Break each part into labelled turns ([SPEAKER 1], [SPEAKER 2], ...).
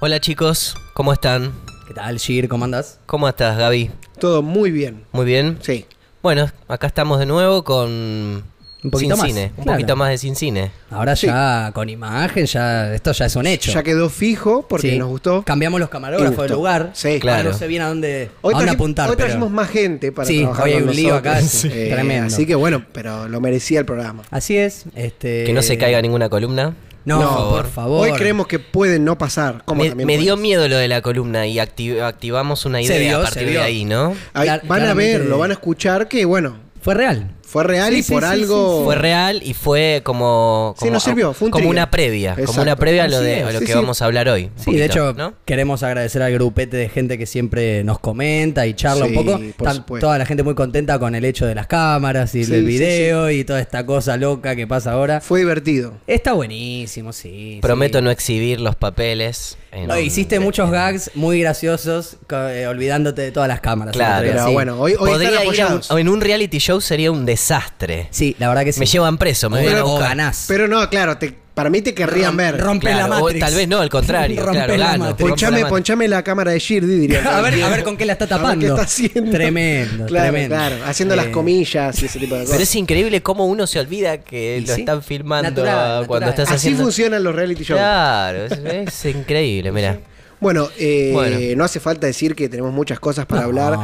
[SPEAKER 1] Hola chicos, ¿cómo están?
[SPEAKER 2] ¿Qué tal, Shir? ¿Cómo andás?
[SPEAKER 1] ¿Cómo estás, Gaby?
[SPEAKER 3] Todo muy bien.
[SPEAKER 1] ¿Muy bien?
[SPEAKER 3] Sí.
[SPEAKER 1] Bueno, acá estamos de nuevo con
[SPEAKER 2] Un poquito
[SPEAKER 1] Sin
[SPEAKER 2] más,
[SPEAKER 1] Cine, un
[SPEAKER 2] claro.
[SPEAKER 1] poquito más de Sin Cine.
[SPEAKER 2] Ahora
[SPEAKER 3] Sí.
[SPEAKER 2] ya con imagen, ya esto ya es un hecho.
[SPEAKER 3] Ya quedó fijo porque
[SPEAKER 2] Sí.
[SPEAKER 3] nos gustó.
[SPEAKER 2] Cambiamos los
[SPEAKER 3] Y
[SPEAKER 2] camarógrafos
[SPEAKER 3] gustó.
[SPEAKER 2] del lugar.
[SPEAKER 3] Sí.
[SPEAKER 2] Ahora
[SPEAKER 1] Claro.
[SPEAKER 2] No sé bien a dónde,
[SPEAKER 3] Hoy,
[SPEAKER 2] a dónde
[SPEAKER 3] trajim-
[SPEAKER 2] apuntar.
[SPEAKER 3] hoy
[SPEAKER 2] pero-
[SPEAKER 3] trajimos más gente para
[SPEAKER 2] Sí,
[SPEAKER 3] trabajar
[SPEAKER 2] hoy hay
[SPEAKER 3] con
[SPEAKER 2] un lío
[SPEAKER 3] nosotros.
[SPEAKER 2] acá, sí.
[SPEAKER 3] Eh,
[SPEAKER 2] Tremendo.
[SPEAKER 3] Así que bueno, pero lo merecía el programa.
[SPEAKER 2] Así es. Este...
[SPEAKER 1] Que no se caiga ninguna columna.
[SPEAKER 2] No,
[SPEAKER 3] No,
[SPEAKER 2] por favor.
[SPEAKER 3] Hoy creemos que puede no pasar. Como
[SPEAKER 1] Me,
[SPEAKER 3] también
[SPEAKER 1] me
[SPEAKER 3] puede.
[SPEAKER 1] dio miedo lo de la columna y acti- activamos una
[SPEAKER 2] Se
[SPEAKER 1] idea
[SPEAKER 2] dio,
[SPEAKER 1] a
[SPEAKER 2] se
[SPEAKER 1] partir de
[SPEAKER 2] dio.
[SPEAKER 1] ahí, ¿no?
[SPEAKER 3] Ahí
[SPEAKER 2] Clar-
[SPEAKER 3] van a
[SPEAKER 2] claramente-
[SPEAKER 3] ver, lo van a escuchar que bueno,
[SPEAKER 2] Fue real.
[SPEAKER 3] fue real
[SPEAKER 2] Sí,
[SPEAKER 3] y
[SPEAKER 2] sí,
[SPEAKER 3] por
[SPEAKER 2] sí,
[SPEAKER 3] algo.
[SPEAKER 1] Fue real y fue como,
[SPEAKER 3] Sí,
[SPEAKER 1] como,
[SPEAKER 3] nos sirvió, fue un
[SPEAKER 1] como
[SPEAKER 3] trigger.
[SPEAKER 1] una previa, como
[SPEAKER 3] Exacto.
[SPEAKER 1] una previa a lo,
[SPEAKER 2] Así
[SPEAKER 1] de,
[SPEAKER 2] es.
[SPEAKER 1] a lo
[SPEAKER 3] Sí,
[SPEAKER 1] que
[SPEAKER 3] sí.
[SPEAKER 1] vamos a hablar hoy. un
[SPEAKER 2] Sí,
[SPEAKER 1] poquito,
[SPEAKER 2] de hecho,
[SPEAKER 1] ¿no?
[SPEAKER 2] queremos agradecer al grupete de gente que siempre nos comenta y charla
[SPEAKER 3] Sí,
[SPEAKER 2] un poco.
[SPEAKER 3] por
[SPEAKER 2] Están
[SPEAKER 3] supuesto.
[SPEAKER 2] toda la gente muy contenta con el hecho de las cámaras y
[SPEAKER 3] Sí,
[SPEAKER 2] del
[SPEAKER 3] sí,
[SPEAKER 2] video y toda esta cosa loca que pasa ahora.
[SPEAKER 3] Fue divertido.
[SPEAKER 2] Está buenísimo, sí.
[SPEAKER 1] Prometo
[SPEAKER 2] sí.
[SPEAKER 1] no exhibir los papeles. en-
[SPEAKER 2] No, hiciste
[SPEAKER 1] en-
[SPEAKER 2] muchos gags muy graciosos, co- eh, olvidándote de todas las cámaras.
[SPEAKER 1] Claro.
[SPEAKER 2] el otro día,
[SPEAKER 3] Pero
[SPEAKER 2] sí.
[SPEAKER 3] bueno, hoy, hoy
[SPEAKER 1] Podría
[SPEAKER 3] están
[SPEAKER 1] ir a un-
[SPEAKER 3] apoyados.
[SPEAKER 1] en un reality show sería un desastre.
[SPEAKER 2] Sí, la verdad que sí.
[SPEAKER 1] Me llevan preso, me voy a
[SPEAKER 2] Pero-
[SPEAKER 1] buscar.
[SPEAKER 2] ganás.
[SPEAKER 3] Pero no, claro, te- para mí te querrían
[SPEAKER 2] Rom-
[SPEAKER 3] ver.
[SPEAKER 2] rompe la
[SPEAKER 1] Claro, o
[SPEAKER 2] matrix.
[SPEAKER 1] tal vez no, al contrario,
[SPEAKER 2] Rompe
[SPEAKER 1] claro,
[SPEAKER 2] la
[SPEAKER 1] gano.
[SPEAKER 2] matrix.
[SPEAKER 1] Poncha-
[SPEAKER 3] Ponchame,
[SPEAKER 1] la mano.
[SPEAKER 3] ponchame la cámara de Shirdi, diría.
[SPEAKER 2] A ver, a ver con qué la está
[SPEAKER 3] A ver
[SPEAKER 2] tapando.
[SPEAKER 3] ¿Qué está haciendo?
[SPEAKER 2] Tremendo,
[SPEAKER 3] claro,
[SPEAKER 2] tremendo.
[SPEAKER 3] Claro, haciendo las
[SPEAKER 2] Eh,
[SPEAKER 3] comillas y ese tipo de
[SPEAKER 1] Pero
[SPEAKER 3] cosas.
[SPEAKER 1] es increíble cómo uno se olvida que
[SPEAKER 2] Y
[SPEAKER 1] lo
[SPEAKER 2] sí.
[SPEAKER 1] están filmando
[SPEAKER 2] Natural, natural.
[SPEAKER 1] cuando estás
[SPEAKER 3] Así
[SPEAKER 1] haciendo.
[SPEAKER 3] funcionan los reality shows.
[SPEAKER 1] Claro, es, es increíble, mira.
[SPEAKER 3] Bueno, eh,
[SPEAKER 1] Bueno.
[SPEAKER 3] no hace falta decir que tenemos muchas cosas para
[SPEAKER 2] No.
[SPEAKER 3] hablar.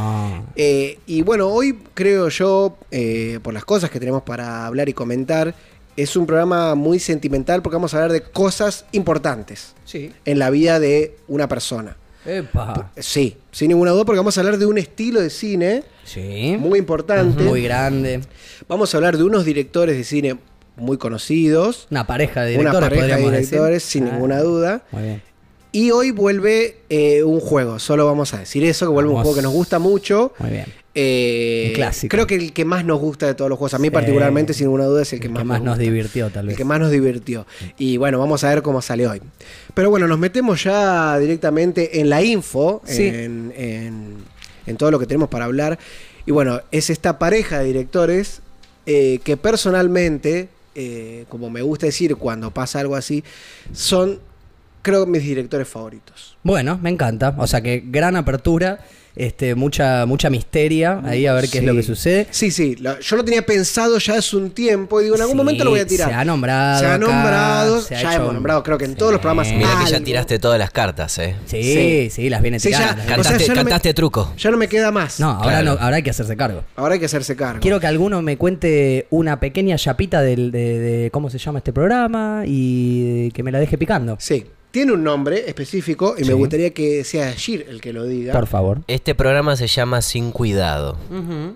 [SPEAKER 3] Eh, y bueno, hoy creo yo, eh, por las cosas que tenemos para hablar y comentar, es un programa muy sentimental porque vamos a hablar de cosas importantes
[SPEAKER 2] Sí.
[SPEAKER 3] en la vida de una persona.
[SPEAKER 2] Epa.
[SPEAKER 3] Sí, sin ninguna duda, porque vamos a hablar de un estilo de cine
[SPEAKER 2] Sí.
[SPEAKER 3] muy importante.
[SPEAKER 2] Muy grande.
[SPEAKER 3] Vamos a hablar de unos directores de cine muy conocidos,
[SPEAKER 2] Una pareja de
[SPEAKER 3] una
[SPEAKER 2] directores,
[SPEAKER 3] pareja de
[SPEAKER 2] podríamos
[SPEAKER 3] directores,
[SPEAKER 2] decir.
[SPEAKER 3] sin
[SPEAKER 2] Ah,
[SPEAKER 3] ninguna duda.
[SPEAKER 2] Muy bien.
[SPEAKER 3] Y hoy vuelve eh, un juego, solo vamos a decir eso, que vuelve un
[SPEAKER 2] Vamos.
[SPEAKER 3] juego que nos gusta mucho.
[SPEAKER 2] Muy bien.
[SPEAKER 3] Eh,
[SPEAKER 2] Un clásico.
[SPEAKER 3] Creo que el que más nos gusta de todos los juegos, a mí
[SPEAKER 2] Sí.
[SPEAKER 3] particularmente, sin ninguna duda, es el,
[SPEAKER 2] El que más, nos
[SPEAKER 3] gusta,
[SPEAKER 2] divirtió, tal
[SPEAKER 3] El
[SPEAKER 2] vez.
[SPEAKER 3] que más nos divirtió. Y bueno, vamos a ver cómo sale hoy. Pero bueno, nos metemos ya directamente en la info,
[SPEAKER 2] Sí.
[SPEAKER 3] en, en- en todo lo que tenemos para hablar. Y bueno, es esta pareja de directores eh, que personalmente, eh, como me gusta decir cuando pasa algo así, son, creo, mis directores favoritos.
[SPEAKER 2] Bueno, me encanta. O sea que gran apertura, este, mucha, mucha misteria ahí a ver qué es lo
[SPEAKER 3] Sí.
[SPEAKER 2] que sucede.
[SPEAKER 3] Sí, sí. lo- yo lo tenía pensado ya hace un tiempo y digo, en algún
[SPEAKER 2] Sí,
[SPEAKER 3] momento lo voy a tirar.
[SPEAKER 2] se ha nombrado
[SPEAKER 3] Se ha
[SPEAKER 2] acá,
[SPEAKER 3] nombrado.
[SPEAKER 2] se ha
[SPEAKER 3] ya
[SPEAKER 2] hecho
[SPEAKER 3] hemos
[SPEAKER 2] un-
[SPEAKER 3] nombrado, creo que en
[SPEAKER 2] Sí.
[SPEAKER 3] todos los programas.
[SPEAKER 1] Mira que ya
[SPEAKER 3] algo.
[SPEAKER 1] tiraste todas las cartas, eh.
[SPEAKER 2] Sí, sí,
[SPEAKER 3] Sí.
[SPEAKER 2] las viene
[SPEAKER 3] Sí, ya-
[SPEAKER 2] tirando. las viene
[SPEAKER 3] o sea,
[SPEAKER 1] Cantaste,
[SPEAKER 3] ya no me-
[SPEAKER 1] cantaste truco.
[SPEAKER 3] Ya no me queda más.
[SPEAKER 2] No, ahora
[SPEAKER 1] Claro.
[SPEAKER 2] no, ahora hay que hacerse cargo.
[SPEAKER 3] Ahora hay que hacerse cargo.
[SPEAKER 2] Quiero que alguno me cuente una pequeña chapita del- de, de cómo se llama este programa y que me la deje picando.
[SPEAKER 3] Sí. Tiene un nombre específico y
[SPEAKER 2] Sí.
[SPEAKER 3] me gustaría que sea Gir el que lo diga.
[SPEAKER 2] Por favor.
[SPEAKER 1] Este programa se llama Sin Cuidado.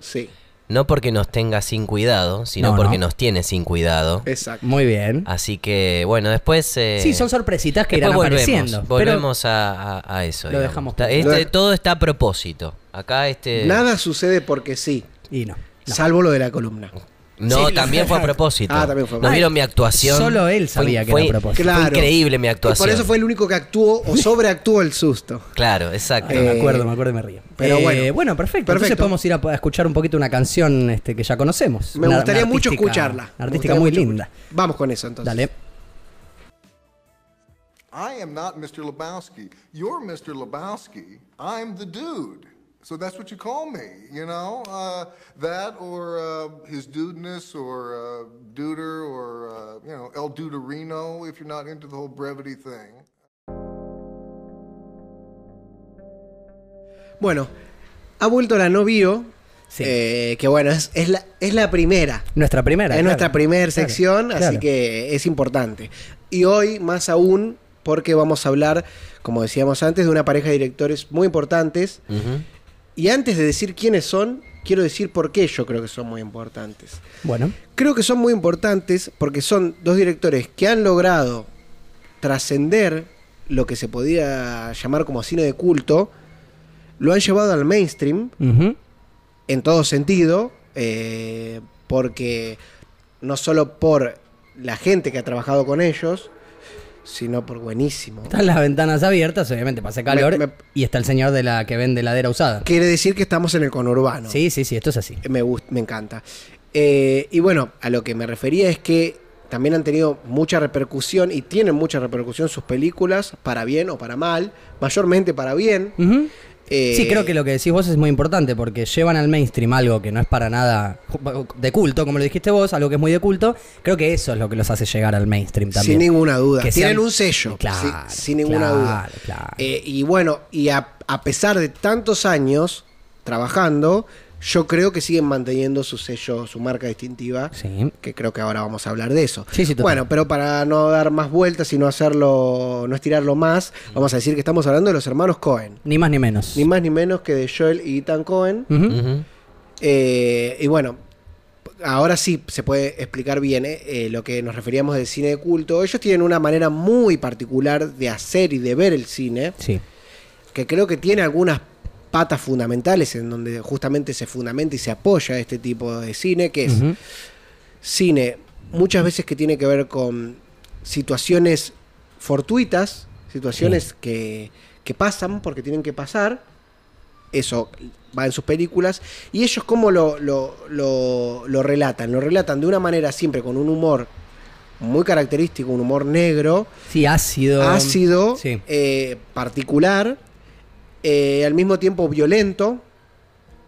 [SPEAKER 3] Sí,
[SPEAKER 1] No porque nos tenga sin cuidado, sino
[SPEAKER 2] No,
[SPEAKER 1] porque
[SPEAKER 2] no.
[SPEAKER 1] nos tiene sin cuidado.
[SPEAKER 3] exacto.
[SPEAKER 2] Muy bien.
[SPEAKER 1] Así que, bueno, después. Ah, eh,
[SPEAKER 2] Sí, son sorpresitas que irán
[SPEAKER 1] Después volvemos,
[SPEAKER 2] apareciendo.
[SPEAKER 1] volvemos a, a- a eso.
[SPEAKER 2] Lo
[SPEAKER 1] digamos.
[SPEAKER 2] dejamos
[SPEAKER 1] Está-
[SPEAKER 2] por-
[SPEAKER 1] este-
[SPEAKER 3] Lo dej-
[SPEAKER 1] todo está a propósito. Acá este.
[SPEAKER 3] Nada sucede porque sí,
[SPEAKER 2] Pero, y no. no.
[SPEAKER 3] salvo lo de la columna.
[SPEAKER 1] No,
[SPEAKER 2] Sí, lo-
[SPEAKER 1] también fue a propósito.
[SPEAKER 3] Ah, también fue a
[SPEAKER 1] ¿No
[SPEAKER 3] propósito.
[SPEAKER 1] vieron mi actuación?
[SPEAKER 2] Solo él sabía que
[SPEAKER 1] fue,
[SPEAKER 2] era a propósito.
[SPEAKER 1] fue
[SPEAKER 3] Claro.
[SPEAKER 1] increíble mi
[SPEAKER 3] Y
[SPEAKER 1] actuación.
[SPEAKER 3] por eso fue el único que actuó o sobreactuó el susto.
[SPEAKER 1] Claro, exacto.
[SPEAKER 2] Ah,
[SPEAKER 3] Eh,
[SPEAKER 2] me acuerdo, me acuerdo y me río.
[SPEAKER 3] pero
[SPEAKER 2] Eh,
[SPEAKER 3] bueno.
[SPEAKER 2] perfecto. Entonces
[SPEAKER 3] Perfecto.
[SPEAKER 2] podemos ir a, a escuchar un poquito una canción este, que ya conocemos.
[SPEAKER 3] Me
[SPEAKER 2] Una-
[SPEAKER 3] gustaría
[SPEAKER 2] una
[SPEAKER 3] mucho
[SPEAKER 2] artística-
[SPEAKER 3] escucharla.
[SPEAKER 2] Una
[SPEAKER 3] Me
[SPEAKER 2] artística
[SPEAKER 3] gustaría
[SPEAKER 2] muy
[SPEAKER 3] mucho
[SPEAKER 2] linda.
[SPEAKER 3] escucharla. Vamos con eso entonces.
[SPEAKER 2] Dale.
[SPEAKER 4] I am not Mr. Lebowski. You're Mr. Lebowski. I'm the dude. So that's what you call me, you know? Uh, that or uh, his dudeness or uh, duder or, uh, you know, El Duderino if you're not into the whole brevity thing.
[SPEAKER 3] Bueno, ha vuelto la no bio,
[SPEAKER 2] Sí.
[SPEAKER 3] eh, que bueno, es, es la, es la primera.
[SPEAKER 2] Nuestra primera.
[SPEAKER 3] es
[SPEAKER 2] claro.
[SPEAKER 3] nuestra primera
[SPEAKER 2] Claro,
[SPEAKER 3] sección, así
[SPEAKER 2] claro.
[SPEAKER 3] que es importante. Y hoy, más aún, porque vamos a hablar, como decíamos antes, de una pareja de directores muy importantes.
[SPEAKER 1] Ujú.
[SPEAKER 3] Y antes de decir quiénes son, quiero decir por qué yo creo que son muy importantes.
[SPEAKER 2] Bueno,
[SPEAKER 3] Creo que son muy importantes porque son dos directores que han logrado trascender lo que se podía llamar como cine de culto, lo han llevado al mainstream
[SPEAKER 2] ujú,
[SPEAKER 3] en todo sentido, eh, porque no solo por la gente que ha trabajado con ellos, sino por buenísimo.
[SPEAKER 2] están las ventanas abiertas, obviamente, pasa calor.
[SPEAKER 3] Me- me-
[SPEAKER 2] Y está el señor de la que vende heladera usada.
[SPEAKER 3] Quiere decir que estamos en el conurbano.
[SPEAKER 2] Sí, sí, sí, esto es así.
[SPEAKER 3] Me, gust- me encanta. Eh, y bueno, a lo que me refería es que también han tenido mucha repercusión y tienen mucha repercusión sus películas, para bien o para mal, mayormente para bien.
[SPEAKER 2] Ujú.
[SPEAKER 3] Eh,
[SPEAKER 2] Sí, creo que lo que decís vos es muy importante porque llevan al mainstream algo que no es para nada de culto, como lo dijiste vos, algo que es muy de culto. Creo que eso es lo que los hace llegar al mainstream también.
[SPEAKER 3] Sin ninguna duda.
[SPEAKER 2] Que
[SPEAKER 3] Tienen
[SPEAKER 2] sean-
[SPEAKER 3] un sello.
[SPEAKER 2] Claro,
[SPEAKER 3] sí, sin ninguna
[SPEAKER 2] claro,
[SPEAKER 3] duda.
[SPEAKER 2] claro.
[SPEAKER 3] Eh, y bueno, y a, a pesar de tantos años trabajando, yo creo que siguen manteniendo su sello, su marca distintiva.
[SPEAKER 2] Sí.
[SPEAKER 3] Que creo que ahora vamos a hablar de eso.
[SPEAKER 2] Sí, sí, total.
[SPEAKER 3] bueno, pero para no dar más vueltas y no hacerlo, no estirarlo más,
[SPEAKER 2] Mm.
[SPEAKER 3] vamos a decir que estamos hablando de los hermanos Cohen.
[SPEAKER 2] Ni más ni menos.
[SPEAKER 3] Ni más ni menos que de Joel y Ethan Cohen.
[SPEAKER 2] Ujú.
[SPEAKER 1] Ujú.
[SPEAKER 3] Eh, y bueno, ahora sí se puede explicar bien eh, eh, lo que nos referíamos del cine de culto. Ellos tienen una manera muy particular de hacer y de ver el cine,
[SPEAKER 2] Sí.
[SPEAKER 3] que creo que tiene algunas patas fundamentales en donde justamente se fundamenta y se apoya este tipo de cine, que es
[SPEAKER 2] Ujú.
[SPEAKER 3] cine muchas veces que tiene que ver con situaciones fortuitas, situaciones que, que pasan porque tienen que pasar. Eso va en sus películas. Y ellos cómo lo, lo, lo- lo relatan. Lo relatan de una manera siempre con un humor muy característico, un humor negro,
[SPEAKER 2] Sí, ácido.
[SPEAKER 3] ácido,
[SPEAKER 2] Sí.
[SPEAKER 3] eh, particular, eh, al mismo tiempo violento.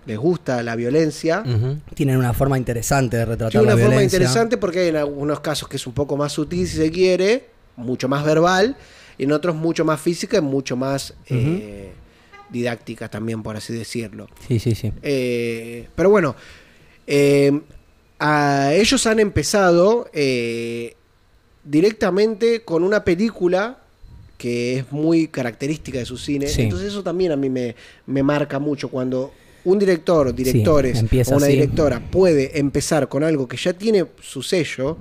[SPEAKER 3] Les gusta la violencia.
[SPEAKER 1] Ujú.
[SPEAKER 2] Tienen una forma interesante de retratar
[SPEAKER 3] Tiene
[SPEAKER 2] Mm, la
[SPEAKER 3] una forma
[SPEAKER 2] violencia.
[SPEAKER 3] interesante porque hay en algunos casos que es un poco más sutil, si se quiere, mucho más verbal, y en otros mucho más física y mucho más eh, didáctica también, por así decirlo.
[SPEAKER 2] Sí, sí, sí.
[SPEAKER 3] Eh, pero bueno, eh, a- ellos han empezado eh, directamente con una película que es muy característica de su cine.
[SPEAKER 2] Sí.
[SPEAKER 3] Entonces eso también a mí me, me marca mucho cuando un director, directores
[SPEAKER 2] empieza
[SPEAKER 3] o una
[SPEAKER 2] así.
[SPEAKER 3] directora puede empezar con algo que ya tiene su sello,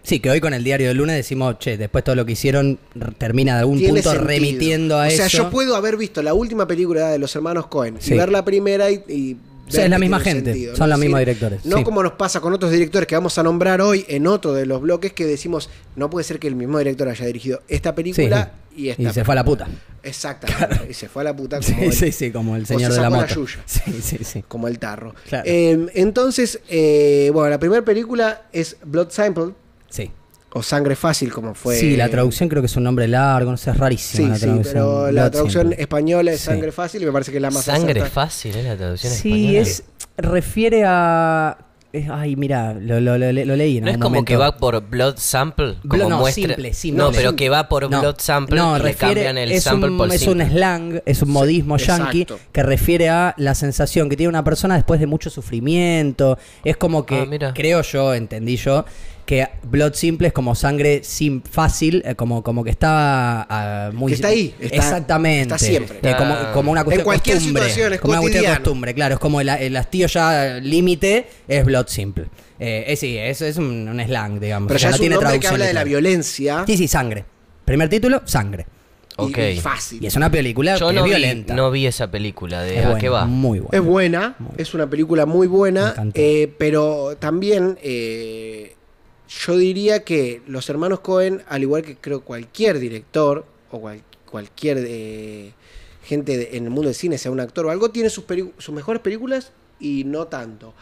[SPEAKER 2] Sí, que hoy con el diario del lunes decimos, che, después todo lo que hicieron r- termina de algún
[SPEAKER 3] tiene
[SPEAKER 2] punto
[SPEAKER 3] sentido.
[SPEAKER 2] remitiendo a
[SPEAKER 3] o
[SPEAKER 2] eso.
[SPEAKER 3] sea, yo puedo haber visto la última película de los hermanos Cohen
[SPEAKER 2] Sí.
[SPEAKER 3] y ver la primera y. y
[SPEAKER 2] O sea,
[SPEAKER 3] ver
[SPEAKER 2] es la
[SPEAKER 3] que
[SPEAKER 2] misma
[SPEAKER 3] tiene
[SPEAKER 2] gente, son los
[SPEAKER 3] Es decir,
[SPEAKER 2] mismos directores,
[SPEAKER 3] No
[SPEAKER 2] sí.
[SPEAKER 3] como nos pasa con otros directores que vamos a nombrar hoy en otro de los bloques que decimos, no puede ser que el mismo director haya dirigido esta
[SPEAKER 2] Sí.
[SPEAKER 3] película y esta.
[SPEAKER 2] Y se fue a la puta.
[SPEAKER 3] Exactamente. Y se fue a la puta como,
[SPEAKER 2] Sí,
[SPEAKER 3] el,
[SPEAKER 2] sí, sí, como
[SPEAKER 3] o
[SPEAKER 2] el
[SPEAKER 3] se
[SPEAKER 2] señor de la
[SPEAKER 3] sacó la
[SPEAKER 2] moto.
[SPEAKER 3] yuya.
[SPEAKER 2] sí, sí, sí.
[SPEAKER 3] como el tarro.
[SPEAKER 2] Claro.
[SPEAKER 3] Eh, entonces, eh, bueno, la primera película es Blood Sample
[SPEAKER 2] Sí.
[SPEAKER 3] o Sangre Fácil, como fue.
[SPEAKER 2] Sí, la traducción creo que es un nombre largo, no sé, es rarísimo.
[SPEAKER 3] Sí,
[SPEAKER 2] la
[SPEAKER 3] sí,
[SPEAKER 2] traducción.
[SPEAKER 3] pero la
[SPEAKER 2] Blood
[SPEAKER 3] traducción
[SPEAKER 2] Simple.
[SPEAKER 3] española es
[SPEAKER 2] Sí.
[SPEAKER 3] Sangre Fácil y me parece que es la más
[SPEAKER 1] Sangre
[SPEAKER 3] exacta.
[SPEAKER 1] fácil es la traducción
[SPEAKER 2] Sí,
[SPEAKER 1] española.
[SPEAKER 2] es. Refiere a. es- ay, mira, lo, lo- lo- lo leí. En
[SPEAKER 1] No es
[SPEAKER 2] algún
[SPEAKER 1] como que va
[SPEAKER 2] momento.
[SPEAKER 1] por blood sample, como
[SPEAKER 2] Blo- no,
[SPEAKER 1] muestra.
[SPEAKER 2] simple, simple.
[SPEAKER 1] No, pero que va por
[SPEAKER 2] No,
[SPEAKER 1] blood sample y le
[SPEAKER 2] refiere-
[SPEAKER 1] cambian el
[SPEAKER 2] es
[SPEAKER 1] sample
[SPEAKER 2] un,
[SPEAKER 1] por
[SPEAKER 2] Es
[SPEAKER 1] simple.
[SPEAKER 2] un slang, es un modismo
[SPEAKER 3] exacto.
[SPEAKER 2] yankee que refiere a la sensación que tiene una persona después de mucho sufrimiento. Es como que,
[SPEAKER 1] Ah, mira.
[SPEAKER 2] creo yo, entendí yo, que blood simple es como sangre sim fácil, eh, como, como que está ah, muy...
[SPEAKER 3] Que está ahí, está-
[SPEAKER 2] Exactamente.
[SPEAKER 3] está siempre.
[SPEAKER 2] Eh, como, como una cuestión de
[SPEAKER 3] cualquier
[SPEAKER 2] costumbre.
[SPEAKER 3] situación, es
[SPEAKER 2] como una cuestión de
[SPEAKER 3] cotidiano.
[SPEAKER 2] costumbre, claro. Es como el, el hastío ya límite es blood simple. Eh, eh, sí, es, es un, un slang, digamos.
[SPEAKER 3] Pero
[SPEAKER 2] O
[SPEAKER 3] ya
[SPEAKER 2] sea, no
[SPEAKER 3] es un
[SPEAKER 2] tiene
[SPEAKER 3] nombre que
[SPEAKER 2] traducción
[SPEAKER 3] habla de la
[SPEAKER 2] literal.
[SPEAKER 3] violencia
[SPEAKER 2] Sí, sí, sangre. Primer título, sangre.
[SPEAKER 3] y-
[SPEAKER 1] Ok.
[SPEAKER 3] y fácil.
[SPEAKER 2] Y es una película
[SPEAKER 1] Yo
[SPEAKER 2] que
[SPEAKER 1] no
[SPEAKER 2] es
[SPEAKER 1] vi,
[SPEAKER 2] violenta.
[SPEAKER 1] no vi esa película de
[SPEAKER 2] es Mm.
[SPEAKER 1] a
[SPEAKER 2] buena,
[SPEAKER 1] qué va.
[SPEAKER 2] Muy buena.
[SPEAKER 3] Es buena, es una película muy
[SPEAKER 2] Me
[SPEAKER 3] buena,
[SPEAKER 2] encantó.
[SPEAKER 3] eh, pero también eh, yo diría que los hermanos Cohen, al igual que creo cualquier director o cual- cualquier eh, gente de- en el mundo del cine, sea un actor o algo, tiene sus, pelicu- sus mejores películas y no tanto.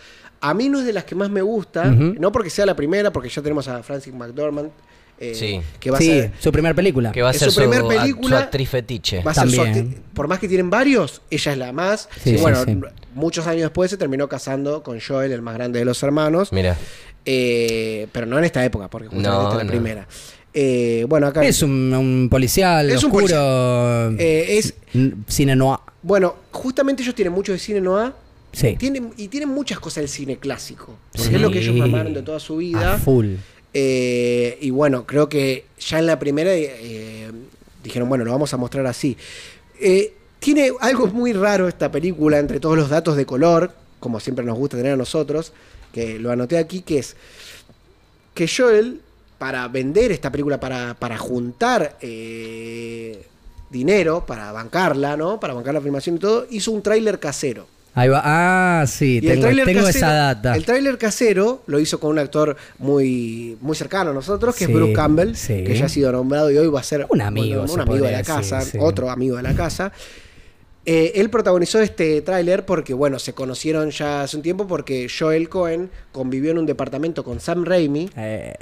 [SPEAKER 3] A mí no es de las que más me gusta,
[SPEAKER 2] Ujú.
[SPEAKER 3] no porque sea la primera, porque ya tenemos a Francis McDormand, eh,
[SPEAKER 1] Sí.
[SPEAKER 3] que va
[SPEAKER 2] sí,
[SPEAKER 3] a ser
[SPEAKER 2] su primera película.
[SPEAKER 1] Que va a
[SPEAKER 3] Es
[SPEAKER 1] ser
[SPEAKER 3] su
[SPEAKER 1] su,
[SPEAKER 3] primer
[SPEAKER 1] act-
[SPEAKER 3] película.
[SPEAKER 1] su actriz fetiche.
[SPEAKER 3] Va a ser su
[SPEAKER 2] Eh, También.
[SPEAKER 3] acti- por más que tienen varios, ella es la más.
[SPEAKER 2] Sí,
[SPEAKER 3] y
[SPEAKER 2] sí,
[SPEAKER 3] bueno,
[SPEAKER 2] sí.
[SPEAKER 3] muchos años después se terminó casando con Joel, el más grande de los hermanos.
[SPEAKER 1] Mira,
[SPEAKER 3] Eh, pero no en esta época, porque justamente
[SPEAKER 1] No,
[SPEAKER 3] esta es la
[SPEAKER 1] no.
[SPEAKER 3] primera. Eh, bueno, acá.
[SPEAKER 2] Es un, un policial
[SPEAKER 3] Es un
[SPEAKER 2] oscuro.
[SPEAKER 3] eh, es,
[SPEAKER 2] n- Cine noir.
[SPEAKER 3] bueno, justamente ellos tienen mucho de cine noir.
[SPEAKER 2] Sí.
[SPEAKER 3] Tienen, y tienen muchas cosas del cine clásico. Porque
[SPEAKER 2] Sí.
[SPEAKER 3] es lo que ellos mamaron de toda su vida.
[SPEAKER 2] A full.
[SPEAKER 3] Eh, y bueno, creo que ya en la primera eh, dijeron, bueno, lo vamos a mostrar así. Eh, tiene algo muy raro esta película entre todos los datos de color, como siempre nos gusta tener a nosotros, que lo anoté aquí, que es que Joel, para vender esta película, para, para juntar eh, dinero, para bancarla, ¿no? Para bancar la filmación y todo, hizo un tráiler casero.
[SPEAKER 2] Ahí va. Ah, sí,
[SPEAKER 3] Y el
[SPEAKER 2] tengo,
[SPEAKER 3] tráiler
[SPEAKER 2] tengo
[SPEAKER 3] casero-
[SPEAKER 2] esa data.
[SPEAKER 3] El tráiler casero lo hizo con un actor muy, muy cercano a nosotros, que
[SPEAKER 2] Sí,
[SPEAKER 3] es Bruce Campbell,
[SPEAKER 2] sí.
[SPEAKER 3] que ya ha sido nombrado y hoy va a ser
[SPEAKER 2] Un amigo,
[SPEAKER 3] un
[SPEAKER 2] se
[SPEAKER 3] amigo de
[SPEAKER 2] podría
[SPEAKER 3] la
[SPEAKER 2] decir,
[SPEAKER 3] casa,
[SPEAKER 2] sí.
[SPEAKER 3] otro amigo de la casa. Eh, él protagonizó este tráiler porque, bueno, se conocieron ya hace un tiempo porque Joel Cohen convivió en un departamento con Sam Raimi.
[SPEAKER 2] Eh,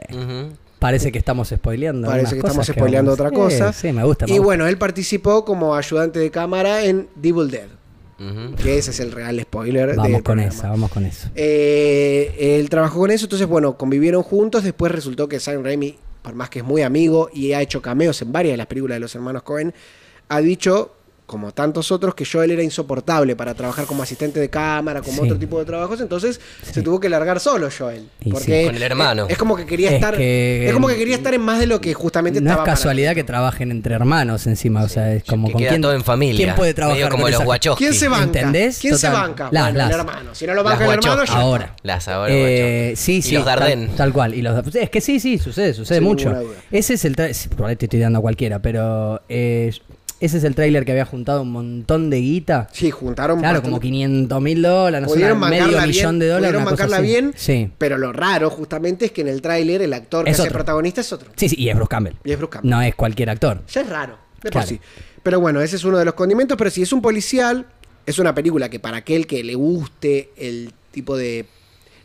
[SPEAKER 2] Parece que estamos spoileando.
[SPEAKER 3] Parece
[SPEAKER 2] algunas
[SPEAKER 3] que
[SPEAKER 2] cosas
[SPEAKER 3] estamos spoileando otra
[SPEAKER 2] vamos- Sí,
[SPEAKER 3] cosa.
[SPEAKER 2] Sí, me gusta. me
[SPEAKER 3] Y
[SPEAKER 2] gusta.
[SPEAKER 3] bueno, él participó como ayudante de cámara en Devil Dead,
[SPEAKER 1] Ujú.
[SPEAKER 3] que ese es el real spoiler. del
[SPEAKER 2] Vamos con
[SPEAKER 3] programa.
[SPEAKER 2] esa, vamos con eso.
[SPEAKER 3] Eh, él trabajó con eso, entonces bueno, convivieron juntos. Después resultó que Sam Raimi, por más que es muy amigo y ha hecho cameos en varias de las películas de los hermanos Cohen, ha dicho, como tantos otros, que Joel era insoportable para trabajar como asistente de cámara, como
[SPEAKER 2] Sí.
[SPEAKER 3] otro tipo de trabajos. Entonces se tuvo que largar solo Joel.
[SPEAKER 2] Y sí.
[SPEAKER 3] Porque
[SPEAKER 1] Con el hermano.
[SPEAKER 3] Es, es como que quería
[SPEAKER 2] Es
[SPEAKER 3] estar.
[SPEAKER 2] que-
[SPEAKER 3] es como que quería estar en más de lo que justamente
[SPEAKER 2] No es
[SPEAKER 3] estaba. para-
[SPEAKER 2] casualidad que trabajen entre hermanos encima, o sea, es como
[SPEAKER 1] que
[SPEAKER 2] con
[SPEAKER 1] queda
[SPEAKER 2] quién,
[SPEAKER 1] todo en familia.
[SPEAKER 2] ¿Quién puede trabajar
[SPEAKER 1] Medio como
[SPEAKER 2] con
[SPEAKER 1] los
[SPEAKER 2] esa-
[SPEAKER 1] guachos.
[SPEAKER 3] ¿Quién se banca?
[SPEAKER 2] ¿Entendés?
[SPEAKER 3] ¿Quién se
[SPEAKER 2] Total.
[SPEAKER 3] banca?
[SPEAKER 2] Las,
[SPEAKER 3] Bueno,
[SPEAKER 2] las.
[SPEAKER 3] el hermano. Si no lo
[SPEAKER 1] Las
[SPEAKER 3] banca el hermano,
[SPEAKER 1] guachoscas.
[SPEAKER 3] ya-
[SPEAKER 2] Ahora.
[SPEAKER 1] Las ahora
[SPEAKER 2] Eh,
[SPEAKER 1] guachoscas.
[SPEAKER 2] sí,
[SPEAKER 1] Y
[SPEAKER 2] sí.
[SPEAKER 1] los
[SPEAKER 2] tal-
[SPEAKER 1] Dardenne.
[SPEAKER 2] Tal, cual. Y los, es que sí, sí, sucede, sucede
[SPEAKER 3] Sin
[SPEAKER 2] mucho.
[SPEAKER 3] ninguna duda.
[SPEAKER 2] Ese es el tráiler. Probablemente te estoy dando a cualquiera, pero eh, ese es el tráiler que había juntado un montón de guita.
[SPEAKER 3] Sí, juntaron.
[SPEAKER 2] Claro,
[SPEAKER 3] bastante-
[SPEAKER 2] como 500 mil dólares, no sé,
[SPEAKER 3] pudieron
[SPEAKER 2] medio
[SPEAKER 3] bancarla
[SPEAKER 2] millón
[SPEAKER 3] bien,
[SPEAKER 2] de dólares.
[SPEAKER 3] pudieron
[SPEAKER 2] una cosa
[SPEAKER 3] bancarla
[SPEAKER 2] así.
[SPEAKER 3] bien
[SPEAKER 2] Sí.
[SPEAKER 3] pero lo raro justamente es que en el tráiler el actor
[SPEAKER 2] Es
[SPEAKER 3] que es
[SPEAKER 2] otro.
[SPEAKER 3] protagonista es otro.
[SPEAKER 2] sí, sí, y es Bruce Campbell.
[SPEAKER 3] Y es Bruce Campbell.
[SPEAKER 2] No es cualquier actor.
[SPEAKER 3] Ya es raro, de por
[SPEAKER 2] Claro.
[SPEAKER 3] sí. Pero bueno, ese es uno de los condimentos, pero si es un policial, es una película que para aquel que le guste el tipo de,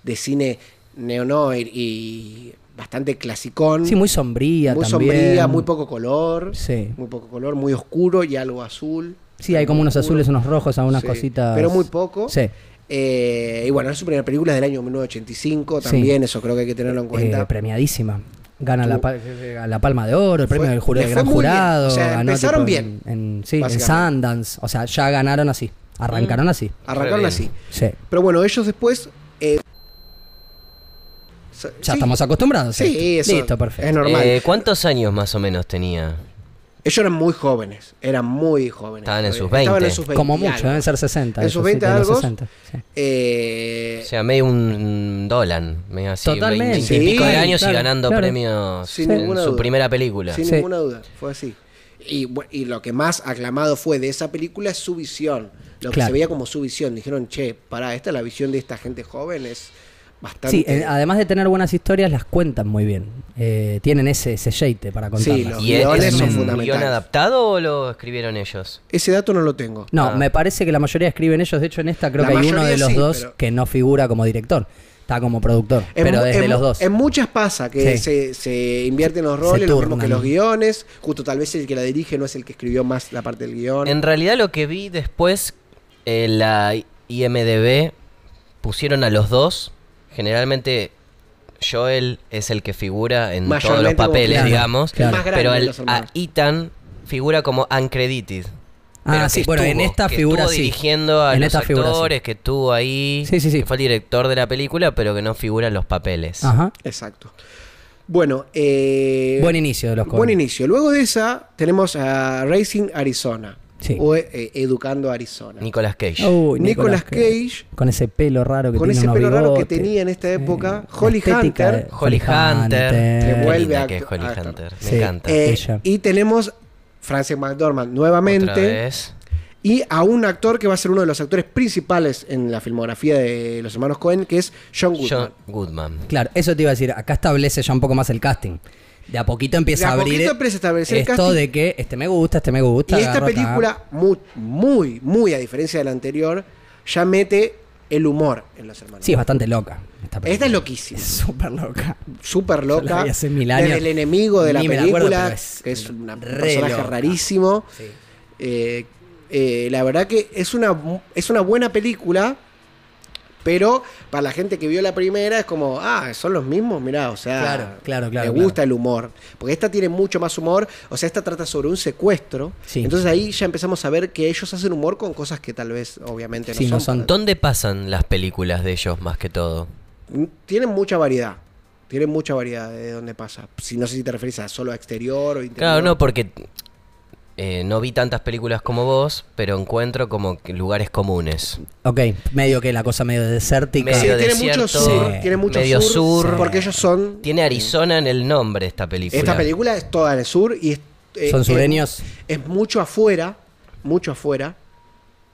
[SPEAKER 3] de cine neonoir y bastante clasicón,
[SPEAKER 2] Sí, muy sombría
[SPEAKER 3] muy
[SPEAKER 2] también.
[SPEAKER 3] sombría, muy poco color,
[SPEAKER 2] Sí.
[SPEAKER 3] muy poco color, muy oscuro y algo azul.
[SPEAKER 2] Sí, hay como unos azules, unos rojos, algunas
[SPEAKER 3] Sí,
[SPEAKER 2] cositas.
[SPEAKER 3] Pero muy poco.
[SPEAKER 2] Sí.
[SPEAKER 3] Eh, y bueno, es su primera película del año 1985
[SPEAKER 2] Sí.
[SPEAKER 3] también, eso creo que hay que tenerlo en cuenta.
[SPEAKER 2] Eh, premiadísima. Gana la,
[SPEAKER 3] Tú-
[SPEAKER 2] pa- eh, la Palma de Oro, el premio
[SPEAKER 3] Fue-
[SPEAKER 2] del jurado,
[SPEAKER 3] le
[SPEAKER 2] del
[SPEAKER 3] fue
[SPEAKER 2] gran
[SPEAKER 3] muy bien.
[SPEAKER 2] jurado.
[SPEAKER 3] O sea,
[SPEAKER 2] ganó,
[SPEAKER 3] empezaron
[SPEAKER 2] tipo, en-
[SPEAKER 3] bien,
[SPEAKER 2] En, sí, en
[SPEAKER 3] básicamente. Mm.
[SPEAKER 2] Sundance. O sea, ya ganaron así. Arrancaron así.
[SPEAKER 3] Arrancaron
[SPEAKER 1] Re bien.
[SPEAKER 3] así.
[SPEAKER 2] Sí.
[SPEAKER 3] Pero bueno, ellos después. eh, sa-
[SPEAKER 2] Ya
[SPEAKER 3] sí,
[SPEAKER 2] estamos acostumbrados. a
[SPEAKER 3] Sí,
[SPEAKER 2] esto.
[SPEAKER 3] eso
[SPEAKER 2] Listo,
[SPEAKER 3] Es
[SPEAKER 2] perfecto.
[SPEAKER 3] normal.
[SPEAKER 1] Eh, ¿Cuántos años más o menos tenía?
[SPEAKER 3] ellos eran muy jóvenes. Eran muy jóvenes. Eh,
[SPEAKER 1] Estaban en sus
[SPEAKER 3] Estaban
[SPEAKER 1] 20.
[SPEAKER 3] en sus 20
[SPEAKER 2] Como
[SPEAKER 3] y
[SPEAKER 2] mucho,
[SPEAKER 3] algo.
[SPEAKER 2] deben ser 60.
[SPEAKER 3] En
[SPEAKER 2] eso
[SPEAKER 3] sus
[SPEAKER 2] sí,
[SPEAKER 3] 20
[SPEAKER 2] de los
[SPEAKER 3] algo.
[SPEAKER 2] 60, sí.
[SPEAKER 3] Eh,
[SPEAKER 1] O sea, medio un Dolan, medio así,
[SPEAKER 2] Totalmente.
[SPEAKER 1] 20
[SPEAKER 3] Sí,
[SPEAKER 1] y pico de años
[SPEAKER 2] claro,
[SPEAKER 1] y ganando
[SPEAKER 2] claro.
[SPEAKER 1] premios
[SPEAKER 3] Sin
[SPEAKER 1] en
[SPEAKER 3] ninguna
[SPEAKER 1] su
[SPEAKER 3] duda.
[SPEAKER 1] primera película.
[SPEAKER 3] sin
[SPEAKER 2] Sí.
[SPEAKER 3] ninguna duda, fue así. Y, bu- y lo que más aclamado fue de esa película es su visión. Lo que
[SPEAKER 2] Claro.
[SPEAKER 3] se veía como su visión. Dijeron, che, pará, esta es la visión de esta gente joven. Es bastante.
[SPEAKER 2] Sí, eh, además de tener buenas historias, las cuentan muy bien. Eh, tienen ese, ese jeite para contarlas.
[SPEAKER 3] los
[SPEAKER 1] ¿Y es,
[SPEAKER 3] guiones
[SPEAKER 1] es
[SPEAKER 3] son
[SPEAKER 1] un guión
[SPEAKER 3] fundamentales.
[SPEAKER 1] adaptado o lo escribieron ellos?
[SPEAKER 3] Ese dato no lo tengo.
[SPEAKER 2] No,
[SPEAKER 1] Ah.
[SPEAKER 2] me parece que la mayoría escriben ellos. De hecho, en esta creo
[SPEAKER 3] La
[SPEAKER 2] que hay uno
[SPEAKER 3] mayoría
[SPEAKER 2] de los
[SPEAKER 3] sí,
[SPEAKER 2] dos
[SPEAKER 3] pero-
[SPEAKER 2] que no figura como director. Está como productor.
[SPEAKER 3] En
[SPEAKER 2] pero
[SPEAKER 3] mu-
[SPEAKER 2] desde
[SPEAKER 3] en
[SPEAKER 2] los
[SPEAKER 3] mu-
[SPEAKER 2] dos.
[SPEAKER 3] En muchas pasa que
[SPEAKER 2] Sí.
[SPEAKER 3] se, se invierten los roles, lo mismo
[SPEAKER 2] turnan.
[SPEAKER 3] que los guiones. Justo tal vez el que la dirige no es el que escribió más la parte del guión.
[SPEAKER 1] En realidad lo que vi después, en la IMDB pusieron a los dos. Generalmente Joel es el que figura en todos los
[SPEAKER 3] Mayormente como-
[SPEAKER 1] papeles,
[SPEAKER 2] claro,
[SPEAKER 1] digamos.
[SPEAKER 2] claro. El
[SPEAKER 3] más grande
[SPEAKER 1] Pero
[SPEAKER 3] de
[SPEAKER 1] el,
[SPEAKER 3] los
[SPEAKER 1] a
[SPEAKER 3] hermanos.
[SPEAKER 1] Ethan figura como uncredited.
[SPEAKER 2] Ah,
[SPEAKER 1] Pero que
[SPEAKER 2] sí, bueno, en esta
[SPEAKER 1] que
[SPEAKER 2] figura
[SPEAKER 1] estuvo
[SPEAKER 2] sí.
[SPEAKER 1] dirigiendo a
[SPEAKER 2] En
[SPEAKER 1] los
[SPEAKER 2] esta figura sí.
[SPEAKER 1] actores, que estuvo ahí,
[SPEAKER 2] Sí, sí, sí.
[SPEAKER 1] que fue el director de la película, pero que no figura en los papeles.
[SPEAKER 2] Ajá.
[SPEAKER 3] Exacto. Bueno, eh,
[SPEAKER 2] Buen inicio de los
[SPEAKER 3] buen
[SPEAKER 2] Coen.
[SPEAKER 3] inicio. Luego de esa tenemos a Racing Arizona.
[SPEAKER 2] Sí.
[SPEAKER 3] O eh, Educando Arizona.
[SPEAKER 1] Nicolas Cage.
[SPEAKER 2] Uy,
[SPEAKER 3] Nicolas Cage.
[SPEAKER 2] Con ese pelo raro que
[SPEAKER 3] Con
[SPEAKER 2] tiene
[SPEAKER 3] ese
[SPEAKER 2] unos
[SPEAKER 3] pelo raro que
[SPEAKER 2] bigotes.
[SPEAKER 3] tenía en esta época,
[SPEAKER 2] la
[SPEAKER 3] Holly
[SPEAKER 2] estética
[SPEAKER 3] Hunter.
[SPEAKER 2] de
[SPEAKER 1] Holly Hunter.
[SPEAKER 2] Hunter.
[SPEAKER 1] Qué
[SPEAKER 3] Que vuelve
[SPEAKER 1] linda
[SPEAKER 3] a
[SPEAKER 1] que es
[SPEAKER 3] actu-
[SPEAKER 1] Holly
[SPEAKER 3] a actuar.
[SPEAKER 1] Hunter.
[SPEAKER 2] Sí.
[SPEAKER 1] Me encanta.
[SPEAKER 3] Eh,
[SPEAKER 2] Ella.
[SPEAKER 3] y tenemos Frances McDormand nuevamente.
[SPEAKER 1] Otra vez.
[SPEAKER 3] y a un actor que va a ser uno de los actores principales en la filmografía de los hermanos Cohen, que es John Goodman.
[SPEAKER 1] John Goodman.
[SPEAKER 2] Claro, eso te iba a decir. Acá establece ya un poco más el casting. De a poquito
[SPEAKER 3] De
[SPEAKER 2] empieza
[SPEAKER 3] a
[SPEAKER 2] a abrir
[SPEAKER 3] poquito empieza a establecer el
[SPEAKER 2] esto
[SPEAKER 3] casting.
[SPEAKER 2] de que este me gusta, este me gusta.
[SPEAKER 3] y esta
[SPEAKER 1] ¿eh?
[SPEAKER 2] agarro acá.
[SPEAKER 3] película, muy, muy, muy a diferencia de la anterior, ya mete el humor en los hermanos.
[SPEAKER 2] Sí, es bastante loca. Esta, película.
[SPEAKER 3] Esta es loquísima.
[SPEAKER 2] Es súper loca.
[SPEAKER 3] Súper
[SPEAKER 2] Yo la
[SPEAKER 3] loca.
[SPEAKER 2] vi hace mil años.
[SPEAKER 3] Desde el enemigo de la
[SPEAKER 2] Ni me la
[SPEAKER 3] película,
[SPEAKER 2] acuerdo, pero es
[SPEAKER 3] que es una- un
[SPEAKER 2] re
[SPEAKER 3] personaje
[SPEAKER 2] loca. Ah,
[SPEAKER 3] rarísimo. Eh, eh, la verdad que es una, bu- es una buena película, pero para la gente que vio la primera es como, ah, son los mismos, mirá, o sea,
[SPEAKER 2] Claro, claro, claro,
[SPEAKER 3] me gusta
[SPEAKER 2] claro.
[SPEAKER 3] el humor. Porque esta tiene mucho más humor, o sea, esta trata sobre un secuestro.
[SPEAKER 2] Sí.
[SPEAKER 3] Entonces ahí ya empezamos a ver que ellos hacen humor con cosas que tal vez, obviamente, no
[SPEAKER 2] Sí,
[SPEAKER 3] son.
[SPEAKER 2] no son
[SPEAKER 3] para-
[SPEAKER 1] ¿Dónde pasan las películas de ellos más que todo?
[SPEAKER 3] Tienen mucha variedad. Tienen mucha variedad de dónde pasa. Si no sé si te refieres a solo exterior o interior.
[SPEAKER 1] Claro, no, porque eh, no vi tantas películas como vos, pero encuentro como que lugares comunes.
[SPEAKER 2] Ok, medio que la cosa medio desértica.
[SPEAKER 1] Medio
[SPEAKER 3] sí, tiene
[SPEAKER 1] desierto,
[SPEAKER 3] mucho sur,
[SPEAKER 2] sí.
[SPEAKER 3] tiene mucho
[SPEAKER 1] medio sur.
[SPEAKER 3] porque ellos son
[SPEAKER 1] Tiene Arizona en el nombre esta película.
[SPEAKER 3] Esta película es toda en el sur y es. eh,
[SPEAKER 2] Son
[SPEAKER 3] es-
[SPEAKER 2] sureños.
[SPEAKER 3] Es, mucho afuera, mucho afuera,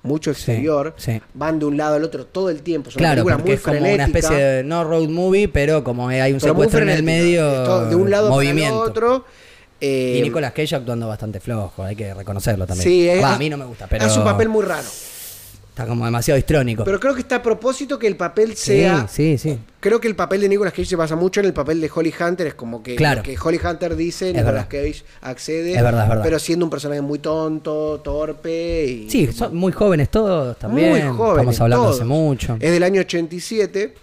[SPEAKER 3] mucho exterior.
[SPEAKER 2] sí.
[SPEAKER 3] Van de un lado al otro todo el tiempo. Es una
[SPEAKER 2] Claro,
[SPEAKER 3] película
[SPEAKER 2] porque
[SPEAKER 3] muy
[SPEAKER 2] es como una
[SPEAKER 3] frenética,
[SPEAKER 2] especie de no road movie, pero como hay un
[SPEAKER 3] pero muy
[SPEAKER 2] secuestro en el
[SPEAKER 3] frenética.
[SPEAKER 2] medio,
[SPEAKER 3] Es todo de un lado
[SPEAKER 2] movimiento.
[SPEAKER 3] para el otro. Eh,
[SPEAKER 2] Y Nicolas Cage actuando bastante flojo, hay que reconocerlo también.
[SPEAKER 3] sí, es-
[SPEAKER 2] Va, a mí no me gusta, pero
[SPEAKER 3] Hace un papel muy raro.
[SPEAKER 2] está como demasiado histrónico.
[SPEAKER 3] Pero creo que está a propósito que el papel
[SPEAKER 2] sí,
[SPEAKER 3] sea.
[SPEAKER 2] sí, sí.
[SPEAKER 3] Creo que el papel de Nicolas Cage se basa mucho en el papel de Holly Hunter. Es como que
[SPEAKER 2] Claro.
[SPEAKER 3] lo que Holly Hunter dice,
[SPEAKER 2] Es
[SPEAKER 3] Nicolas
[SPEAKER 2] verdad.
[SPEAKER 3] Cage accede.
[SPEAKER 2] Es verdad, es verdad.
[SPEAKER 3] Pero siendo un personaje muy tonto, torpe. Y
[SPEAKER 2] Sí, son muy jóvenes todos también.
[SPEAKER 3] Muy joven.
[SPEAKER 2] Estamos hablando
[SPEAKER 3] todos.
[SPEAKER 2] hace mucho.
[SPEAKER 3] Es del año 87.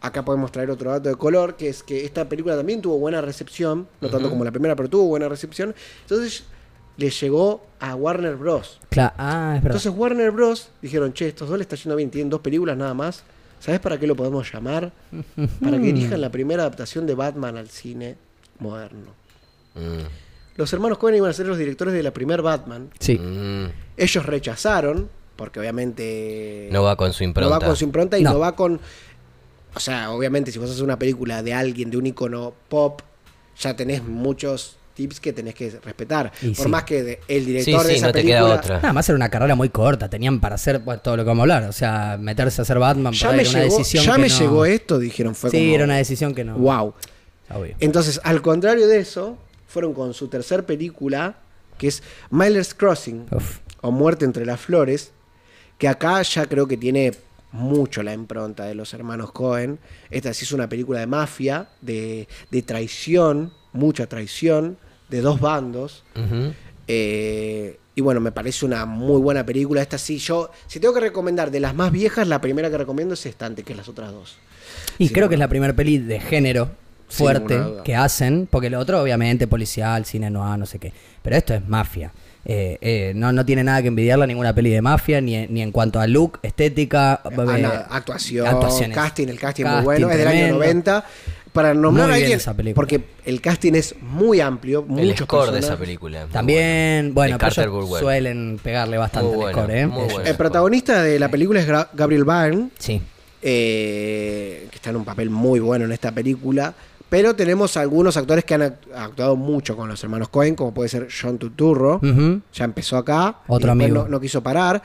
[SPEAKER 3] Acá podemos traer otro dato de color, que es que esta película también tuvo buena recepción, no tanto como la primera, pero tuvo buena recepción. Entonces le llegó a Warner Bros.
[SPEAKER 2] Cla- ah, es verdad.
[SPEAKER 3] Entonces Warner Bros. dijeron, che, estos dos le está yendo bien, tienen dos películas nada más. ¿Sabes para qué lo podemos llamar? Para que
[SPEAKER 2] Mm.
[SPEAKER 3] dirijan la primera adaptación de Batman al cine moderno.
[SPEAKER 1] Mm.
[SPEAKER 3] Los hermanos Cohen iban a ser los directores de la primer Batman.
[SPEAKER 2] sí.
[SPEAKER 1] Mm,
[SPEAKER 3] Ellos rechazaron, porque obviamente
[SPEAKER 1] no va con su impronta.
[SPEAKER 3] no va con su impronta y no.
[SPEAKER 2] No.
[SPEAKER 3] va con. O sea, obviamente, si vos haces una película de alguien, de un icono pop, ya tenés muchos tips que tenés que respetar.
[SPEAKER 2] Y
[SPEAKER 3] Por
[SPEAKER 2] sí.
[SPEAKER 3] más que de- el director
[SPEAKER 1] sí,
[SPEAKER 3] de esa
[SPEAKER 1] no te
[SPEAKER 3] película.
[SPEAKER 1] queda otra.
[SPEAKER 2] Nada más era una carrera muy corta, tenían para hacer bueno, todo lo que vamos a hablar. O sea, meterse a hacer Batman
[SPEAKER 3] Ya
[SPEAKER 2] por ahí
[SPEAKER 3] me,
[SPEAKER 2] era una
[SPEAKER 3] llegó,
[SPEAKER 2] decisión.
[SPEAKER 3] ya
[SPEAKER 2] que
[SPEAKER 3] me
[SPEAKER 2] no-
[SPEAKER 3] llegó esto, dijeron. Fue
[SPEAKER 2] Sí,
[SPEAKER 3] como, Eh,
[SPEAKER 2] era una decisión que no.
[SPEAKER 3] Wow.
[SPEAKER 2] Obvio.
[SPEAKER 3] Entonces, al contrario de eso, fueron con su tercer película, que es Milers Crossing,
[SPEAKER 2] Uf.
[SPEAKER 3] o Muerte entre las Flores, que acá ya creo que tiene mucho la impronta de los hermanos Cohen. Esta sí es una película de mafia, de, de traición, mucha traición, de dos bandos.
[SPEAKER 1] Ujú.
[SPEAKER 3] Eh, y bueno, me parece una muy buena película. Esta sí, yo, si tengo que recomendar de las más viejas, la primera que recomiendo es esta, antes que las otras dos.
[SPEAKER 2] Y
[SPEAKER 3] Sin
[SPEAKER 2] creo que es
[SPEAKER 3] ninguna-
[SPEAKER 2] la primera peli de género
[SPEAKER 3] Sin
[SPEAKER 2] fuerte
[SPEAKER 3] ninguna duda.
[SPEAKER 2] que hacen, porque lo otro obviamente policial, cine noir, no sé qué, pero esto es mafia. Eh, eh, no, no tiene nada que envidiarla a ninguna peli de mafia, ni, ni en cuanto a look, estética,
[SPEAKER 3] Ah,
[SPEAKER 2] eh,
[SPEAKER 3] nada, actuación,
[SPEAKER 2] actuaciones.
[SPEAKER 3] casting, el casting, muy
[SPEAKER 2] Casting,
[SPEAKER 3] bueno, es del año
[SPEAKER 2] tremendo.
[SPEAKER 3] 90. Para nombrar
[SPEAKER 2] Muy
[SPEAKER 3] a
[SPEAKER 2] bien
[SPEAKER 3] alguien,
[SPEAKER 2] esa película.
[SPEAKER 3] porque el casting es muy amplio,
[SPEAKER 1] El
[SPEAKER 3] muchos
[SPEAKER 1] score de
[SPEAKER 3] personajes.
[SPEAKER 1] esa película. muy
[SPEAKER 2] También,
[SPEAKER 1] De
[SPEAKER 2] bueno, pero
[SPEAKER 1] Carter
[SPEAKER 2] ellos
[SPEAKER 1] Burwell.
[SPEAKER 2] suelen pegarle bastante
[SPEAKER 1] Muy
[SPEAKER 2] al
[SPEAKER 1] bueno,
[SPEAKER 2] score, ¿eh?
[SPEAKER 1] muy
[SPEAKER 2] Ellos.
[SPEAKER 1] bueno.
[SPEAKER 3] El protagonista de la película es Gra- Gabriel Byrne,
[SPEAKER 2] Sí.
[SPEAKER 3] eh, que está en un papel muy bueno en esta película. Pero tenemos algunos actores que han act- actuado mucho con los hermanos Cohen, como puede ser John Tuturro.
[SPEAKER 2] Ujú.
[SPEAKER 3] Ya empezó acá. y
[SPEAKER 2] Otro
[SPEAKER 3] después
[SPEAKER 2] amigo.
[SPEAKER 3] No, no quiso parar.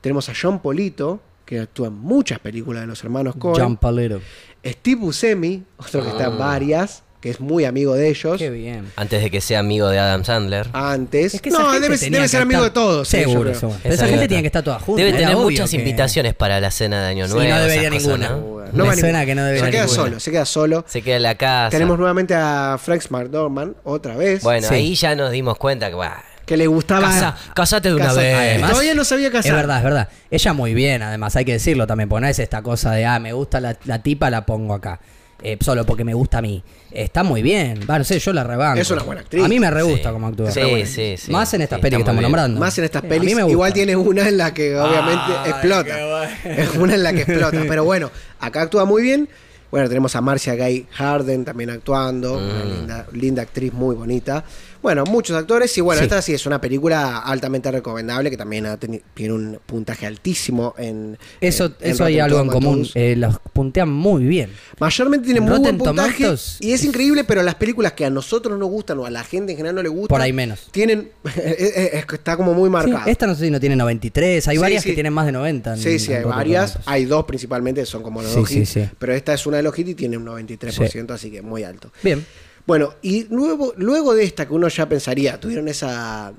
[SPEAKER 3] Tenemos a John Polito, que actúa en muchas películas de los hermanos Cohen.
[SPEAKER 2] John Palero.
[SPEAKER 3] Steve Buscemi, otro que
[SPEAKER 1] Ah.
[SPEAKER 3] está en varias, que es muy amigo de ellos.
[SPEAKER 2] Qué bien.
[SPEAKER 1] bueno. Antes de que sea amigo de Adam Sandler.
[SPEAKER 2] Ah,
[SPEAKER 3] Antes.
[SPEAKER 2] Es que esa
[SPEAKER 3] no,
[SPEAKER 2] gente
[SPEAKER 3] debe,
[SPEAKER 2] tenía
[SPEAKER 3] debe
[SPEAKER 2] que
[SPEAKER 3] ser amigo
[SPEAKER 2] estar-
[SPEAKER 3] de todos. sí, yo
[SPEAKER 2] Seguro,
[SPEAKER 3] creo.
[SPEAKER 2] seguro. Pero esa gente tiene que estar toda junta.
[SPEAKER 1] Debe
[SPEAKER 2] era
[SPEAKER 1] tener
[SPEAKER 2] obvio
[SPEAKER 1] muchas
[SPEAKER 2] que-
[SPEAKER 1] invitaciones para la cena de Año
[SPEAKER 2] Sí,
[SPEAKER 1] Nuevo.
[SPEAKER 2] no
[SPEAKER 1] esas
[SPEAKER 2] debería
[SPEAKER 1] cosas,
[SPEAKER 2] ninguna.
[SPEAKER 1] ¿no?
[SPEAKER 2] Me
[SPEAKER 3] va
[SPEAKER 2] suena
[SPEAKER 3] ningún-
[SPEAKER 2] que no debería
[SPEAKER 3] Se queda
[SPEAKER 2] ninguna.
[SPEAKER 3] solo, se queda solo.
[SPEAKER 1] Se queda en la casa.
[SPEAKER 3] Tenemos nuevamente a Frank McDormand, otra vez.
[SPEAKER 1] Bueno,
[SPEAKER 2] Sí.
[SPEAKER 1] ahí ya nos dimos cuenta que, bah,
[SPEAKER 3] que le gustaba.
[SPEAKER 1] casa, casate de una
[SPEAKER 3] Casa-
[SPEAKER 1] vez.
[SPEAKER 3] Además- Todavía no sabía casar.
[SPEAKER 2] Es verdad, es verdad. Ella muy bien, además, hay que decirlo también, porque no es esta cosa de, ah, me gusta la, la tipa, la pongo acá. Eh, solo porque me gusta a mí. Está muy bien. Va, no sé, yo la rebanco.
[SPEAKER 3] Es una buena actriz.
[SPEAKER 2] A mí me re
[SPEAKER 1] Sí.
[SPEAKER 2] gusta como actúa.
[SPEAKER 1] Sí,
[SPEAKER 2] Pero bueno,
[SPEAKER 1] sí, sí.
[SPEAKER 2] Más en estas
[SPEAKER 1] Sí,
[SPEAKER 2] pelis que
[SPEAKER 1] está muy
[SPEAKER 2] estamos
[SPEAKER 1] bien.
[SPEAKER 2] nombrando.
[SPEAKER 3] Más en estas
[SPEAKER 2] Sí, a mí
[SPEAKER 3] pelis.
[SPEAKER 2] me gusta.
[SPEAKER 3] Igual tiene una en la que obviamente
[SPEAKER 2] Ay,
[SPEAKER 3] explota.
[SPEAKER 2] qué
[SPEAKER 3] Es una en la que explota. Pero bueno, acá actúa muy bien. Bueno, tenemos a Marcia Gay Harden también actuando.
[SPEAKER 2] Mm.
[SPEAKER 3] Una linda, linda actriz muy bonita. Bueno, muchos actores. Y bueno,
[SPEAKER 2] Sí.
[SPEAKER 3] esta sí es una película altamente recomendable que también ha teni- tiene un puntaje altísimo en.
[SPEAKER 2] Eso,
[SPEAKER 3] en
[SPEAKER 2] eso
[SPEAKER 3] Rotten
[SPEAKER 2] hay algo en común.
[SPEAKER 3] Tomatoes.
[SPEAKER 2] Eh, los puntean muy bien.
[SPEAKER 3] Mayormente tiene muy buen
[SPEAKER 2] Rotten
[SPEAKER 3] puntaje
[SPEAKER 2] Tomatoes
[SPEAKER 3] y es increíble, pero las películas que a nosotros nos gustan o a la gente en general no le gustan,
[SPEAKER 2] Por ahí menos.
[SPEAKER 3] tienen es- es- está como muy
[SPEAKER 2] Sí,
[SPEAKER 3] marcado.
[SPEAKER 2] esta no sé si no tiene 93. Hay
[SPEAKER 3] Sí,
[SPEAKER 2] varias
[SPEAKER 3] sí.
[SPEAKER 2] que tienen más de 90. en-
[SPEAKER 3] Sí, sí,
[SPEAKER 2] en
[SPEAKER 3] hay
[SPEAKER 2] Rotten
[SPEAKER 3] varias.
[SPEAKER 2] Tomatoes.
[SPEAKER 3] Hay dos principalmente, que son como los
[SPEAKER 2] Sí,
[SPEAKER 3] dos
[SPEAKER 2] sí,
[SPEAKER 3] hits,
[SPEAKER 2] sí.
[SPEAKER 3] Pero esta es una de los hits y tiene un 93%, así que muy alto.
[SPEAKER 2] Bien.
[SPEAKER 3] Bueno, y luego, luego de esta que uno ya pensaría, tuvieron esa.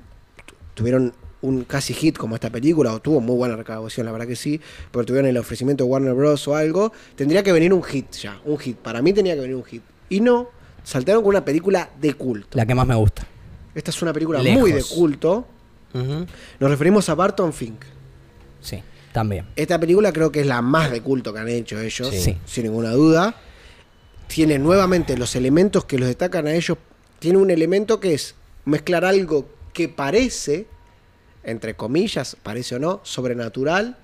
[SPEAKER 3] tu- tuvieron un casi hit como esta película, o tuvo muy buena recaudación, la verdad que sí, pero tuvieron el ofrecimiento de Warner Bros. o algo, tendría que venir un hit ya, un hit. Para mí tenía que venir un hit. Y no, saltaron con una película de culto.
[SPEAKER 2] La que más me gusta.
[SPEAKER 3] Esta es una película
[SPEAKER 2] Lejos.
[SPEAKER 3] muy de culto.
[SPEAKER 1] Ujú.
[SPEAKER 3] Nos referimos a Barton Fink.
[SPEAKER 2] Sí, también.
[SPEAKER 3] Esta película creo que es la más de culto que han hecho ellos,
[SPEAKER 1] Sí.
[SPEAKER 2] Sí.
[SPEAKER 3] sin ninguna duda. Tiene nuevamente los elementos que los destacan a ellos. Tiene un elemento que es mezclar algo que parece, entre comillas, parece o no, sobrenatural.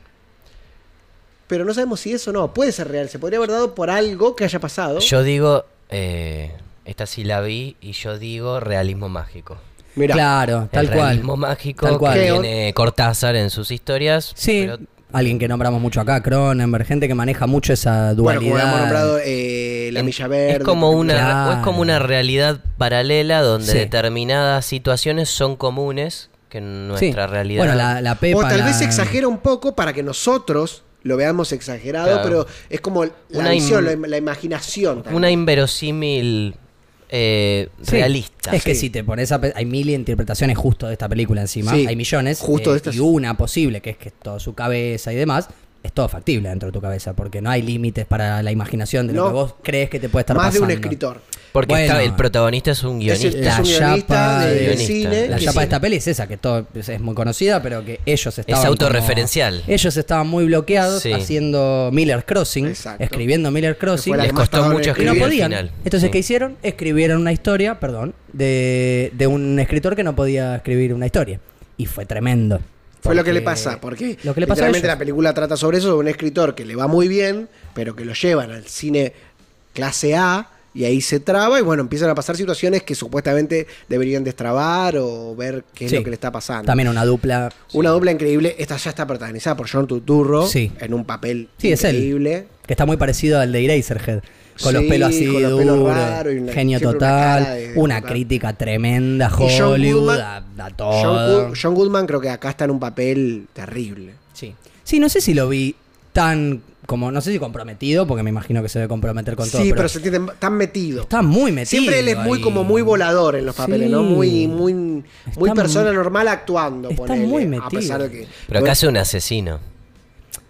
[SPEAKER 3] Pero no sabemos si eso o no. Puede ser real. Se podría haber dado por algo que haya pasado.
[SPEAKER 1] Yo digo, eh, esta sí la vi y yo digo realismo mágico.
[SPEAKER 3] Mirá,
[SPEAKER 2] Claro, tal
[SPEAKER 1] el
[SPEAKER 2] cual.
[SPEAKER 1] realismo mágico
[SPEAKER 2] Tal cual.
[SPEAKER 1] que tiene Cortázar en sus historias.
[SPEAKER 2] Sí,
[SPEAKER 1] pero-
[SPEAKER 2] alguien que nombramos mucho acá, Cronenberg, gente que maneja mucho esa
[SPEAKER 3] bueno, como
[SPEAKER 2] dualidad.
[SPEAKER 3] hemos nombrado, eh, La
[SPEAKER 1] en-
[SPEAKER 3] Milla Verde.
[SPEAKER 1] Es como una,
[SPEAKER 2] Claro.
[SPEAKER 1] o es como una realidad paralela donde
[SPEAKER 2] Sí.
[SPEAKER 1] determinadas situaciones son comunes que en
[SPEAKER 2] Sí.
[SPEAKER 1] nuestra realidad.
[SPEAKER 2] Bueno, la, la Pepa.
[SPEAKER 3] O tal
[SPEAKER 2] la-
[SPEAKER 3] vez exagera un poco para que nosotros lo veamos exagerado,
[SPEAKER 1] Claro.
[SPEAKER 3] pero es como la
[SPEAKER 1] Una im-
[SPEAKER 3] visión, la, im- la imaginación. tal
[SPEAKER 1] Una
[SPEAKER 3] vez.
[SPEAKER 1] inverosímil eh,
[SPEAKER 2] Sí.
[SPEAKER 1] realista.
[SPEAKER 2] Es que
[SPEAKER 3] Sí.
[SPEAKER 2] si te pones a pe- hay mil interpretaciones justo de esta película encima,
[SPEAKER 3] Sí,
[SPEAKER 2] hay millones, eh,
[SPEAKER 3] justo de estas-
[SPEAKER 2] y una posible, que es que es todo su cabeza y demás, es todo factible dentro de tu cabeza, porque no hay límites para la imaginación de lo
[SPEAKER 3] No.
[SPEAKER 2] que vos crees que te puede estar
[SPEAKER 3] Más
[SPEAKER 2] pasando.
[SPEAKER 3] de un escritor.
[SPEAKER 1] Porque
[SPEAKER 2] Bueno.
[SPEAKER 1] está- el protagonista es un
[SPEAKER 3] Es, el-
[SPEAKER 1] guionista.
[SPEAKER 3] es
[SPEAKER 2] La
[SPEAKER 3] un guionista
[SPEAKER 2] chapa
[SPEAKER 3] de,
[SPEAKER 2] de-
[SPEAKER 3] cine.
[SPEAKER 2] La
[SPEAKER 3] que
[SPEAKER 2] chapa
[SPEAKER 3] sí.
[SPEAKER 2] de esta peli es esa, que todo es es muy conocida, pero que ellos estaban. como-
[SPEAKER 1] autorreferencial.
[SPEAKER 2] ellos estaban muy bloqueados
[SPEAKER 1] Sí.
[SPEAKER 2] haciendo Miller Crossing,
[SPEAKER 3] Exacto.
[SPEAKER 2] escribiendo Miller Crossing.
[SPEAKER 3] Fue la
[SPEAKER 1] Les
[SPEAKER 3] que más
[SPEAKER 1] costó
[SPEAKER 3] tardaron
[SPEAKER 1] mucho
[SPEAKER 3] en
[SPEAKER 2] Y no
[SPEAKER 1] escribir al
[SPEAKER 2] podían.
[SPEAKER 1] final.
[SPEAKER 2] Entonces,
[SPEAKER 1] Sí.
[SPEAKER 2] ¿qué hicieron? Escribieron una historia, perdón, de, de un escritor que no podía escribir una historia. Y fue tremendo.
[SPEAKER 3] Fue lo que
[SPEAKER 2] Porque-
[SPEAKER 3] le pasa, porque
[SPEAKER 2] Lo que le pasa a
[SPEAKER 3] literalmente
[SPEAKER 2] ellos.
[SPEAKER 3] la película trata sobre eso, sobre un escritor que le va muy bien, pero que lo llevan al cine clase A y ahí se traba y bueno, empiezan a pasar situaciones que supuestamente deberían destrabar o ver qué es
[SPEAKER 2] Sí.
[SPEAKER 3] lo que le está pasando.
[SPEAKER 2] También una dupla.
[SPEAKER 3] Una dupla increíble, esta ya está protagonizada por John Turturro
[SPEAKER 2] Sí.
[SPEAKER 3] en un papel
[SPEAKER 2] Sí, es él.
[SPEAKER 3] increíble.
[SPEAKER 2] Que está muy parecido al de Eraserhead. Con los
[SPEAKER 3] Sí,
[SPEAKER 2] pelos así
[SPEAKER 3] con los
[SPEAKER 2] duros.
[SPEAKER 3] pelos raros y una-
[SPEAKER 2] genio
[SPEAKER 3] siempre una
[SPEAKER 2] total.
[SPEAKER 3] cara
[SPEAKER 2] Una,
[SPEAKER 3] de- de-
[SPEAKER 2] crítica tremenda.
[SPEAKER 3] Y John
[SPEAKER 2] Hollywood.
[SPEAKER 3] Goodman-
[SPEAKER 2] A, a
[SPEAKER 3] John,
[SPEAKER 2] todo.
[SPEAKER 3] Good- John Goodman creo que acá está en un papel terrible.
[SPEAKER 2] Sí. Sí, no sé si lo vi tan. Como, no sé si comprometido, porque me imagino que se debe comprometer con
[SPEAKER 3] sí,
[SPEAKER 2] todo.
[SPEAKER 3] pero,
[SPEAKER 2] pero
[SPEAKER 3] se entiende tan metido.
[SPEAKER 2] está muy metido.
[SPEAKER 3] Siempre él es muy
[SPEAKER 2] ahí.
[SPEAKER 3] como muy volador en los papeles,
[SPEAKER 2] Sí.
[SPEAKER 3] ¿no? Muy, muy, muy
[SPEAKER 2] Está
[SPEAKER 3] persona
[SPEAKER 2] mu-
[SPEAKER 3] normal actuando.
[SPEAKER 2] está
[SPEAKER 3] ponele,
[SPEAKER 2] muy
[SPEAKER 3] A
[SPEAKER 2] metido.
[SPEAKER 3] pesar de que. pues,
[SPEAKER 1] Pero acá es un asesino.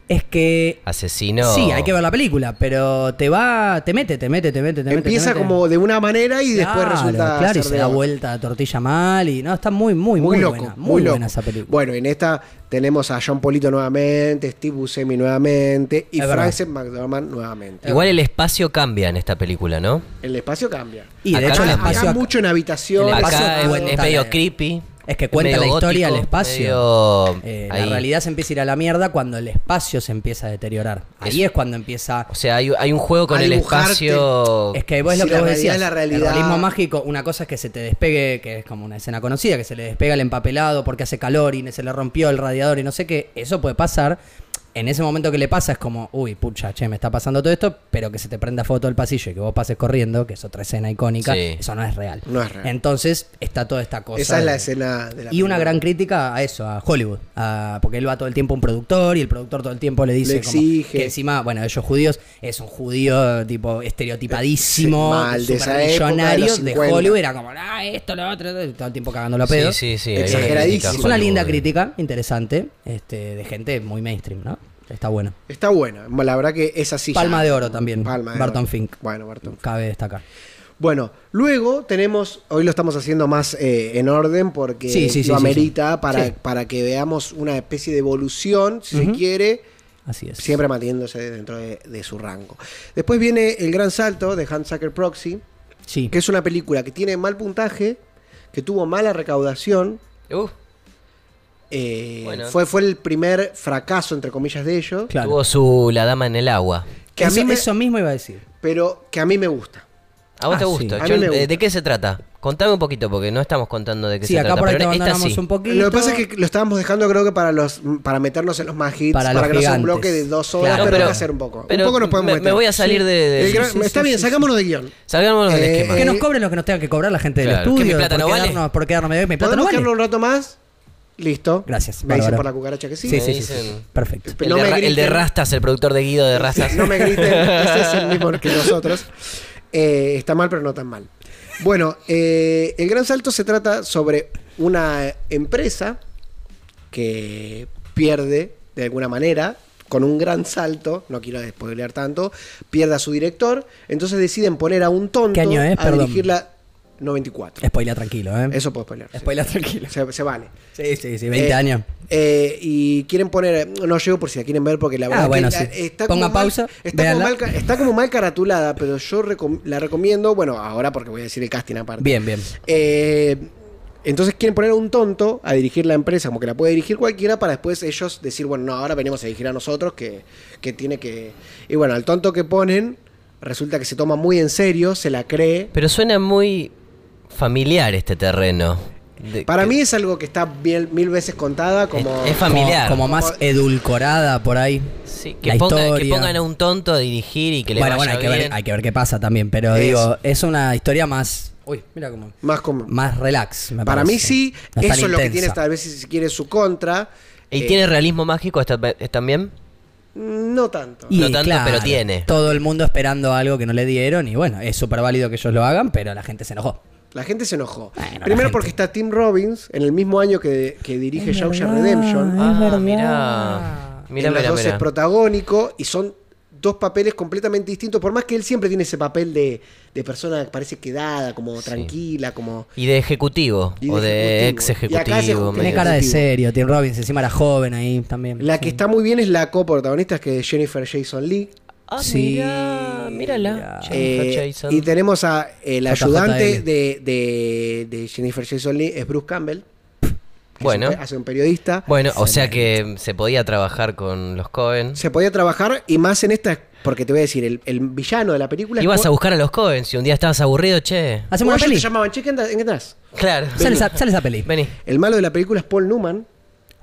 [SPEAKER 2] Es que
[SPEAKER 1] Asesino.
[SPEAKER 2] Sí, hay que ver la película, pero te va, te mete, te mete, te mete, te mete.
[SPEAKER 3] empieza
[SPEAKER 2] te mete.
[SPEAKER 3] como de una manera y después
[SPEAKER 2] Claro,
[SPEAKER 3] resulta.
[SPEAKER 2] Claro, y
[SPEAKER 3] ser
[SPEAKER 2] se
[SPEAKER 3] de
[SPEAKER 2] da
[SPEAKER 3] otra.
[SPEAKER 2] vuelta la tortilla mal y no, está muy, muy, muy,
[SPEAKER 3] Muy, loco.
[SPEAKER 2] buena.
[SPEAKER 3] muy
[SPEAKER 2] Muy,
[SPEAKER 3] loco.
[SPEAKER 2] buena esa película.
[SPEAKER 3] Bueno, en esta tenemos a John Polito nuevamente, Steve Buscemi nuevamente y
[SPEAKER 2] Es verdad.
[SPEAKER 3] Frances McDormand nuevamente.
[SPEAKER 1] Igual el espacio cambia en esta película, ¿no?
[SPEAKER 3] El espacio cambia.
[SPEAKER 2] y de
[SPEAKER 1] acá-
[SPEAKER 2] hecho el
[SPEAKER 3] Acá, acá
[SPEAKER 2] espacio
[SPEAKER 3] mucho en habitación.
[SPEAKER 2] el espacio
[SPEAKER 1] Acá es, es
[SPEAKER 2] cuenta
[SPEAKER 1] medio
[SPEAKER 2] la-
[SPEAKER 1] creepy.
[SPEAKER 2] es que cuenta la
[SPEAKER 1] medio
[SPEAKER 2] historia del
[SPEAKER 1] gótico,
[SPEAKER 2] espacio.
[SPEAKER 1] medio
[SPEAKER 2] Eh,
[SPEAKER 1] ahí.
[SPEAKER 2] la realidad se empieza a ir a la mierda cuando el espacio se empieza a deteriorar. Ahí es, cuando empieza.
[SPEAKER 1] O sea, hay, hay un juego con
[SPEAKER 3] A
[SPEAKER 1] el
[SPEAKER 3] dibujarte.
[SPEAKER 1] espacio.
[SPEAKER 2] Es que vos lo
[SPEAKER 3] Si
[SPEAKER 2] que
[SPEAKER 3] la
[SPEAKER 2] vos
[SPEAKER 3] realidad
[SPEAKER 2] decías,
[SPEAKER 3] es la
[SPEAKER 2] el
[SPEAKER 3] realidad.
[SPEAKER 2] realismo mágico, una cosa es que se te despegue, que es como una escena conocida, que se le despega el empapelado porque hace calor y se le rompió el radiador y no sé qué, eso puede pasar. En ese momento que le pasa es como, uy, pucha, che, me está pasando todo esto, pero que se te prenda foto el pasillo y que vos pases corriendo, que es otra escena icónica,
[SPEAKER 1] Sí.
[SPEAKER 2] eso no es real.
[SPEAKER 3] No es real.
[SPEAKER 2] Entonces está toda esta cosa.
[SPEAKER 3] Esa es la
[SPEAKER 2] de-
[SPEAKER 3] escena de la
[SPEAKER 2] y una
[SPEAKER 3] película.
[SPEAKER 2] gran crítica a eso, a Hollywood, a- porque él va todo el tiempo a un productor y el productor todo el tiempo le dice
[SPEAKER 3] Le
[SPEAKER 2] como
[SPEAKER 3] exige.
[SPEAKER 2] que encima, bueno, ellos judíos es un judío tipo estereotipadísimo,
[SPEAKER 3] Sí, Eh, mal, de esa
[SPEAKER 2] supermillonario
[SPEAKER 3] época de los
[SPEAKER 2] de
[SPEAKER 3] 50.
[SPEAKER 2] Hollywood, era como, ah, esto, lo otro, todo el tiempo cagándolo a
[SPEAKER 1] Sí,
[SPEAKER 2] pedos.
[SPEAKER 1] sí,
[SPEAKER 3] Eh,
[SPEAKER 1] sí. hay
[SPEAKER 3] Exageradísimo.
[SPEAKER 1] crítica
[SPEAKER 2] Es una linda
[SPEAKER 1] Hollywood. eh.
[SPEAKER 2] crítica, interesante, este, de gente muy mainstream, ¿no? Está bueno.
[SPEAKER 3] Está buena. La verdad que es así.
[SPEAKER 2] Palma de oro también,
[SPEAKER 3] Palma de
[SPEAKER 2] Barton
[SPEAKER 3] oro.
[SPEAKER 2] Fink.
[SPEAKER 3] Bueno, Barton
[SPEAKER 2] Cabe destacar.
[SPEAKER 3] Bueno, luego tenemos, hoy lo estamos haciendo más eh, en orden porque
[SPEAKER 2] Sí, sí, sí,
[SPEAKER 3] lo
[SPEAKER 2] sí,
[SPEAKER 3] amerita
[SPEAKER 2] sí.
[SPEAKER 3] Para,
[SPEAKER 2] Sí.
[SPEAKER 3] para que veamos una especie de evolución, si se
[SPEAKER 2] Ujú.
[SPEAKER 3] quiere,
[SPEAKER 2] Así es.
[SPEAKER 3] siempre manteniéndose dentro de, de su rango. Después viene El Gran Salto de Hans Zucker Proxy,
[SPEAKER 2] Sí.
[SPEAKER 3] que es una película que tiene mal puntaje, que tuvo mala recaudación.
[SPEAKER 1] Uh,
[SPEAKER 3] eh,
[SPEAKER 1] Bueno.
[SPEAKER 3] fue, fue el primer fracaso, entre comillas, de ellos.
[SPEAKER 2] Claro.
[SPEAKER 1] Tuvo su La Dama en el Agua.
[SPEAKER 3] Que
[SPEAKER 2] eso,
[SPEAKER 3] a mí me-
[SPEAKER 2] eso mismo iba a decir.
[SPEAKER 3] Pero que a mí me gusta.
[SPEAKER 1] ¿A vos
[SPEAKER 2] Ah,
[SPEAKER 1] te
[SPEAKER 2] sí.
[SPEAKER 1] gusta?
[SPEAKER 3] A mí
[SPEAKER 1] Yo-
[SPEAKER 3] me
[SPEAKER 1] eh,
[SPEAKER 3] gusta.
[SPEAKER 1] ¿De qué se trata? Contame un poquito porque no estamos contando de qué
[SPEAKER 2] Sí,
[SPEAKER 1] se
[SPEAKER 2] acá
[SPEAKER 1] trata.
[SPEAKER 2] por ahí te
[SPEAKER 1] pero esta
[SPEAKER 2] abandonamos
[SPEAKER 1] sí.
[SPEAKER 2] un poquito.
[SPEAKER 3] Lo que pasa es que lo estábamos dejando, creo que para los para meternos en los más hits,
[SPEAKER 2] Para
[SPEAKER 3] para,
[SPEAKER 2] los
[SPEAKER 3] que no sea un
[SPEAKER 2] gigantes.
[SPEAKER 3] bloque de dos horas,
[SPEAKER 2] Claro,
[SPEAKER 3] pero,
[SPEAKER 2] pero-
[SPEAKER 3] hay que hacer un poco.
[SPEAKER 1] pero
[SPEAKER 3] un poco nos podemos
[SPEAKER 1] me-
[SPEAKER 3] meter.
[SPEAKER 1] me voy a salir de- de-
[SPEAKER 3] El
[SPEAKER 1] sí,
[SPEAKER 3] gran-
[SPEAKER 1] sí,
[SPEAKER 3] está bien, sacámonos de guión.
[SPEAKER 1] Salgámonos del
[SPEAKER 3] Eh,
[SPEAKER 1] esquema.
[SPEAKER 2] Que
[SPEAKER 3] eh,
[SPEAKER 2] nos cobren lo que nos tenga que cobrar la gente del
[SPEAKER 1] Claro.
[SPEAKER 2] estudio.
[SPEAKER 1] ¿Que mi plata
[SPEAKER 2] por
[SPEAKER 1] no vale?
[SPEAKER 2] quedarnos- por quedarnos medio. Mi plata no
[SPEAKER 3] ¿Podemos
[SPEAKER 2] vale.
[SPEAKER 3] quedarnos un rato más? Listo.
[SPEAKER 2] Gracias,
[SPEAKER 3] Me dicen
[SPEAKER 2] bárbaro.
[SPEAKER 3] por la cucaracha que sí.
[SPEAKER 2] Sí,
[SPEAKER 1] Me
[SPEAKER 2] sí, sí, sí.
[SPEAKER 1] dicen-
[SPEAKER 2] Perfecto.
[SPEAKER 1] El,
[SPEAKER 3] no
[SPEAKER 1] de,
[SPEAKER 3] me
[SPEAKER 1] Ra- el de
[SPEAKER 3] griten.
[SPEAKER 1] Rastas, el productor de Guido de Rastas.
[SPEAKER 3] No me griten, ese es el mismo que nosotros. Eh, está mal, pero no tan mal. Bueno, eh, el gran salto se trata sobre una empresa que pierde de alguna manera, con un gran salto, no quiero despoilear tanto, pierde a su director, entonces deciden poner a un tonto
[SPEAKER 2] ¿Qué año es?
[SPEAKER 3] a
[SPEAKER 2] Perdón.
[SPEAKER 3] dirigirla 94.
[SPEAKER 2] Spoiler tranquilo, ¿eh?
[SPEAKER 3] Eso puedo spoilear. sí.
[SPEAKER 2] Spoiler tranquilo.
[SPEAKER 3] Se, se vale.
[SPEAKER 2] Sí, sí, sí. 20
[SPEAKER 3] Eh,
[SPEAKER 2] años.
[SPEAKER 3] eh, y quieren poner. No llego por si la quieren ver porque la verdad.
[SPEAKER 2] Ah,
[SPEAKER 3] es
[SPEAKER 2] bueno,
[SPEAKER 3] que la-
[SPEAKER 2] sí. Ponga
[SPEAKER 3] como mal-
[SPEAKER 2] pausa,
[SPEAKER 3] está, como
[SPEAKER 2] véanla.
[SPEAKER 3] mal, ca- está como mal caratulada, pero yo recom- la recomiendo. Bueno, ahora porque voy a decir el casting aparte.
[SPEAKER 2] Bien, bien.
[SPEAKER 3] Eh, entonces quieren poner a un tonto a dirigir la empresa, como que la puede dirigir cualquiera, para después ellos decir, bueno, no, ahora venimos a dirigir a nosotros, que, que tiene que. Y bueno, al tonto que ponen, resulta que se toma muy en serio, se la cree.
[SPEAKER 1] Pero suena muy familiar este terreno. De-
[SPEAKER 3] Para
[SPEAKER 1] que-
[SPEAKER 3] mí es algo que está bien, mil veces contada, como.
[SPEAKER 1] Es- es familiar.
[SPEAKER 2] Como, como más
[SPEAKER 3] Como-
[SPEAKER 2] edulcorada por ahí.
[SPEAKER 1] sí, que,
[SPEAKER 2] la
[SPEAKER 1] ponga- que
[SPEAKER 2] historia.
[SPEAKER 1] pongan a un tonto a dirigir y que le
[SPEAKER 2] bueno,
[SPEAKER 1] vaya
[SPEAKER 2] bueno, hay que,
[SPEAKER 1] bien.
[SPEAKER 2] ver, hay que ver qué pasa también. Pero
[SPEAKER 3] Es-
[SPEAKER 2] digo, es una historia más. Uy, mira cómo.
[SPEAKER 3] más como.
[SPEAKER 2] Más relax, me
[SPEAKER 3] Para
[SPEAKER 2] parece.
[SPEAKER 3] mí sí,
[SPEAKER 2] No tan
[SPEAKER 3] eso es lo que
[SPEAKER 2] intensa.
[SPEAKER 3] tiene tal vez si se quiere su contra.
[SPEAKER 1] ¿Y
[SPEAKER 3] Eh,
[SPEAKER 1] tiene realismo mágico esta- eh, también?
[SPEAKER 3] No tanto.
[SPEAKER 1] No tanto, pero tiene.
[SPEAKER 2] Todo el mundo esperando algo que no le dieron y bueno, es súper válido que ellos lo hagan, pero la gente se enojó.
[SPEAKER 3] La gente se enojó.
[SPEAKER 2] Bueno, la
[SPEAKER 3] Primero
[SPEAKER 2] gente.
[SPEAKER 3] porque está Tim Robbins en el mismo año que, que dirige Shawshank Redemption.
[SPEAKER 1] Ah,
[SPEAKER 2] verdad.
[SPEAKER 1] mirá. Mirá,
[SPEAKER 3] en las
[SPEAKER 1] mirá,
[SPEAKER 3] dos
[SPEAKER 1] mirá.
[SPEAKER 3] es protagónico y son dos papeles completamente distintos. Por más que él siempre tiene ese papel de, de persona que parece quedada, como tranquila, como.
[SPEAKER 1] Y de ejecutivo,
[SPEAKER 3] Y de
[SPEAKER 1] o de ex
[SPEAKER 3] ejecutivo. Y acá es
[SPEAKER 1] ejecutivo.
[SPEAKER 3] ejecutivo.
[SPEAKER 1] medio.
[SPEAKER 2] Tiene cara de
[SPEAKER 3] Positivo.
[SPEAKER 2] serio, Tim Robbins, encima era joven ahí también.
[SPEAKER 3] La que está muy bien es la coprotagonista, que es Jennifer Jason Lee.
[SPEAKER 1] Ah,
[SPEAKER 2] Sí.
[SPEAKER 1] mirá, mírala. Jennifer
[SPEAKER 3] Eh,
[SPEAKER 1] Jason.
[SPEAKER 3] y tenemos a el
[SPEAKER 2] JJL.
[SPEAKER 3] ayudante de, de- de Jennifer Jason Lee, es Bruce Campbell. que es
[SPEAKER 1] Bueno.
[SPEAKER 3] un pe- hace un periodista.
[SPEAKER 1] Bueno, o sea que se podía trabajar con los Cohen.
[SPEAKER 3] Se podía trabajar y más en esta, porque te voy a decir, el, el villano de la película. es
[SPEAKER 1] Ibas
[SPEAKER 3] Paul-
[SPEAKER 1] a buscar a los Cohen si un día estabas aburrido, che.
[SPEAKER 2] Hacemos
[SPEAKER 3] Bueno,
[SPEAKER 2] una
[SPEAKER 3] ellos
[SPEAKER 2] peli.
[SPEAKER 3] te llamaban, che, ¿qué andas- ¿en qué andás?
[SPEAKER 1] Claro.
[SPEAKER 2] Sale Ah, esa, sale esa peli.
[SPEAKER 1] Vení.
[SPEAKER 3] El malo de la película es Paul Newman.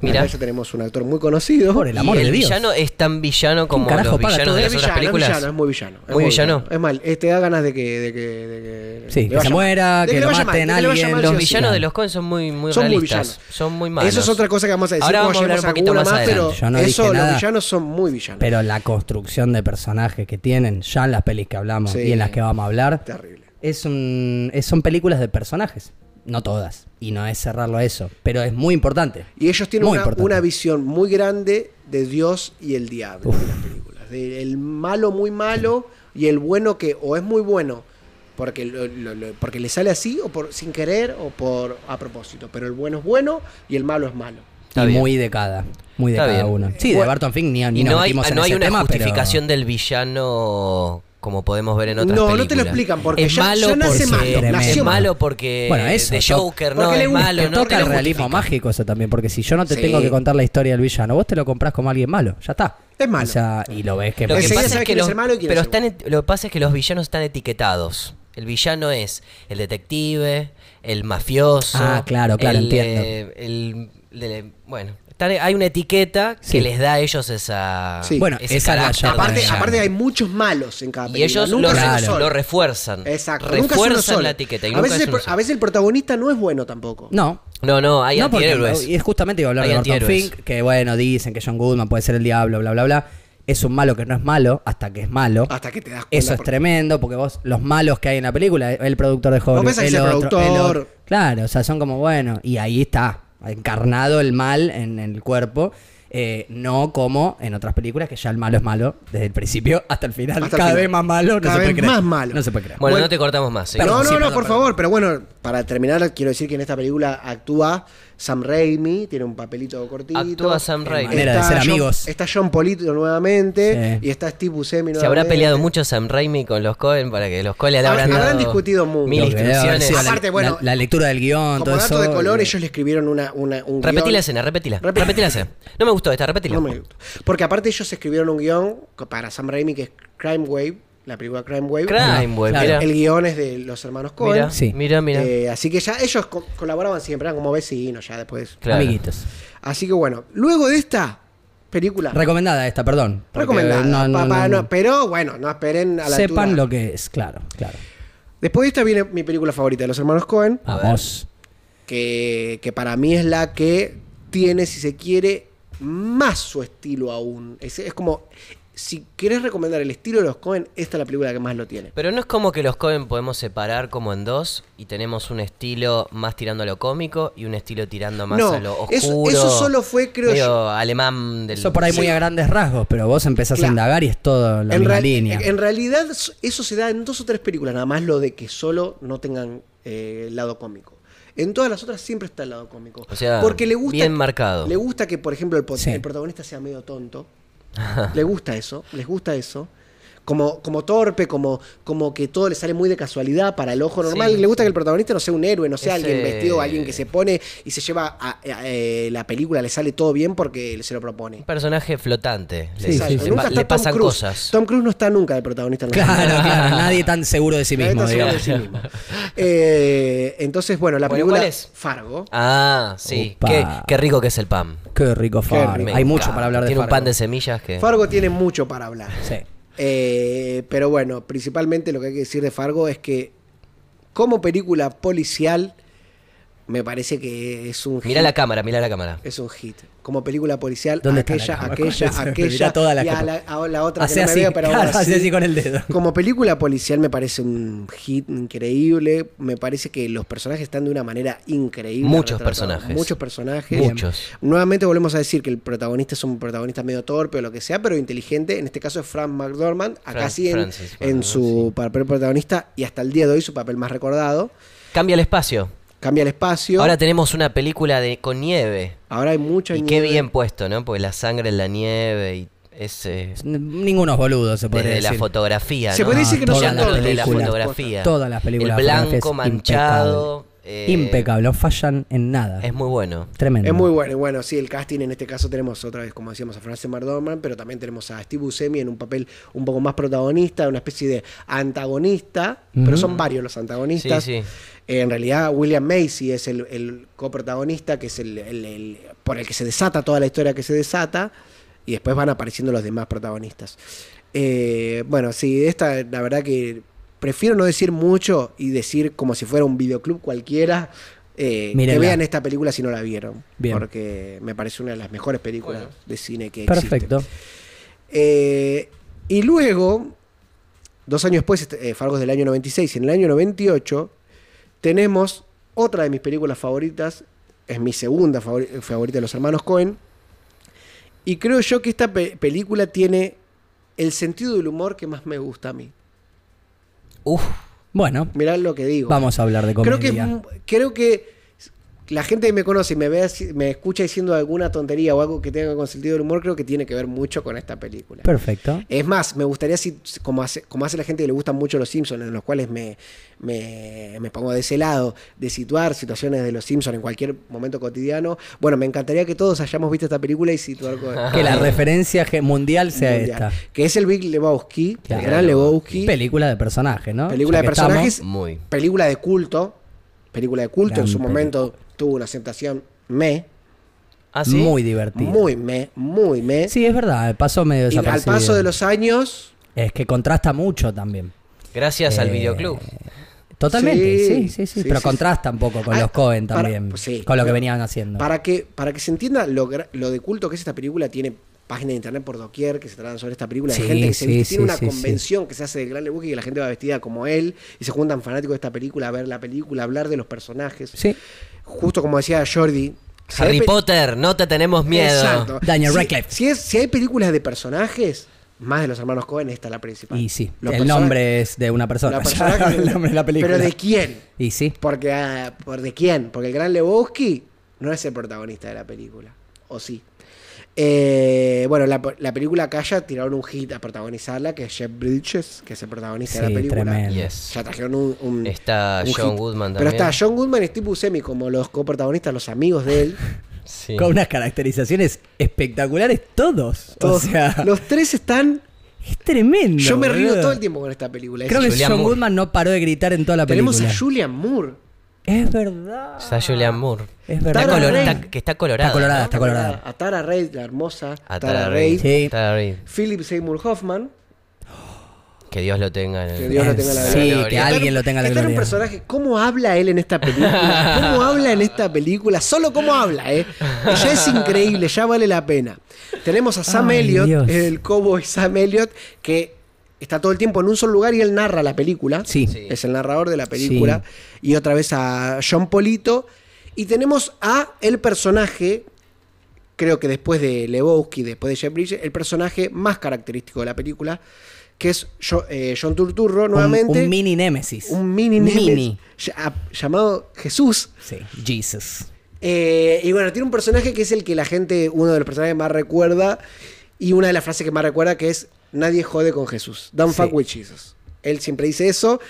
[SPEAKER 1] Mirá.
[SPEAKER 3] Acá ya tenemos un actor muy conocido.
[SPEAKER 2] Por el amor
[SPEAKER 1] Y
[SPEAKER 2] de
[SPEAKER 1] el
[SPEAKER 2] Dios.
[SPEAKER 1] villano es tan villano como
[SPEAKER 2] carajo
[SPEAKER 1] los
[SPEAKER 2] paga
[SPEAKER 1] villanos
[SPEAKER 2] todo?
[SPEAKER 1] de
[SPEAKER 3] Es
[SPEAKER 1] las otras
[SPEAKER 3] villano, es
[SPEAKER 1] películas.
[SPEAKER 3] villano, es muy villano. es
[SPEAKER 1] Muy villano.
[SPEAKER 3] Es mal, eh, te da ganas de que. De que, de que
[SPEAKER 2] Sí,
[SPEAKER 3] le
[SPEAKER 2] que
[SPEAKER 3] vaya
[SPEAKER 2] se
[SPEAKER 3] mal.
[SPEAKER 2] muera,
[SPEAKER 3] De
[SPEAKER 2] que
[SPEAKER 3] le
[SPEAKER 2] lo
[SPEAKER 3] vaya
[SPEAKER 2] maten
[SPEAKER 3] mal, de que le vaya mal,
[SPEAKER 2] alguien, los
[SPEAKER 3] sí o
[SPEAKER 1] los
[SPEAKER 3] sí.
[SPEAKER 1] villanos
[SPEAKER 2] sí.
[SPEAKER 1] de los Cohen son muy, muy
[SPEAKER 3] Son muy
[SPEAKER 1] realistas.
[SPEAKER 3] villanos.
[SPEAKER 1] son muy malos.
[SPEAKER 3] Eso es otra cosa que vamos a decir.
[SPEAKER 1] Ahora
[SPEAKER 3] cuando
[SPEAKER 1] vamos a hablar
[SPEAKER 3] lleguemos
[SPEAKER 1] un poquito
[SPEAKER 3] alguna
[SPEAKER 1] más
[SPEAKER 3] pero
[SPEAKER 1] adelante.
[SPEAKER 2] Yo no
[SPEAKER 3] eso,
[SPEAKER 2] dije
[SPEAKER 3] los
[SPEAKER 2] nada.
[SPEAKER 3] villanos son muy villanos.
[SPEAKER 2] Pero la construcción de personajes que tienen, ya en las pelis que hablamos
[SPEAKER 3] Sí.
[SPEAKER 2] y en las que vamos a hablar,
[SPEAKER 3] Terrible.
[SPEAKER 2] es un, es- son películas de personajes. No todas. Y no es cerrarlo a eso. Pero es muy importante.
[SPEAKER 3] Y ellos tienen
[SPEAKER 2] Muy
[SPEAKER 3] una,
[SPEAKER 2] importante.
[SPEAKER 3] una visión muy grande de Dios y el diablo
[SPEAKER 2] Uf.
[SPEAKER 3] en las películas. De- el malo muy malo y el bueno que o es muy bueno porque, lo- lo- lo- porque le sale así o por sin querer o por a propósito. Pero el bueno es bueno y el malo es malo.
[SPEAKER 1] Está
[SPEAKER 2] y
[SPEAKER 1] bien.
[SPEAKER 2] muy de cada. Muy de
[SPEAKER 1] Está
[SPEAKER 2] cada
[SPEAKER 1] bien.
[SPEAKER 2] uno. Sí, de
[SPEAKER 3] Bueno,
[SPEAKER 2] Barton Fink ni, ni
[SPEAKER 1] Y
[SPEAKER 2] nos
[SPEAKER 1] no hay,
[SPEAKER 2] metimos en
[SPEAKER 1] no hay
[SPEAKER 2] ese
[SPEAKER 1] una
[SPEAKER 2] tema, pero-
[SPEAKER 1] justificación del villano como podemos ver en otras
[SPEAKER 3] No, no te lo
[SPEAKER 1] películas.
[SPEAKER 3] explican, porque
[SPEAKER 1] es
[SPEAKER 3] ya-
[SPEAKER 1] malo
[SPEAKER 3] ya nace
[SPEAKER 1] porque,
[SPEAKER 2] malo,
[SPEAKER 1] Es
[SPEAKER 2] nació
[SPEAKER 1] malo
[SPEAKER 2] malo.
[SPEAKER 1] porque
[SPEAKER 2] Bueno, eso,
[SPEAKER 1] de
[SPEAKER 2] to-
[SPEAKER 1] Joker no
[SPEAKER 3] porque le
[SPEAKER 1] es
[SPEAKER 3] gusta,
[SPEAKER 1] malo.
[SPEAKER 2] Te
[SPEAKER 1] No,
[SPEAKER 2] toca
[SPEAKER 1] te
[SPEAKER 2] el
[SPEAKER 1] lo
[SPEAKER 2] realismo
[SPEAKER 1] justifican.
[SPEAKER 2] mágico eso también, porque si yo no te
[SPEAKER 3] Sí.
[SPEAKER 2] tengo que contar la historia del villano, vos te lo comprás como alguien malo, ya está.
[SPEAKER 3] Es malo.
[SPEAKER 2] O sea, y lo ves que
[SPEAKER 1] Lo que
[SPEAKER 3] Enseguida
[SPEAKER 1] pasa es
[SPEAKER 3] sabes
[SPEAKER 1] que
[SPEAKER 3] quién es
[SPEAKER 1] los,
[SPEAKER 3] el malo y quién
[SPEAKER 1] pero
[SPEAKER 3] es el
[SPEAKER 1] están et- lo que pasa es que los villanos están etiquetados. El villano es el detective, el mafioso.
[SPEAKER 2] Ah, claro, claro,
[SPEAKER 1] el,
[SPEAKER 2] entiendo.
[SPEAKER 1] eh, el- de- bueno, están- hay una etiqueta
[SPEAKER 2] Sí.
[SPEAKER 1] que les da a ellos esa.
[SPEAKER 3] Sí.
[SPEAKER 2] Bueno,
[SPEAKER 1] ese
[SPEAKER 2] esa es la
[SPEAKER 1] carácter
[SPEAKER 2] llave.
[SPEAKER 1] de
[SPEAKER 3] Aparte,
[SPEAKER 1] villano.
[SPEAKER 3] aparte hay muchos malos en cada
[SPEAKER 1] Y
[SPEAKER 3] película.
[SPEAKER 1] ellos
[SPEAKER 3] nunca
[SPEAKER 1] lo,
[SPEAKER 3] es uno
[SPEAKER 1] re-
[SPEAKER 2] Claro.
[SPEAKER 3] solo.
[SPEAKER 1] lo refuerzan.
[SPEAKER 3] Exacto. nunca es uno
[SPEAKER 1] Refuerzan
[SPEAKER 3] solo.
[SPEAKER 1] la etiqueta. Y
[SPEAKER 3] a,
[SPEAKER 1] nunca
[SPEAKER 3] veces
[SPEAKER 1] es
[SPEAKER 3] el,
[SPEAKER 1] uno
[SPEAKER 3] pro-
[SPEAKER 1] solo.
[SPEAKER 3] a veces el protagonista no es bueno tampoco.
[SPEAKER 2] No.
[SPEAKER 1] No, no, hay
[SPEAKER 2] no, porque-
[SPEAKER 1] antihéroes.
[SPEAKER 2] y es justamente iba a hablar
[SPEAKER 1] Hay
[SPEAKER 2] de Barton
[SPEAKER 1] antihéroes.
[SPEAKER 2] Fink, que bueno, dicen que John Goodman puede ser el diablo, bla, bla, bla. Es un malo que no es malo, hasta que es malo.
[SPEAKER 3] Hasta que te das cuenta.
[SPEAKER 2] Eso es
[SPEAKER 3] porque-
[SPEAKER 2] tremendo, porque vos, los malos que hay en la película, el productor de Hollywood,
[SPEAKER 3] pensás que
[SPEAKER 2] el,
[SPEAKER 3] sea
[SPEAKER 2] otro, el
[SPEAKER 3] productor.
[SPEAKER 2] otro. Claro, o sea, son como, bueno, y ahí está, encarnado el mal en, el cuerpo. eh, no como en otras películas que ya el malo es malo desde el principio hasta el final.
[SPEAKER 3] Hasta el
[SPEAKER 2] cada
[SPEAKER 3] final.
[SPEAKER 2] vez más malo, no
[SPEAKER 3] Cada
[SPEAKER 2] se puede
[SPEAKER 3] vez
[SPEAKER 2] creer.
[SPEAKER 3] más malo.
[SPEAKER 2] No se puede creer.
[SPEAKER 1] Bueno,
[SPEAKER 3] Bueno,
[SPEAKER 1] no te cortamos más. ¿eh?
[SPEAKER 2] Perdón,
[SPEAKER 3] no, no,
[SPEAKER 2] sí,
[SPEAKER 3] no,
[SPEAKER 2] perdón,
[SPEAKER 3] por
[SPEAKER 2] perdón.
[SPEAKER 3] favor. Pero bueno, para terminar, quiero decir que en esta película actúa Sam Raimi, tiene un papelito cortito.
[SPEAKER 1] Actúa Sam
[SPEAKER 2] Qué
[SPEAKER 1] Raimi.
[SPEAKER 2] manera de ser
[SPEAKER 3] John-
[SPEAKER 2] amigos.
[SPEAKER 3] Está John Polito nuevamente
[SPEAKER 2] Sí.
[SPEAKER 3] y está Steve Buscemi
[SPEAKER 1] Se habrá
[SPEAKER 3] nuevamente.
[SPEAKER 1] peleado mucho Sam Raimi con los Cohen para que los Cohen le
[SPEAKER 3] Habrán-
[SPEAKER 1] habrán,
[SPEAKER 3] habrán
[SPEAKER 1] dado
[SPEAKER 3] discutido mucho.
[SPEAKER 1] Mil
[SPEAKER 2] Lo que debe haber
[SPEAKER 1] instrucciones.
[SPEAKER 2] sido la-
[SPEAKER 3] Aparte,
[SPEAKER 2] la,
[SPEAKER 3] bueno,
[SPEAKER 2] la lectura del guión,
[SPEAKER 3] Como
[SPEAKER 2] todo
[SPEAKER 3] dato
[SPEAKER 2] eso.
[SPEAKER 3] de color,
[SPEAKER 2] eh,
[SPEAKER 3] ellos le escribieron una, una, un
[SPEAKER 1] Repetí
[SPEAKER 3] guión.
[SPEAKER 1] la escena, repetila.
[SPEAKER 3] Repet-
[SPEAKER 1] Repetí la escena. No me gustó esta, repetila.
[SPEAKER 3] No me gustó. Porque aparte ellos escribieron un guión para Sam Raimi que es Crime Wave, la película Crime Wave.
[SPEAKER 1] Crime, güey,
[SPEAKER 2] Claro.
[SPEAKER 1] mira.
[SPEAKER 3] El guión es de los hermanos Cohen.
[SPEAKER 1] Mira,
[SPEAKER 2] Sí.
[SPEAKER 1] mira, mira.
[SPEAKER 3] Eh, así que ya ellos co- colaboraban siempre, eran como vecinos ya después.
[SPEAKER 1] Claro.
[SPEAKER 2] Amiguitos.
[SPEAKER 3] Así que bueno, luego de esta película
[SPEAKER 2] Recomendada esta, perdón. porque,
[SPEAKER 3] recomendada,
[SPEAKER 2] no, no,
[SPEAKER 3] papá,
[SPEAKER 2] no,
[SPEAKER 3] no, pero bueno, no esperen a la
[SPEAKER 2] Sepan
[SPEAKER 3] altura.
[SPEAKER 2] lo que es, claro, claro.
[SPEAKER 3] Después de esta viene mi película favorita de los hermanos Cohen,
[SPEAKER 1] A ver.
[SPEAKER 2] Vamos.
[SPEAKER 3] que, que para mí es la que tiene, si se quiere, más su estilo aún. Es, es como, si querés recomendar el estilo de los Cohen, esta es la película que más lo tiene.
[SPEAKER 1] Pero no es como que los Cohen podemos separar como en dos y tenemos un estilo más tirando a lo cómico y un estilo tirando más
[SPEAKER 3] No,
[SPEAKER 1] a lo
[SPEAKER 3] eso-
[SPEAKER 1] oscuro.
[SPEAKER 3] eso solo fue, creo
[SPEAKER 1] medio
[SPEAKER 3] yo-
[SPEAKER 1] alemán del.
[SPEAKER 2] Eso por ahí muy a grandes rasgos, pero vos empezás
[SPEAKER 3] Claro.
[SPEAKER 2] a indagar y es todo la
[SPEAKER 3] en,
[SPEAKER 2] misma
[SPEAKER 3] real-
[SPEAKER 2] línea.
[SPEAKER 3] en realidad s- eso se da en dos o tres películas, nada más lo de que solo no tengan eh, el lado cómico. En todas las otras siempre está el lado cómico.
[SPEAKER 1] O sea,
[SPEAKER 3] porque le gusta,
[SPEAKER 1] bien marcado.
[SPEAKER 3] Le gusta que, por ejemplo, el, pot-
[SPEAKER 2] Sí.
[SPEAKER 3] el protagonista sea medio tonto.
[SPEAKER 1] Ah.
[SPEAKER 3] le gusta eso, les gusta eso. Como, como torpe, como, como que todo le sale muy de casualidad para el ojo normal.
[SPEAKER 1] Sí.
[SPEAKER 3] Le gusta que el protagonista no sea un héroe, no sea
[SPEAKER 1] Ese-
[SPEAKER 3] alguien vestido, alguien que se pone y se lleva a- a- eh, la película, le sale todo bien porque se lo propone.
[SPEAKER 1] Un personaje flotante.
[SPEAKER 2] Sí,
[SPEAKER 1] le, le
[SPEAKER 2] sí,
[SPEAKER 3] Exacto.
[SPEAKER 2] sí.
[SPEAKER 1] pa-
[SPEAKER 3] Nunca está
[SPEAKER 1] le pasan
[SPEAKER 3] Tom Cruise.
[SPEAKER 1] cosas.
[SPEAKER 3] Tom Cruise no está nunca de protagonista. en la
[SPEAKER 2] Claro, claro, nadie tan seguro de sí
[SPEAKER 3] La
[SPEAKER 2] mismo,
[SPEAKER 3] neta se
[SPEAKER 2] digamos.
[SPEAKER 3] habla de sí mismo. Eh, entonces, bueno, la
[SPEAKER 1] Bueno,
[SPEAKER 3] película
[SPEAKER 1] ¿cuál es?
[SPEAKER 3] Fargo.
[SPEAKER 1] Ah, sí.
[SPEAKER 2] Opa.
[SPEAKER 1] Qué, qué rico que es el pan.
[SPEAKER 2] Qué rico Fargo.
[SPEAKER 3] rico.
[SPEAKER 2] Hay mucho para hablar de
[SPEAKER 1] Tiene un pan
[SPEAKER 2] Fargo.
[SPEAKER 1] de semillas que.
[SPEAKER 3] Fargo tiene mucho para hablar.
[SPEAKER 2] Sí.
[SPEAKER 3] Eh, pero bueno, principalmente lo que hay que decir de Fargo es que como película policial me parece que es un
[SPEAKER 1] Mira la cámara, mira la cámara.
[SPEAKER 3] Es un hit. Como película policial,
[SPEAKER 2] ¿Dónde está la
[SPEAKER 3] aquella,
[SPEAKER 2] cámara?
[SPEAKER 3] aquella,
[SPEAKER 2] Mirá
[SPEAKER 3] aquella.
[SPEAKER 2] toda la
[SPEAKER 3] y a
[SPEAKER 2] capa.
[SPEAKER 3] la, a la otra
[SPEAKER 2] Hace
[SPEAKER 3] que no me
[SPEAKER 2] así,
[SPEAKER 3] veo, pero
[SPEAKER 2] claro,
[SPEAKER 3] bueno,
[SPEAKER 2] hace
[SPEAKER 3] sí.
[SPEAKER 2] así con el dedo.
[SPEAKER 3] Como película policial me parece un hit increíble. Me parece que los personajes están de una manera increíble.
[SPEAKER 1] Muchos
[SPEAKER 3] retratados.
[SPEAKER 1] personajes.
[SPEAKER 3] Muchos personajes.
[SPEAKER 1] Muchos.
[SPEAKER 3] Nuevamente volvemos a decir que el protagonista es un protagonista medio torpe o lo que sea, pero inteligente. En este caso es Frank McDormand. Acá
[SPEAKER 1] Frank-
[SPEAKER 3] sí en,
[SPEAKER 1] Francis
[SPEAKER 3] en
[SPEAKER 1] McDormand,
[SPEAKER 3] su papel protagonista y hasta el día de hoy su papel más recordado.
[SPEAKER 1] Cambia el espacio.
[SPEAKER 3] Cambia el espacio.
[SPEAKER 1] Ahora tenemos una película de con nieve.
[SPEAKER 3] Ahora hay mucha
[SPEAKER 1] Y qué
[SPEAKER 3] nieve.
[SPEAKER 1] bien puesto, ¿no? Porque la sangre en la nieve y ese
[SPEAKER 2] Ningunos boludos se podría
[SPEAKER 1] desde la
[SPEAKER 2] decir.
[SPEAKER 1] fotografía,
[SPEAKER 3] Se
[SPEAKER 1] ¿no?
[SPEAKER 3] puede decir que no
[SPEAKER 1] Toda
[SPEAKER 3] son
[SPEAKER 1] la-
[SPEAKER 3] todas
[SPEAKER 1] desde la
[SPEAKER 3] películas.
[SPEAKER 1] fotografía.
[SPEAKER 2] Todas las películas
[SPEAKER 1] El
[SPEAKER 2] de Frank
[SPEAKER 1] blanco
[SPEAKER 2] Fest,
[SPEAKER 1] manchado eh,
[SPEAKER 2] Impecable, no fallan en nada.
[SPEAKER 1] Es muy bueno.
[SPEAKER 2] Tremendo.
[SPEAKER 3] Es muy bueno, y bueno, sí, el casting en este caso tenemos otra vez, como decíamos, a Frances McDormand, pero también tenemos a Steve Buscemi en un papel un poco más protagonista, una especie de antagonista, pero son varios los antagonistas.
[SPEAKER 1] Sí, sí.
[SPEAKER 3] Eh, en realidad, William Macy es el, el coprotagonista, que es el, el- el- por el que se desata toda la historia que se desata, y después van apareciendo los demás protagonistas. Eh, bueno, sí, esta, la verdad que prefiero no decir mucho y decir como si fuera un videoclub cualquiera. eh, que
[SPEAKER 2] Mírenla.
[SPEAKER 3] vean esta película si no la vieron.
[SPEAKER 2] Bien.
[SPEAKER 3] Porque me parece una de las mejores películas de cine que existe.
[SPEAKER 2] Perfecto.
[SPEAKER 3] Eh, y luego, dos años después, este, eh, Fargos del año 96, y en el año 98, tenemos otra de mis películas favoritas, es mi segunda favori- favorita de los hermanos Cohen. Y creo yo que esta pe- película tiene el sentido del humor que más me gusta a mí.
[SPEAKER 1] Uf,
[SPEAKER 2] Bueno,
[SPEAKER 3] Mirá lo que digo.
[SPEAKER 2] vamos a hablar de comedia.
[SPEAKER 3] Creo que, es mu- creo que la gente que me conoce y me, ve, así- me escucha diciendo alguna tontería o algo que tenga con sentido del humor, creo que tiene que ver mucho con esta película.
[SPEAKER 2] Perfecto.
[SPEAKER 3] Es más, me gustaría si, como hace, como hace la gente que le gustan mucho los Simpsons, en los cuales me, me, me pongo de ese lado, de situar situaciones de los Simpsons en cualquier momento cotidiano. Bueno, me encantaría que todos hayamos visto esta película y situar con,
[SPEAKER 2] Que la referencia ge- mundial sea
[SPEAKER 3] mundial,
[SPEAKER 2] esta.
[SPEAKER 3] que es el Big Lebowski,
[SPEAKER 2] Claro.
[SPEAKER 3] el gran Lebowski,
[SPEAKER 2] Película de personajes, ¿no?
[SPEAKER 3] película
[SPEAKER 2] Ya
[SPEAKER 3] de
[SPEAKER 2] que estamos.
[SPEAKER 3] personajes,
[SPEAKER 1] muy.
[SPEAKER 3] película de culto, película de culto,
[SPEAKER 2] Gran
[SPEAKER 3] en su
[SPEAKER 2] película.
[SPEAKER 3] momento tuvo una aceptación me,
[SPEAKER 1] ¿Ah, sí?
[SPEAKER 2] Muy divertido.
[SPEAKER 3] muy me, muy me.
[SPEAKER 2] Sí, es verdad, pasó
[SPEAKER 3] y
[SPEAKER 2] medio
[SPEAKER 3] al
[SPEAKER 2] desapercibido.
[SPEAKER 3] paso de los años,
[SPEAKER 2] Es que contrasta mucho también.
[SPEAKER 1] Gracias al
[SPEAKER 2] Eh,
[SPEAKER 1] videoclub.
[SPEAKER 2] Totalmente,
[SPEAKER 3] Sí,
[SPEAKER 2] sí, sí, sí.
[SPEAKER 3] sí,
[SPEAKER 2] pero
[SPEAKER 3] sí,
[SPEAKER 2] contrasta un poco con
[SPEAKER 3] Ah,
[SPEAKER 2] los Cohen
[SPEAKER 3] para-
[SPEAKER 2] también.
[SPEAKER 3] pues sí,
[SPEAKER 2] con lo que
[SPEAKER 3] pero-
[SPEAKER 2] venían haciendo.
[SPEAKER 3] Para que, para que se entienda lo, gra- lo de culto que es esta película, tiene páginas de internet por doquier que se tratan sobre esta película. Hay
[SPEAKER 2] Sí,
[SPEAKER 3] gente que se
[SPEAKER 2] sí,
[SPEAKER 3] viste, tiene
[SPEAKER 2] sí,
[SPEAKER 3] una
[SPEAKER 2] sí, sí.
[SPEAKER 3] convención que se hace de Gran Lebowski y que la gente va vestida como él y se juntan fanáticos de esta película a ver la película, a hablar de los personajes.
[SPEAKER 2] Sí.
[SPEAKER 3] Justo como decía Jordi. si hay
[SPEAKER 1] Harry
[SPEAKER 3] pe-
[SPEAKER 1] Potter, no te tenemos miedo.
[SPEAKER 3] Exacto.
[SPEAKER 2] Daniel
[SPEAKER 3] Si-
[SPEAKER 2] Radcliffe.
[SPEAKER 3] Si, es, si hay películas de personajes, más de los hermanos Cohen, esta es la principal.
[SPEAKER 2] Y sí.
[SPEAKER 3] Los
[SPEAKER 2] el
[SPEAKER 3] personajes-
[SPEAKER 2] nombre es de una persona.
[SPEAKER 3] la persona que-
[SPEAKER 2] el nombre de la película.
[SPEAKER 3] Pero ¿de quién?
[SPEAKER 2] Y sí.
[SPEAKER 3] Porque, ah, ¿Por de quién? Porque el gran Lebowski no es el protagonista de la película. ¿O sí? Eh, bueno, la, la película Calla tiraron un hit a protagonizarla, que es Jeff Bridges, que es el protagonista de
[SPEAKER 2] Sí,
[SPEAKER 3] la película.
[SPEAKER 2] tremendo.
[SPEAKER 1] Yes.
[SPEAKER 3] Ya trajeron un. un-
[SPEAKER 1] Está
[SPEAKER 3] un
[SPEAKER 1] John
[SPEAKER 3] hit.
[SPEAKER 1] Goodman
[SPEAKER 3] Pero
[SPEAKER 1] también.
[SPEAKER 3] está John Goodman y Steve Buscemi como los coprotagonistas, los amigos de él.
[SPEAKER 1] Sí.
[SPEAKER 2] Con unas caracterizaciones espectaculares todos.
[SPEAKER 3] Todos-
[SPEAKER 2] O sea,
[SPEAKER 3] los tres están.
[SPEAKER 2] es tremendo.
[SPEAKER 3] Yo me río
[SPEAKER 2] boludo.
[SPEAKER 3] todo el tiempo con esta película. Es-
[SPEAKER 2] Creo que
[SPEAKER 1] Julianne
[SPEAKER 2] John
[SPEAKER 1] Moore.
[SPEAKER 2] Goodman no paró de gritar en toda la película.
[SPEAKER 3] tenemos a Julian Moore.
[SPEAKER 2] Es verdad.
[SPEAKER 1] Está Julian Moore.
[SPEAKER 2] Es
[SPEAKER 1] Está
[SPEAKER 2] verdad.
[SPEAKER 3] Tara
[SPEAKER 1] color-
[SPEAKER 3] Reid.
[SPEAKER 1] está- que está colorada.
[SPEAKER 2] Está colorada, está colorada.
[SPEAKER 3] A Tara Reid, la hermosa.
[SPEAKER 1] A
[SPEAKER 3] Tara,
[SPEAKER 1] Tara
[SPEAKER 3] Reid.
[SPEAKER 1] Reid.
[SPEAKER 2] Sí.
[SPEAKER 1] Tara Reid.
[SPEAKER 3] Philip Seymour Hoffman.
[SPEAKER 1] Que Dios lo tenga. en el-
[SPEAKER 3] Que Dios lo tenga en la
[SPEAKER 1] Sí,
[SPEAKER 3] gloria.
[SPEAKER 1] que
[SPEAKER 2] alguien
[SPEAKER 3] Estar-
[SPEAKER 2] lo tenga en la
[SPEAKER 3] estar un
[SPEAKER 2] gloria.
[SPEAKER 3] personaje, ¿cómo habla él en esta película? ¿Cómo habla en esta película? Solo cómo habla, ¿eh? Ya es increíble, ya vale la pena. Tenemos a Sam
[SPEAKER 2] Ay,
[SPEAKER 3] Elliott,
[SPEAKER 2] Dios.
[SPEAKER 3] el cowboy Sam Elliott, que está todo el tiempo en un solo lugar y él narra la película.
[SPEAKER 2] Sí.
[SPEAKER 1] Sí.
[SPEAKER 3] Es el narrador de la película. Y otra vez a John Polito. Y tenemos a el personaje creo que después de Lebowski, después de Jeff Bridges, el personaje más característico de la película, que es Jo- eh, John Turturro,
[SPEAKER 2] Un-
[SPEAKER 3] nuevamente.
[SPEAKER 2] Un, mini Némesis.
[SPEAKER 3] un mini Nemesis,
[SPEAKER 2] Mini.
[SPEAKER 3] ya- ah, llamado Jesús.
[SPEAKER 2] Sí, Jesus.
[SPEAKER 3] Eh, y bueno, tiene un personaje que es el que la gente, uno de los personajes más recuerda, y una de las frases que más recuerda que es, nadie jode con Jesús. Don't
[SPEAKER 2] Sí.
[SPEAKER 3] fuck with Jesus. Él siempre dice eso,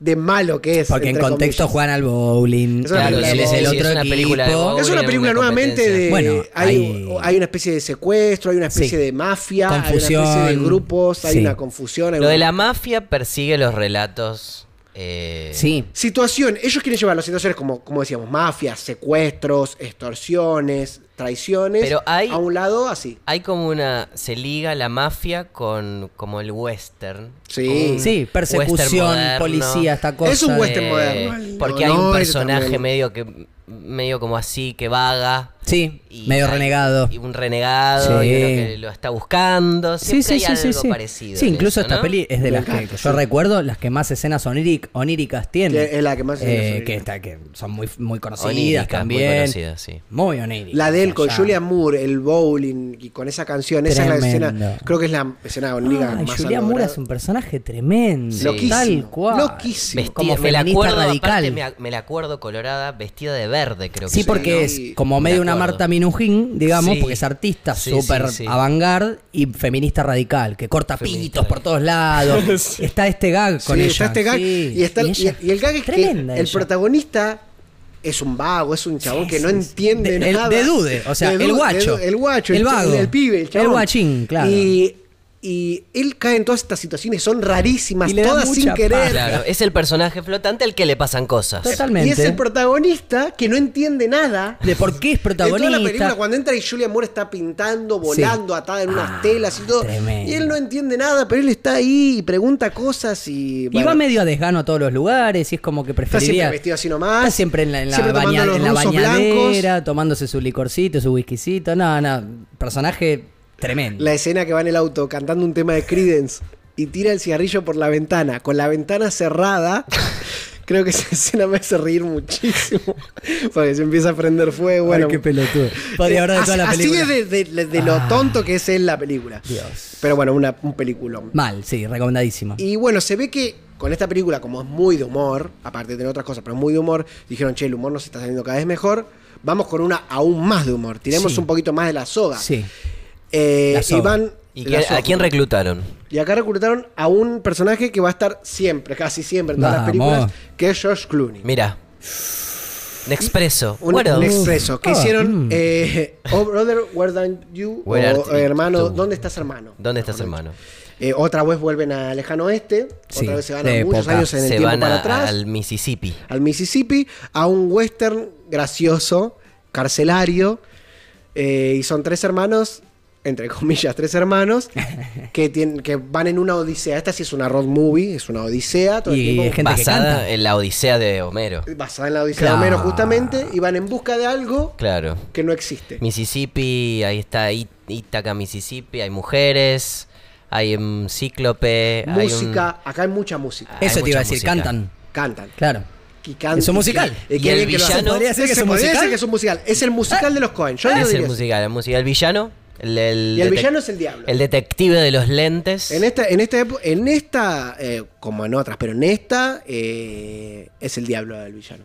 [SPEAKER 3] de malo que es.
[SPEAKER 2] Porque en
[SPEAKER 3] entre
[SPEAKER 2] contexto
[SPEAKER 3] comillas.
[SPEAKER 2] juegan al bowling.
[SPEAKER 3] Es una
[SPEAKER 2] claro,
[SPEAKER 3] película
[SPEAKER 2] él
[SPEAKER 3] de
[SPEAKER 2] es el
[SPEAKER 3] bowling,
[SPEAKER 2] otro
[SPEAKER 1] es una película de
[SPEAKER 2] equipo.
[SPEAKER 1] bowling.
[SPEAKER 3] Es una
[SPEAKER 1] Una
[SPEAKER 3] película nuevamente de.
[SPEAKER 2] competencia. Bueno,
[SPEAKER 3] hay,
[SPEAKER 2] hay-
[SPEAKER 3] hay una especie de secuestro, hay una especie
[SPEAKER 2] Sí.
[SPEAKER 3] de mafia, hay una especie de
[SPEAKER 2] Confusión.
[SPEAKER 3] grupos, hay
[SPEAKER 2] Sí.
[SPEAKER 3] una confusión. hay
[SPEAKER 1] Lo
[SPEAKER 3] una-
[SPEAKER 1] de la mafia persigue los relatos. eh,
[SPEAKER 2] Sí.
[SPEAKER 3] Situación, ellos quieren llevar las situaciones como, como decíamos, mafias, secuestros, extorsiones, traiciones.
[SPEAKER 1] Pero hay-
[SPEAKER 3] A un lado, así.
[SPEAKER 1] Hay como una. Se liga la mafia con como el western.
[SPEAKER 3] Sí.
[SPEAKER 2] Sí, persecución,
[SPEAKER 1] moderno. eh,
[SPEAKER 2] policía, esta cosa.
[SPEAKER 3] Es un
[SPEAKER 2] de-
[SPEAKER 3] western moderno.
[SPEAKER 1] Porque
[SPEAKER 3] No,
[SPEAKER 1] hay
[SPEAKER 3] no,
[SPEAKER 1] un
[SPEAKER 3] ese
[SPEAKER 1] personaje
[SPEAKER 3] también.
[SPEAKER 1] medio que medio como así, que vaga.
[SPEAKER 2] Sí,
[SPEAKER 1] y
[SPEAKER 2] medio
[SPEAKER 1] hay-
[SPEAKER 2] renegado.
[SPEAKER 1] Y un renegado,
[SPEAKER 2] Sí.
[SPEAKER 1] y uno que lo está buscando.
[SPEAKER 2] Sí,
[SPEAKER 1] Siempre
[SPEAKER 2] sí, sí,
[SPEAKER 1] hay
[SPEAKER 2] sí,
[SPEAKER 1] algo
[SPEAKER 2] sí.
[SPEAKER 1] parecido.
[SPEAKER 2] Sí,
[SPEAKER 1] en eso,
[SPEAKER 2] incluso esta
[SPEAKER 1] ¿no?
[SPEAKER 2] peli es de
[SPEAKER 3] Me
[SPEAKER 2] las que,
[SPEAKER 3] encanta,
[SPEAKER 2] que yo
[SPEAKER 3] sí.
[SPEAKER 2] recuerdo, las que más escenas oníric- oníricas tiene.
[SPEAKER 3] Que es la que más escenas
[SPEAKER 2] Eh,
[SPEAKER 3] oníricas.
[SPEAKER 2] que, está- que son muy, muy conocidas
[SPEAKER 1] Onírica, muy
[SPEAKER 2] también.
[SPEAKER 1] conocida, sí.
[SPEAKER 2] Muy oníricas.
[SPEAKER 3] La de él con
[SPEAKER 2] allá.
[SPEAKER 3] Julian Moore, el bowling y con esa canción, esa es la
[SPEAKER 2] Tremendo.
[SPEAKER 3] escena, creo que es la escena onírica
[SPEAKER 2] Ay,
[SPEAKER 3] más
[SPEAKER 2] Julián Mura
[SPEAKER 3] lograda.
[SPEAKER 2] es un personaje tremendo.
[SPEAKER 1] Sí.
[SPEAKER 3] Loquísimo,
[SPEAKER 2] Tal cual.
[SPEAKER 3] loquísimo.
[SPEAKER 1] Vestida-
[SPEAKER 2] Como
[SPEAKER 1] me la
[SPEAKER 2] feminista
[SPEAKER 1] acuerdo,
[SPEAKER 2] radical.
[SPEAKER 1] aparte, me, me la acuerdo colorada, vestida de verde, creo que
[SPEAKER 2] Sí,
[SPEAKER 1] se
[SPEAKER 2] porque
[SPEAKER 3] ¿no?
[SPEAKER 2] es
[SPEAKER 3] Y-
[SPEAKER 2] como medio
[SPEAKER 1] de
[SPEAKER 2] una
[SPEAKER 1] acuerdo.
[SPEAKER 2] Marta Minujín, digamos,
[SPEAKER 1] Sí.
[SPEAKER 2] porque es artista
[SPEAKER 1] Sí,
[SPEAKER 2] súper
[SPEAKER 1] sí, sí.
[SPEAKER 2] avant-garde y feminista radical, que corta
[SPEAKER 1] Feminista
[SPEAKER 2] pitos por
[SPEAKER 1] radical.
[SPEAKER 2] todos lados. Está este gag con
[SPEAKER 3] Sí,
[SPEAKER 2] ella.
[SPEAKER 3] está este gag,
[SPEAKER 2] sí.
[SPEAKER 3] y, está, y,
[SPEAKER 2] ella-
[SPEAKER 3] y el gag es
[SPEAKER 2] Tremenda
[SPEAKER 3] que el
[SPEAKER 2] ella.
[SPEAKER 3] protagonista es un vago, es un chabón
[SPEAKER 2] Sí,
[SPEAKER 3] que no
[SPEAKER 2] sí, sí.
[SPEAKER 3] entiende
[SPEAKER 2] De- el-
[SPEAKER 3] nada.
[SPEAKER 2] de dude, o sea,
[SPEAKER 3] De
[SPEAKER 2] el
[SPEAKER 3] de
[SPEAKER 2] guacho.
[SPEAKER 3] du- el guacho,
[SPEAKER 2] El
[SPEAKER 3] ch-
[SPEAKER 2] vago.
[SPEAKER 3] el pibe, el
[SPEAKER 2] El
[SPEAKER 3] chabón.
[SPEAKER 2] guachín, claro.
[SPEAKER 3] Y, y él cae en todas estas situaciones, son rarísimas,
[SPEAKER 2] Y le da
[SPEAKER 3] todas
[SPEAKER 2] mucha
[SPEAKER 3] sin querer.
[SPEAKER 1] Claro, es el personaje flotante al que le pasan cosas.
[SPEAKER 2] Totalmente.
[SPEAKER 3] Y es el protagonista que no entiende nada.
[SPEAKER 2] de por qué es
[SPEAKER 3] En toda la película,
[SPEAKER 2] protagonista.
[SPEAKER 3] cuando entra y Julia Moore está pintando, volando, atada en unas
[SPEAKER 2] Ah,
[SPEAKER 3] telas y todo.
[SPEAKER 2] tremendo.
[SPEAKER 3] Y él no entiende nada, pero él está ahí y pregunta cosas y.
[SPEAKER 2] Y
[SPEAKER 3] bueno,
[SPEAKER 2] va medio a desgano a todos los lugares y es como que
[SPEAKER 3] Está siempre
[SPEAKER 2] preferiría...
[SPEAKER 3] vestido así nomás.
[SPEAKER 2] Está siempre en la, en la
[SPEAKER 3] Siempre tomando
[SPEAKER 2] baña-
[SPEAKER 3] los
[SPEAKER 2] en la
[SPEAKER 3] rusos
[SPEAKER 2] bañadera,
[SPEAKER 3] blancos.
[SPEAKER 2] tomándose su licorcito, su whiskycito. No, no, personaje tremendo.
[SPEAKER 3] La escena que va en el auto cantando un tema de Creedence y tira el cigarrillo por la ventana, con la ventana cerrada. Creo que esa escena me hace reír muchísimo. Porque se empieza a prender fuego. Bueno,
[SPEAKER 2] Ay, qué pelotudo. Podría hablar de toda la
[SPEAKER 3] así,
[SPEAKER 2] película. Ah.
[SPEAKER 3] Así es de, de- de- de lo tonto que es en la película.
[SPEAKER 2] Dios.
[SPEAKER 3] Pero bueno, una- un peliculón.
[SPEAKER 2] Mal, sí, recomendadísimo.
[SPEAKER 3] Y bueno, se ve que con esta película, como es muy de humor, aparte de tener otras cosas, pero es muy de humor, dijeron, che, el humor nos está saliendo cada vez mejor. Vamos con una aún más de humor. Tiremos
[SPEAKER 2] Sí.
[SPEAKER 3] un poquito más de la soga.
[SPEAKER 2] Sí.
[SPEAKER 3] Eh,
[SPEAKER 2] La soga.
[SPEAKER 3] Y van-
[SPEAKER 1] ¿Y
[SPEAKER 3] la
[SPEAKER 1] quién-
[SPEAKER 3] soga.
[SPEAKER 1] a quién reclutaron?
[SPEAKER 3] Y acá reclutaron a un personaje que va a estar siempre, casi siempre, en todas las
[SPEAKER 2] Vamos.
[SPEAKER 3] películas, que es George Clooney.
[SPEAKER 1] Mira. Nexpreso.
[SPEAKER 3] Un,
[SPEAKER 1] Bueno,
[SPEAKER 3] un expreso que
[SPEAKER 2] Ah,
[SPEAKER 3] hicieron
[SPEAKER 2] mm.
[SPEAKER 3] eh, Oh Brother, Where Than You?
[SPEAKER 1] Where
[SPEAKER 3] o,
[SPEAKER 1] art-
[SPEAKER 3] eh, hermano,
[SPEAKER 1] tú.
[SPEAKER 3] ¿dónde estás, hermano?
[SPEAKER 1] mm. ¿dónde estás, hermano?
[SPEAKER 3] Eh, otra vez vuelven a Lejano Oeste,
[SPEAKER 2] Sí,
[SPEAKER 3] otra vez se van
[SPEAKER 2] de
[SPEAKER 3] a muchos
[SPEAKER 2] época.
[SPEAKER 3] años en el
[SPEAKER 1] Se
[SPEAKER 3] tiempo
[SPEAKER 1] van
[SPEAKER 3] para
[SPEAKER 1] a-
[SPEAKER 3] atrás.
[SPEAKER 1] al Mississippi.
[SPEAKER 3] al Mississippi a un western gracioso, carcelario. eh, y son tres hermanos, entre comillas, tres hermanos, que, tienen, que van en una odisea. Esta sí es una road movie, es una odisea. Todo el
[SPEAKER 2] Y
[SPEAKER 3] tiempo
[SPEAKER 2] hay gente que
[SPEAKER 1] Basada
[SPEAKER 2] canta.
[SPEAKER 1] en la Odisea de Homero.
[SPEAKER 3] basada en la odisea de
[SPEAKER 2] Claro.
[SPEAKER 3] Homero, justamente. Y van en busca de algo
[SPEAKER 1] Claro.
[SPEAKER 3] que no existe.
[SPEAKER 1] Mississippi, ahí está Í- Ítaca, Mississippi, hay mujeres, hay un cíclope,
[SPEAKER 3] música, acá hay mucha música.
[SPEAKER 1] hay
[SPEAKER 2] Eso te
[SPEAKER 1] mucha
[SPEAKER 2] iba a decir,
[SPEAKER 1] música.
[SPEAKER 2] cantan.
[SPEAKER 3] Cantan.
[SPEAKER 2] Claro.
[SPEAKER 3] Y can-
[SPEAKER 2] Es un
[SPEAKER 3] y-
[SPEAKER 2] musical.
[SPEAKER 3] y-
[SPEAKER 1] Y el
[SPEAKER 3] bien que lo hacen.
[SPEAKER 1] villano-
[SPEAKER 2] ¿Podría ser que es un
[SPEAKER 3] Podría
[SPEAKER 2] musical?
[SPEAKER 3] que es un musical. Es el musical de los Cohen. Yo
[SPEAKER 1] hay
[SPEAKER 3] lo
[SPEAKER 1] un... Es
[SPEAKER 3] diría
[SPEAKER 1] el
[SPEAKER 3] así.
[SPEAKER 1] musical, el musical. El villano, el, el
[SPEAKER 3] Y el
[SPEAKER 1] detec-
[SPEAKER 3] villano es el diablo.
[SPEAKER 1] el detective de los lentes.
[SPEAKER 3] En este esta, en esta, epo- en esta eh, como en otras, pero en esta eh, es el diablo del villano.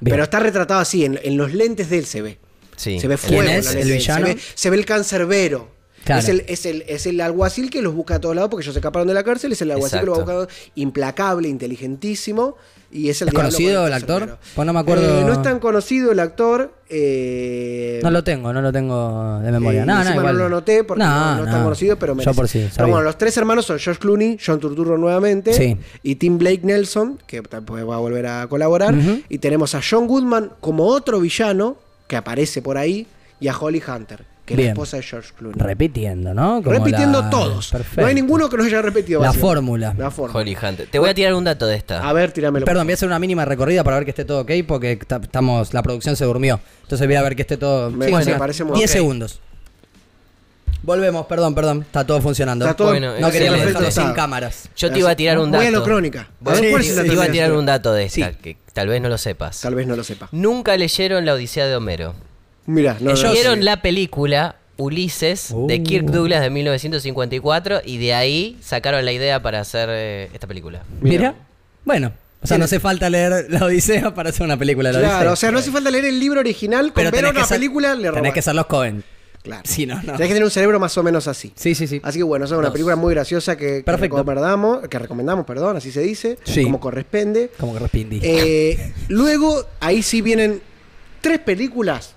[SPEAKER 2] Bien.
[SPEAKER 3] Pero está retratado así, en, en los lentes de él se ve.
[SPEAKER 1] Sí.
[SPEAKER 3] Se ve
[SPEAKER 1] ¿Quién
[SPEAKER 3] fuego. en
[SPEAKER 2] es
[SPEAKER 3] los lentes
[SPEAKER 2] el
[SPEAKER 3] de él,
[SPEAKER 2] villano?
[SPEAKER 3] Se ve, se ve el cancerbero.
[SPEAKER 2] Claro.
[SPEAKER 3] Es, el, es, el, es el alguacil que los busca a todos lados porque ellos se escaparon de la cárcel. Es el alguacil que los
[SPEAKER 1] Exacto.
[SPEAKER 3] busca a todos Implacable, inteligentísimo. Y es el diablo
[SPEAKER 2] ¿Es
[SPEAKER 3] con
[SPEAKER 2] conocido el
[SPEAKER 3] cancerbero.
[SPEAKER 2] actor? Pues no me acuerdo-
[SPEAKER 3] Eh, no es tan conocido el actor. eh,
[SPEAKER 2] No lo tengo, no lo tengo de
[SPEAKER 3] eh,
[SPEAKER 2] memoria. No, no,
[SPEAKER 3] encima
[SPEAKER 2] igual.
[SPEAKER 3] lo noté porque no, no es tan conocido, pero merece.
[SPEAKER 2] Yo por sí,
[SPEAKER 3] Pero
[SPEAKER 2] sabía.
[SPEAKER 3] bueno, los tres hermanos son Josh Clooney, John Turturro nuevamente,
[SPEAKER 2] Sí.
[SPEAKER 3] y Tim Blake Nelson, que tampoco va a volver a colaborar.
[SPEAKER 2] Ujú.
[SPEAKER 3] Y tenemos a John Goodman como otro villano que aparece por ahí, y a Holly Hunter, que es
[SPEAKER 2] Bien.
[SPEAKER 3] la esposa de George Clooney.
[SPEAKER 2] Repitiendo, ¿no? Como
[SPEAKER 3] Repitiendo
[SPEAKER 2] la-
[SPEAKER 3] todos.
[SPEAKER 2] Perfecto.
[SPEAKER 3] No hay ninguno que no haya repetido.
[SPEAKER 2] La
[SPEAKER 3] básicamente.
[SPEAKER 2] fórmula.
[SPEAKER 3] La fórmula.
[SPEAKER 1] Holly Hunter. Te voy a tirar un dato de esta.
[SPEAKER 3] A ver, tíramelo.
[SPEAKER 2] Perdón, voy a hacer una mínima recorrida para ver que esté todo ok, porque ta- estamos, la producción se durmió. Entonces voy a ver que esté todo.
[SPEAKER 3] Me- me parece muy
[SPEAKER 2] 10
[SPEAKER 3] ok.
[SPEAKER 2] segundos. Volvemos, perdón, perdón. Está todo funcionando.
[SPEAKER 3] Está todo-
[SPEAKER 1] Bueno,
[SPEAKER 2] no quería
[SPEAKER 1] excelente.
[SPEAKER 2] dejarlo sin
[SPEAKER 3] Está.
[SPEAKER 2] cámaras.
[SPEAKER 1] Yo te iba a tirar un dato.
[SPEAKER 3] Voy a lo crónica. A
[SPEAKER 1] Vos
[SPEAKER 3] ver,
[SPEAKER 1] te-
[SPEAKER 3] ¿cuál es el dato
[SPEAKER 1] te iba a
[SPEAKER 3] que
[SPEAKER 1] tirar
[SPEAKER 3] tenés?
[SPEAKER 1] un dato de esta,
[SPEAKER 2] Sí.
[SPEAKER 1] que tal vez no lo sepas.
[SPEAKER 3] Tal vez no lo sepa.
[SPEAKER 1] Nunca leyeron La Odisea de Homero.
[SPEAKER 3] Mirá, no, no lo
[SPEAKER 1] Leyeron
[SPEAKER 3] sé.
[SPEAKER 1] la película Ulises de Kirk
[SPEAKER 2] Oh.
[SPEAKER 1] Douglas de 1954 y de ahí sacaron la idea para hacer eh, esta película.
[SPEAKER 2] Mira. Bueno, o sea, no hace falta leer La Odisea para hacer una película de La Odisea.
[SPEAKER 3] Claro, o sea, no hace falta leer el libro original, con ver
[SPEAKER 2] tenés que
[SPEAKER 3] una
[SPEAKER 2] ser-
[SPEAKER 3] película le
[SPEAKER 2] Tenés
[SPEAKER 3] robás.
[SPEAKER 2] que ser los Cohen.
[SPEAKER 3] Claro.
[SPEAKER 2] Sí, no, no.
[SPEAKER 3] Tenés que tener un cerebro más o menos así.
[SPEAKER 2] Sí, sí, sí.
[SPEAKER 3] Así que bueno, esa es una
[SPEAKER 2] Dos.
[SPEAKER 3] película muy graciosa que, que
[SPEAKER 2] Perfecto.
[SPEAKER 3] recomendamos, que recomendamos, perdón, así se dice,
[SPEAKER 2] Sí.
[SPEAKER 3] como corresponde.
[SPEAKER 2] Como que respindí.
[SPEAKER 3] Eh, luego, ahí sí vienen tres películas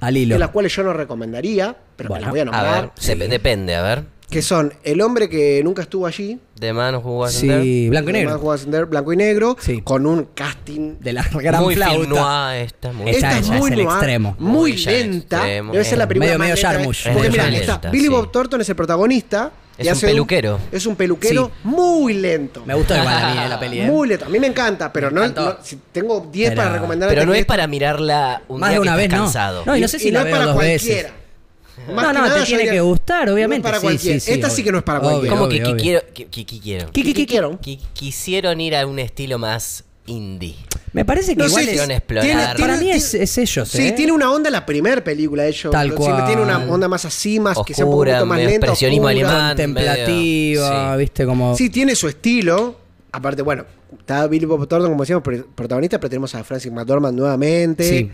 [SPEAKER 2] Al
[SPEAKER 3] de
[SPEAKER 2] hilo.
[SPEAKER 3] las cuales yo no recomendaría, pero que
[SPEAKER 2] Bueno,
[SPEAKER 3] las voy a
[SPEAKER 1] A
[SPEAKER 3] nombrar,
[SPEAKER 1] ver, se- depende, a ver.
[SPEAKER 3] que son El hombre que nunca estuvo allí,
[SPEAKER 1] The Man Who Was
[SPEAKER 2] Sí, blanco y
[SPEAKER 3] de Mad
[SPEAKER 2] negro.
[SPEAKER 3] Who Was There, blanco y negro,
[SPEAKER 2] Sí.
[SPEAKER 3] con un casting
[SPEAKER 2] De la gran
[SPEAKER 1] Muy
[SPEAKER 2] flauta.
[SPEAKER 1] film noir esta, muy
[SPEAKER 3] Esta
[SPEAKER 2] Esta
[SPEAKER 1] film
[SPEAKER 3] es
[SPEAKER 2] ya
[SPEAKER 1] noir.
[SPEAKER 3] muy
[SPEAKER 2] es el
[SPEAKER 3] noir,
[SPEAKER 2] extremo.
[SPEAKER 3] Muy
[SPEAKER 1] Muy ya
[SPEAKER 3] lenta.
[SPEAKER 1] extremo,
[SPEAKER 3] Debe ser
[SPEAKER 1] es
[SPEAKER 3] la primera
[SPEAKER 2] medio-
[SPEAKER 3] más
[SPEAKER 2] medio
[SPEAKER 3] lenta. ¿eh?
[SPEAKER 2] Jarmusch.
[SPEAKER 3] Porque
[SPEAKER 1] Es
[SPEAKER 3] mira,
[SPEAKER 1] medio
[SPEAKER 3] está
[SPEAKER 1] lenta,
[SPEAKER 3] Billy
[SPEAKER 1] sí.
[SPEAKER 3] Bob Thornton es el protagonista.
[SPEAKER 1] Es un
[SPEAKER 3] hace
[SPEAKER 1] peluquero.
[SPEAKER 3] es un peluquero muy lento.
[SPEAKER 2] Me gustó igual a mí eh, la peli. eh.
[SPEAKER 3] Muy lento. A mí me encanta, pero
[SPEAKER 2] Me
[SPEAKER 3] no,
[SPEAKER 2] encantó.
[SPEAKER 3] no- si tengo 10
[SPEAKER 2] Pero-
[SPEAKER 3] para recomendar
[SPEAKER 1] Pero no
[SPEAKER 3] antes
[SPEAKER 1] es
[SPEAKER 3] que-
[SPEAKER 1] para mirarla un
[SPEAKER 2] Más
[SPEAKER 1] día
[SPEAKER 2] de una
[SPEAKER 1] que
[SPEAKER 2] vez,
[SPEAKER 1] estás
[SPEAKER 2] no.
[SPEAKER 1] cansado.
[SPEAKER 2] No, y no sé si la
[SPEAKER 3] es
[SPEAKER 2] veo
[SPEAKER 3] para
[SPEAKER 2] dos
[SPEAKER 3] cualquiera.
[SPEAKER 2] veces.
[SPEAKER 3] Más
[SPEAKER 2] No,
[SPEAKER 3] que
[SPEAKER 2] no, te
[SPEAKER 3] nada, yo
[SPEAKER 2] tiene que gustar, obviamente,
[SPEAKER 3] No es para
[SPEAKER 2] sí,
[SPEAKER 3] cualquiera.
[SPEAKER 2] sí, sí,
[SPEAKER 3] Esta sí
[SPEAKER 2] obvio.
[SPEAKER 3] que no es para
[SPEAKER 2] Obvio.
[SPEAKER 3] cualquiera.
[SPEAKER 1] Como
[SPEAKER 2] obvio,
[SPEAKER 1] que
[SPEAKER 2] obvio.
[SPEAKER 1] quiero, que, que- que quiero.
[SPEAKER 2] ¿Qué, qué, qué, qué?
[SPEAKER 3] quisieron?
[SPEAKER 1] Que quisieron ir a un estilo más indie.
[SPEAKER 2] Me parece que
[SPEAKER 3] No sé,
[SPEAKER 2] igual es-
[SPEAKER 1] quisieron explorar.
[SPEAKER 3] tiene-
[SPEAKER 2] Para mí
[SPEAKER 3] tiene-
[SPEAKER 2] es, es ellos,
[SPEAKER 3] Sí,
[SPEAKER 2] eh.
[SPEAKER 3] tiene una onda la primer película de ellos.
[SPEAKER 2] Tal
[SPEAKER 3] Siempre tiene una
[SPEAKER 2] cual.
[SPEAKER 3] onda más así, más que sea un
[SPEAKER 1] Oscura,
[SPEAKER 3] poquito más
[SPEAKER 1] medio
[SPEAKER 3] lenta.
[SPEAKER 1] expresionismo
[SPEAKER 3] oscura.
[SPEAKER 1] alemán.
[SPEAKER 2] contemplativa,
[SPEAKER 1] medio- sí.
[SPEAKER 2] viste, como...
[SPEAKER 3] Sí, tiene su estilo. Aparte, bueno, está Billy Bob Thornton, como decíamos, pr- protagonista, pero tenemos a Francis McDormand nuevamente.
[SPEAKER 2] Sí.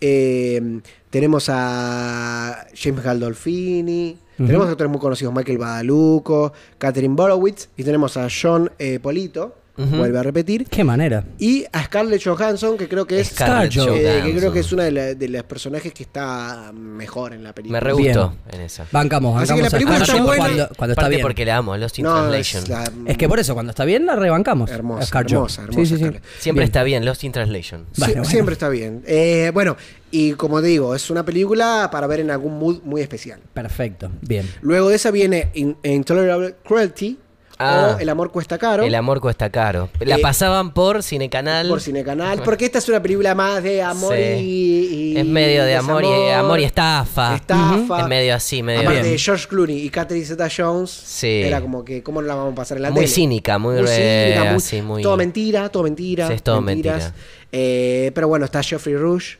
[SPEAKER 3] Eh, tenemos a James Gandolfini. Tenemos actores muy conocidos, Michael Badaluco, Catherine Borowitz. Y tenemos a John eh, Polito, vuelve a repetir.
[SPEAKER 2] Qué manera.
[SPEAKER 3] Y a Scarlett Johansson, que creo que es...
[SPEAKER 1] Scarlett
[SPEAKER 2] Scarjo.
[SPEAKER 3] eh,
[SPEAKER 1] Johansson.
[SPEAKER 3] que creo que es una de, la- de los personajes que está mejor en la película.
[SPEAKER 1] Me re
[SPEAKER 2] Bien.
[SPEAKER 1] gustó en esa.
[SPEAKER 2] Bancamos, bancamos.
[SPEAKER 3] Así que la
[SPEAKER 2] a-
[SPEAKER 3] película
[SPEAKER 2] a-
[SPEAKER 3] está
[SPEAKER 2] cuando-
[SPEAKER 3] buena.
[SPEAKER 2] Cuando, cuando está
[SPEAKER 1] Aparte
[SPEAKER 2] bien.
[SPEAKER 1] porque la amo, Lost in
[SPEAKER 3] No,
[SPEAKER 1] Translation.
[SPEAKER 3] es la-
[SPEAKER 2] Es que por eso, cuando está bien, la rebancamos.
[SPEAKER 3] Hermosa,
[SPEAKER 2] Scarjo.
[SPEAKER 3] hermosa, hermosa Scarlett.
[SPEAKER 1] Siempre
[SPEAKER 2] Bien.
[SPEAKER 1] está bien, Lost in Translation.
[SPEAKER 3] Sí,
[SPEAKER 2] Vale, bueno.
[SPEAKER 3] Siempre está bien. Eh, bueno, y como digo, es una película para ver en algún mood muy especial.
[SPEAKER 2] Perfecto, bien.
[SPEAKER 3] Luego de esa viene In- Intolerable Cruelty
[SPEAKER 1] Ah.
[SPEAKER 3] o El amor cuesta caro
[SPEAKER 1] El amor cuesta caro. La
[SPEAKER 3] Eh,
[SPEAKER 1] pasaban por Cinecanal.
[SPEAKER 3] por Cinecanal, porque esta es una película más de amor
[SPEAKER 1] Sí.
[SPEAKER 3] y, y
[SPEAKER 1] es medio de amor y,
[SPEAKER 3] desamor,
[SPEAKER 1] amor y estafa.
[SPEAKER 3] Estafa.
[SPEAKER 1] Es medio así, medio.
[SPEAKER 3] Aparte de
[SPEAKER 2] Bien.
[SPEAKER 3] George Clooney y Catherine Zeta-Jones,
[SPEAKER 1] Sí.
[SPEAKER 3] era como que, ¿cómo no la vamos a pasar en la
[SPEAKER 1] Muy
[SPEAKER 3] tele?
[SPEAKER 1] cínica, muy re- así, muy-
[SPEAKER 3] Todo mentira, todo mentira.
[SPEAKER 1] Sí, es todo
[SPEAKER 3] mentiras.
[SPEAKER 1] mentira.
[SPEAKER 3] Eh, pero bueno, está Geoffrey Rush.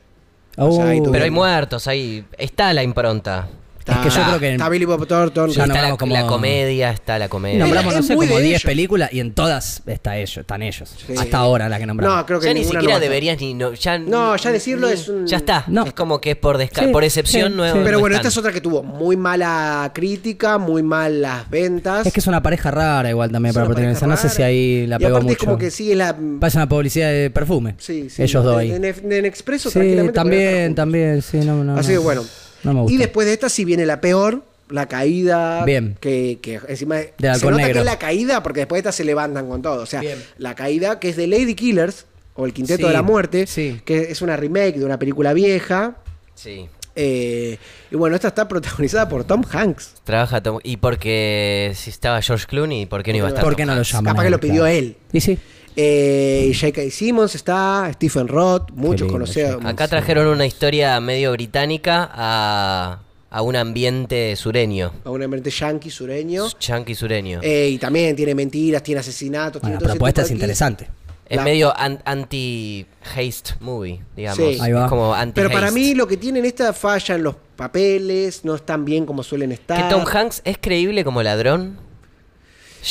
[SPEAKER 3] O sea,
[SPEAKER 2] Oh.
[SPEAKER 3] ahí tuvimos-
[SPEAKER 1] Pero hay muertos, ahí está la impronta.
[SPEAKER 3] Está,
[SPEAKER 2] que yo creo que-
[SPEAKER 3] Está Billy Bob Thornton.
[SPEAKER 2] Ya
[SPEAKER 1] está
[SPEAKER 2] nombramos
[SPEAKER 1] la,
[SPEAKER 2] como-
[SPEAKER 1] la comedia, está la
[SPEAKER 2] Y
[SPEAKER 1] comedia.
[SPEAKER 2] Eh, nombramos,
[SPEAKER 3] Es
[SPEAKER 2] no sé,
[SPEAKER 3] muy
[SPEAKER 2] como
[SPEAKER 3] de
[SPEAKER 2] 10
[SPEAKER 3] ellos.
[SPEAKER 2] películas y en todas está ellos, están ellos.
[SPEAKER 3] Sí.
[SPEAKER 2] Hasta ahora la que nombramos.
[SPEAKER 3] No, creo que
[SPEAKER 1] ya ni
[SPEAKER 3] ninguna
[SPEAKER 1] siquiera
[SPEAKER 3] no va a estar.
[SPEAKER 1] deberías ni no, ya,
[SPEAKER 3] No, ya decirlo es un-
[SPEAKER 1] ya está.
[SPEAKER 2] No.
[SPEAKER 1] Es como que es por desca-
[SPEAKER 2] Sí,
[SPEAKER 1] por excepción
[SPEAKER 2] sí,
[SPEAKER 1] no-
[SPEAKER 2] sí.
[SPEAKER 1] no
[SPEAKER 3] Pero bueno, esta
[SPEAKER 1] están.
[SPEAKER 3] es otra que tuvo muy mala crítica, muy malas ventas.
[SPEAKER 2] Es que es una pareja rara igual también
[SPEAKER 3] Es
[SPEAKER 2] para
[SPEAKER 3] una
[SPEAKER 2] protagonizar. No
[SPEAKER 3] pareja
[SPEAKER 2] sé si
[SPEAKER 3] rara.
[SPEAKER 2] ahí la
[SPEAKER 3] Y
[SPEAKER 2] pegó
[SPEAKER 3] aparte es
[SPEAKER 2] mucho.
[SPEAKER 3] como que sigue la...
[SPEAKER 2] Pasa una publicidad de perfume.
[SPEAKER 3] Sí, sí,
[SPEAKER 2] Ellos
[SPEAKER 3] no,
[SPEAKER 2] dos
[SPEAKER 3] en-
[SPEAKER 2] ahí.
[SPEAKER 3] En, en Expreso
[SPEAKER 2] Sí,
[SPEAKER 3] tranquilamente
[SPEAKER 2] también,
[SPEAKER 3] podrían estar juntos.
[SPEAKER 2] también, sí, no, no,
[SPEAKER 3] Así
[SPEAKER 2] no.
[SPEAKER 3] que bueno.
[SPEAKER 2] No me gusta.
[SPEAKER 3] Y después de esta sí viene la peor, la caída.
[SPEAKER 2] Bien.
[SPEAKER 3] Que, que encima se nota
[SPEAKER 2] Del halcón
[SPEAKER 3] que
[SPEAKER 2] negro.
[SPEAKER 3] es la caída porque después de esta se levantan con todo. O sea,
[SPEAKER 2] Bien.
[SPEAKER 3] la caída que es de Lady Killers o el Quinteto
[SPEAKER 2] Sí,
[SPEAKER 3] de la Muerte,
[SPEAKER 2] sí.
[SPEAKER 3] que es una remake de una película vieja.
[SPEAKER 1] Sí.
[SPEAKER 3] Eh, y bueno, esta está protagonizada por Tom Hanks.
[SPEAKER 1] Trabaja Tom- y porque si estaba George Clooney, ¿por qué no iba a estar?
[SPEAKER 2] ¿Por
[SPEAKER 1] Tom
[SPEAKER 2] qué no lo
[SPEAKER 1] Hanks?
[SPEAKER 2] llaman?
[SPEAKER 3] Capaz
[SPEAKER 2] a
[SPEAKER 3] que lo pidió
[SPEAKER 2] claro.
[SPEAKER 3] él.
[SPEAKER 2] Y sí.
[SPEAKER 3] Eh, y J.K. Simmons está, Stephen Roth, muchos
[SPEAKER 2] lindo,
[SPEAKER 3] conocidos.
[SPEAKER 2] J.K..
[SPEAKER 1] Acá trajeron una historia medio británica a, a un ambiente sureño,
[SPEAKER 3] A un emergente yankee sureño.
[SPEAKER 1] yankee sureño.
[SPEAKER 3] Eh, y también tiene mentiras, tiene asesinatos.
[SPEAKER 2] Bueno,
[SPEAKER 3] tiene
[SPEAKER 2] la
[SPEAKER 3] todo ese tipo
[SPEAKER 2] propuesta es
[SPEAKER 3] de-
[SPEAKER 2] interesante.
[SPEAKER 1] es
[SPEAKER 3] la-
[SPEAKER 1] medio an- anti-haste movie, digamos.
[SPEAKER 3] Sí.
[SPEAKER 2] Ahí va.
[SPEAKER 1] Es como anti
[SPEAKER 3] Pero para mí lo que tienen esta falla en los papeles, no están bien como suelen estar.
[SPEAKER 1] ¿Que Tom Hanks es creíble como ladrón?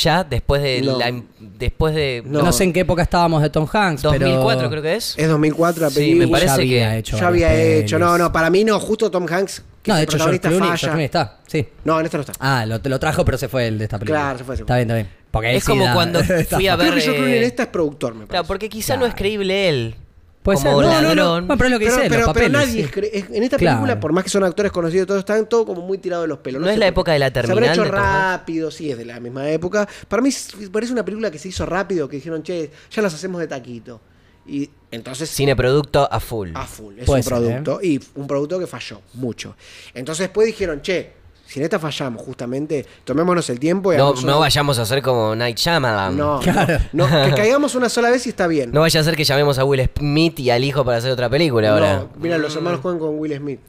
[SPEAKER 1] Ya después de
[SPEAKER 3] No.
[SPEAKER 1] la im- después de
[SPEAKER 3] No.
[SPEAKER 2] No. sé en qué época estábamos de Tom Hanks,
[SPEAKER 1] 2004
[SPEAKER 2] pero...
[SPEAKER 1] creo que es.
[SPEAKER 3] Es 2004 la
[SPEAKER 1] Sí,
[SPEAKER 3] película.
[SPEAKER 1] me parece
[SPEAKER 2] ya había
[SPEAKER 1] que
[SPEAKER 2] hecho
[SPEAKER 3] Ya había
[SPEAKER 2] varias
[SPEAKER 3] hecho. No,
[SPEAKER 2] pelis.
[SPEAKER 3] no, para mí no. Justo Tom Hanks, que es
[SPEAKER 2] No,
[SPEAKER 3] el
[SPEAKER 2] de hecho George
[SPEAKER 3] protagonista,
[SPEAKER 2] Clooney, George
[SPEAKER 3] falla.
[SPEAKER 2] Clooney está, sí.
[SPEAKER 3] No, en esta no está.
[SPEAKER 2] Ah, lo, lo trajo, pero se fue el de esta película.
[SPEAKER 3] Claro, se fue, se fue.
[SPEAKER 2] Está bien, está bien. Porque él
[SPEAKER 1] Es
[SPEAKER 2] sí
[SPEAKER 1] como
[SPEAKER 2] da-
[SPEAKER 1] cuando
[SPEAKER 2] está-
[SPEAKER 1] fui a ver-
[SPEAKER 3] Creo que George Clooney en
[SPEAKER 1] eh,
[SPEAKER 3] esta es productor, me parece.
[SPEAKER 1] Claro, porque quizá no es
[SPEAKER 2] Claro.
[SPEAKER 1] creíble él.
[SPEAKER 2] Puede
[SPEAKER 1] como
[SPEAKER 2] ser. No, no, no.
[SPEAKER 1] ladrón.
[SPEAKER 2] Bueno, pero es lo que
[SPEAKER 3] pero,
[SPEAKER 2] dice,
[SPEAKER 3] pero- pero
[SPEAKER 2] los papeles.
[SPEAKER 3] nadie
[SPEAKER 2] sí.
[SPEAKER 3] es cre- es- en esta
[SPEAKER 2] Claro.
[SPEAKER 3] película, por más que son actores conocidos, todos están todo como muy tirados de los pelos.
[SPEAKER 1] ¿No es la
[SPEAKER 3] por
[SPEAKER 1] época
[SPEAKER 3] qué.
[SPEAKER 1] de la
[SPEAKER 3] Se
[SPEAKER 1] terminal
[SPEAKER 3] habrá hecho
[SPEAKER 1] de Tom Hanks?
[SPEAKER 3] rápido, sí, es de la misma época. Para mí s- parece una película que se hizo rápido, que dijeron, che, ya las hacemos de taquito. Y entonces
[SPEAKER 1] Cineproducto a full.
[SPEAKER 3] a full. Es
[SPEAKER 2] Puede
[SPEAKER 3] un
[SPEAKER 2] ser, ¿eh?
[SPEAKER 3] producto. Y un producto que falló mucho. Entonces después dijeron, che, si en esta fallamos, justamente, tomémonos el tiempo y
[SPEAKER 1] No,
[SPEAKER 3] hagamos
[SPEAKER 1] no
[SPEAKER 3] una-
[SPEAKER 1] vayamos a hacer como Night Shyamalan.
[SPEAKER 3] No, no,
[SPEAKER 2] Claro.
[SPEAKER 3] no, que caigamos una sola vez y está bien.
[SPEAKER 1] No vaya a ser que llamemos a Will Smith y al hijo para hacer otra película ahora. Oh,
[SPEAKER 3] No, mira, los hermanos juegan con Will Smith.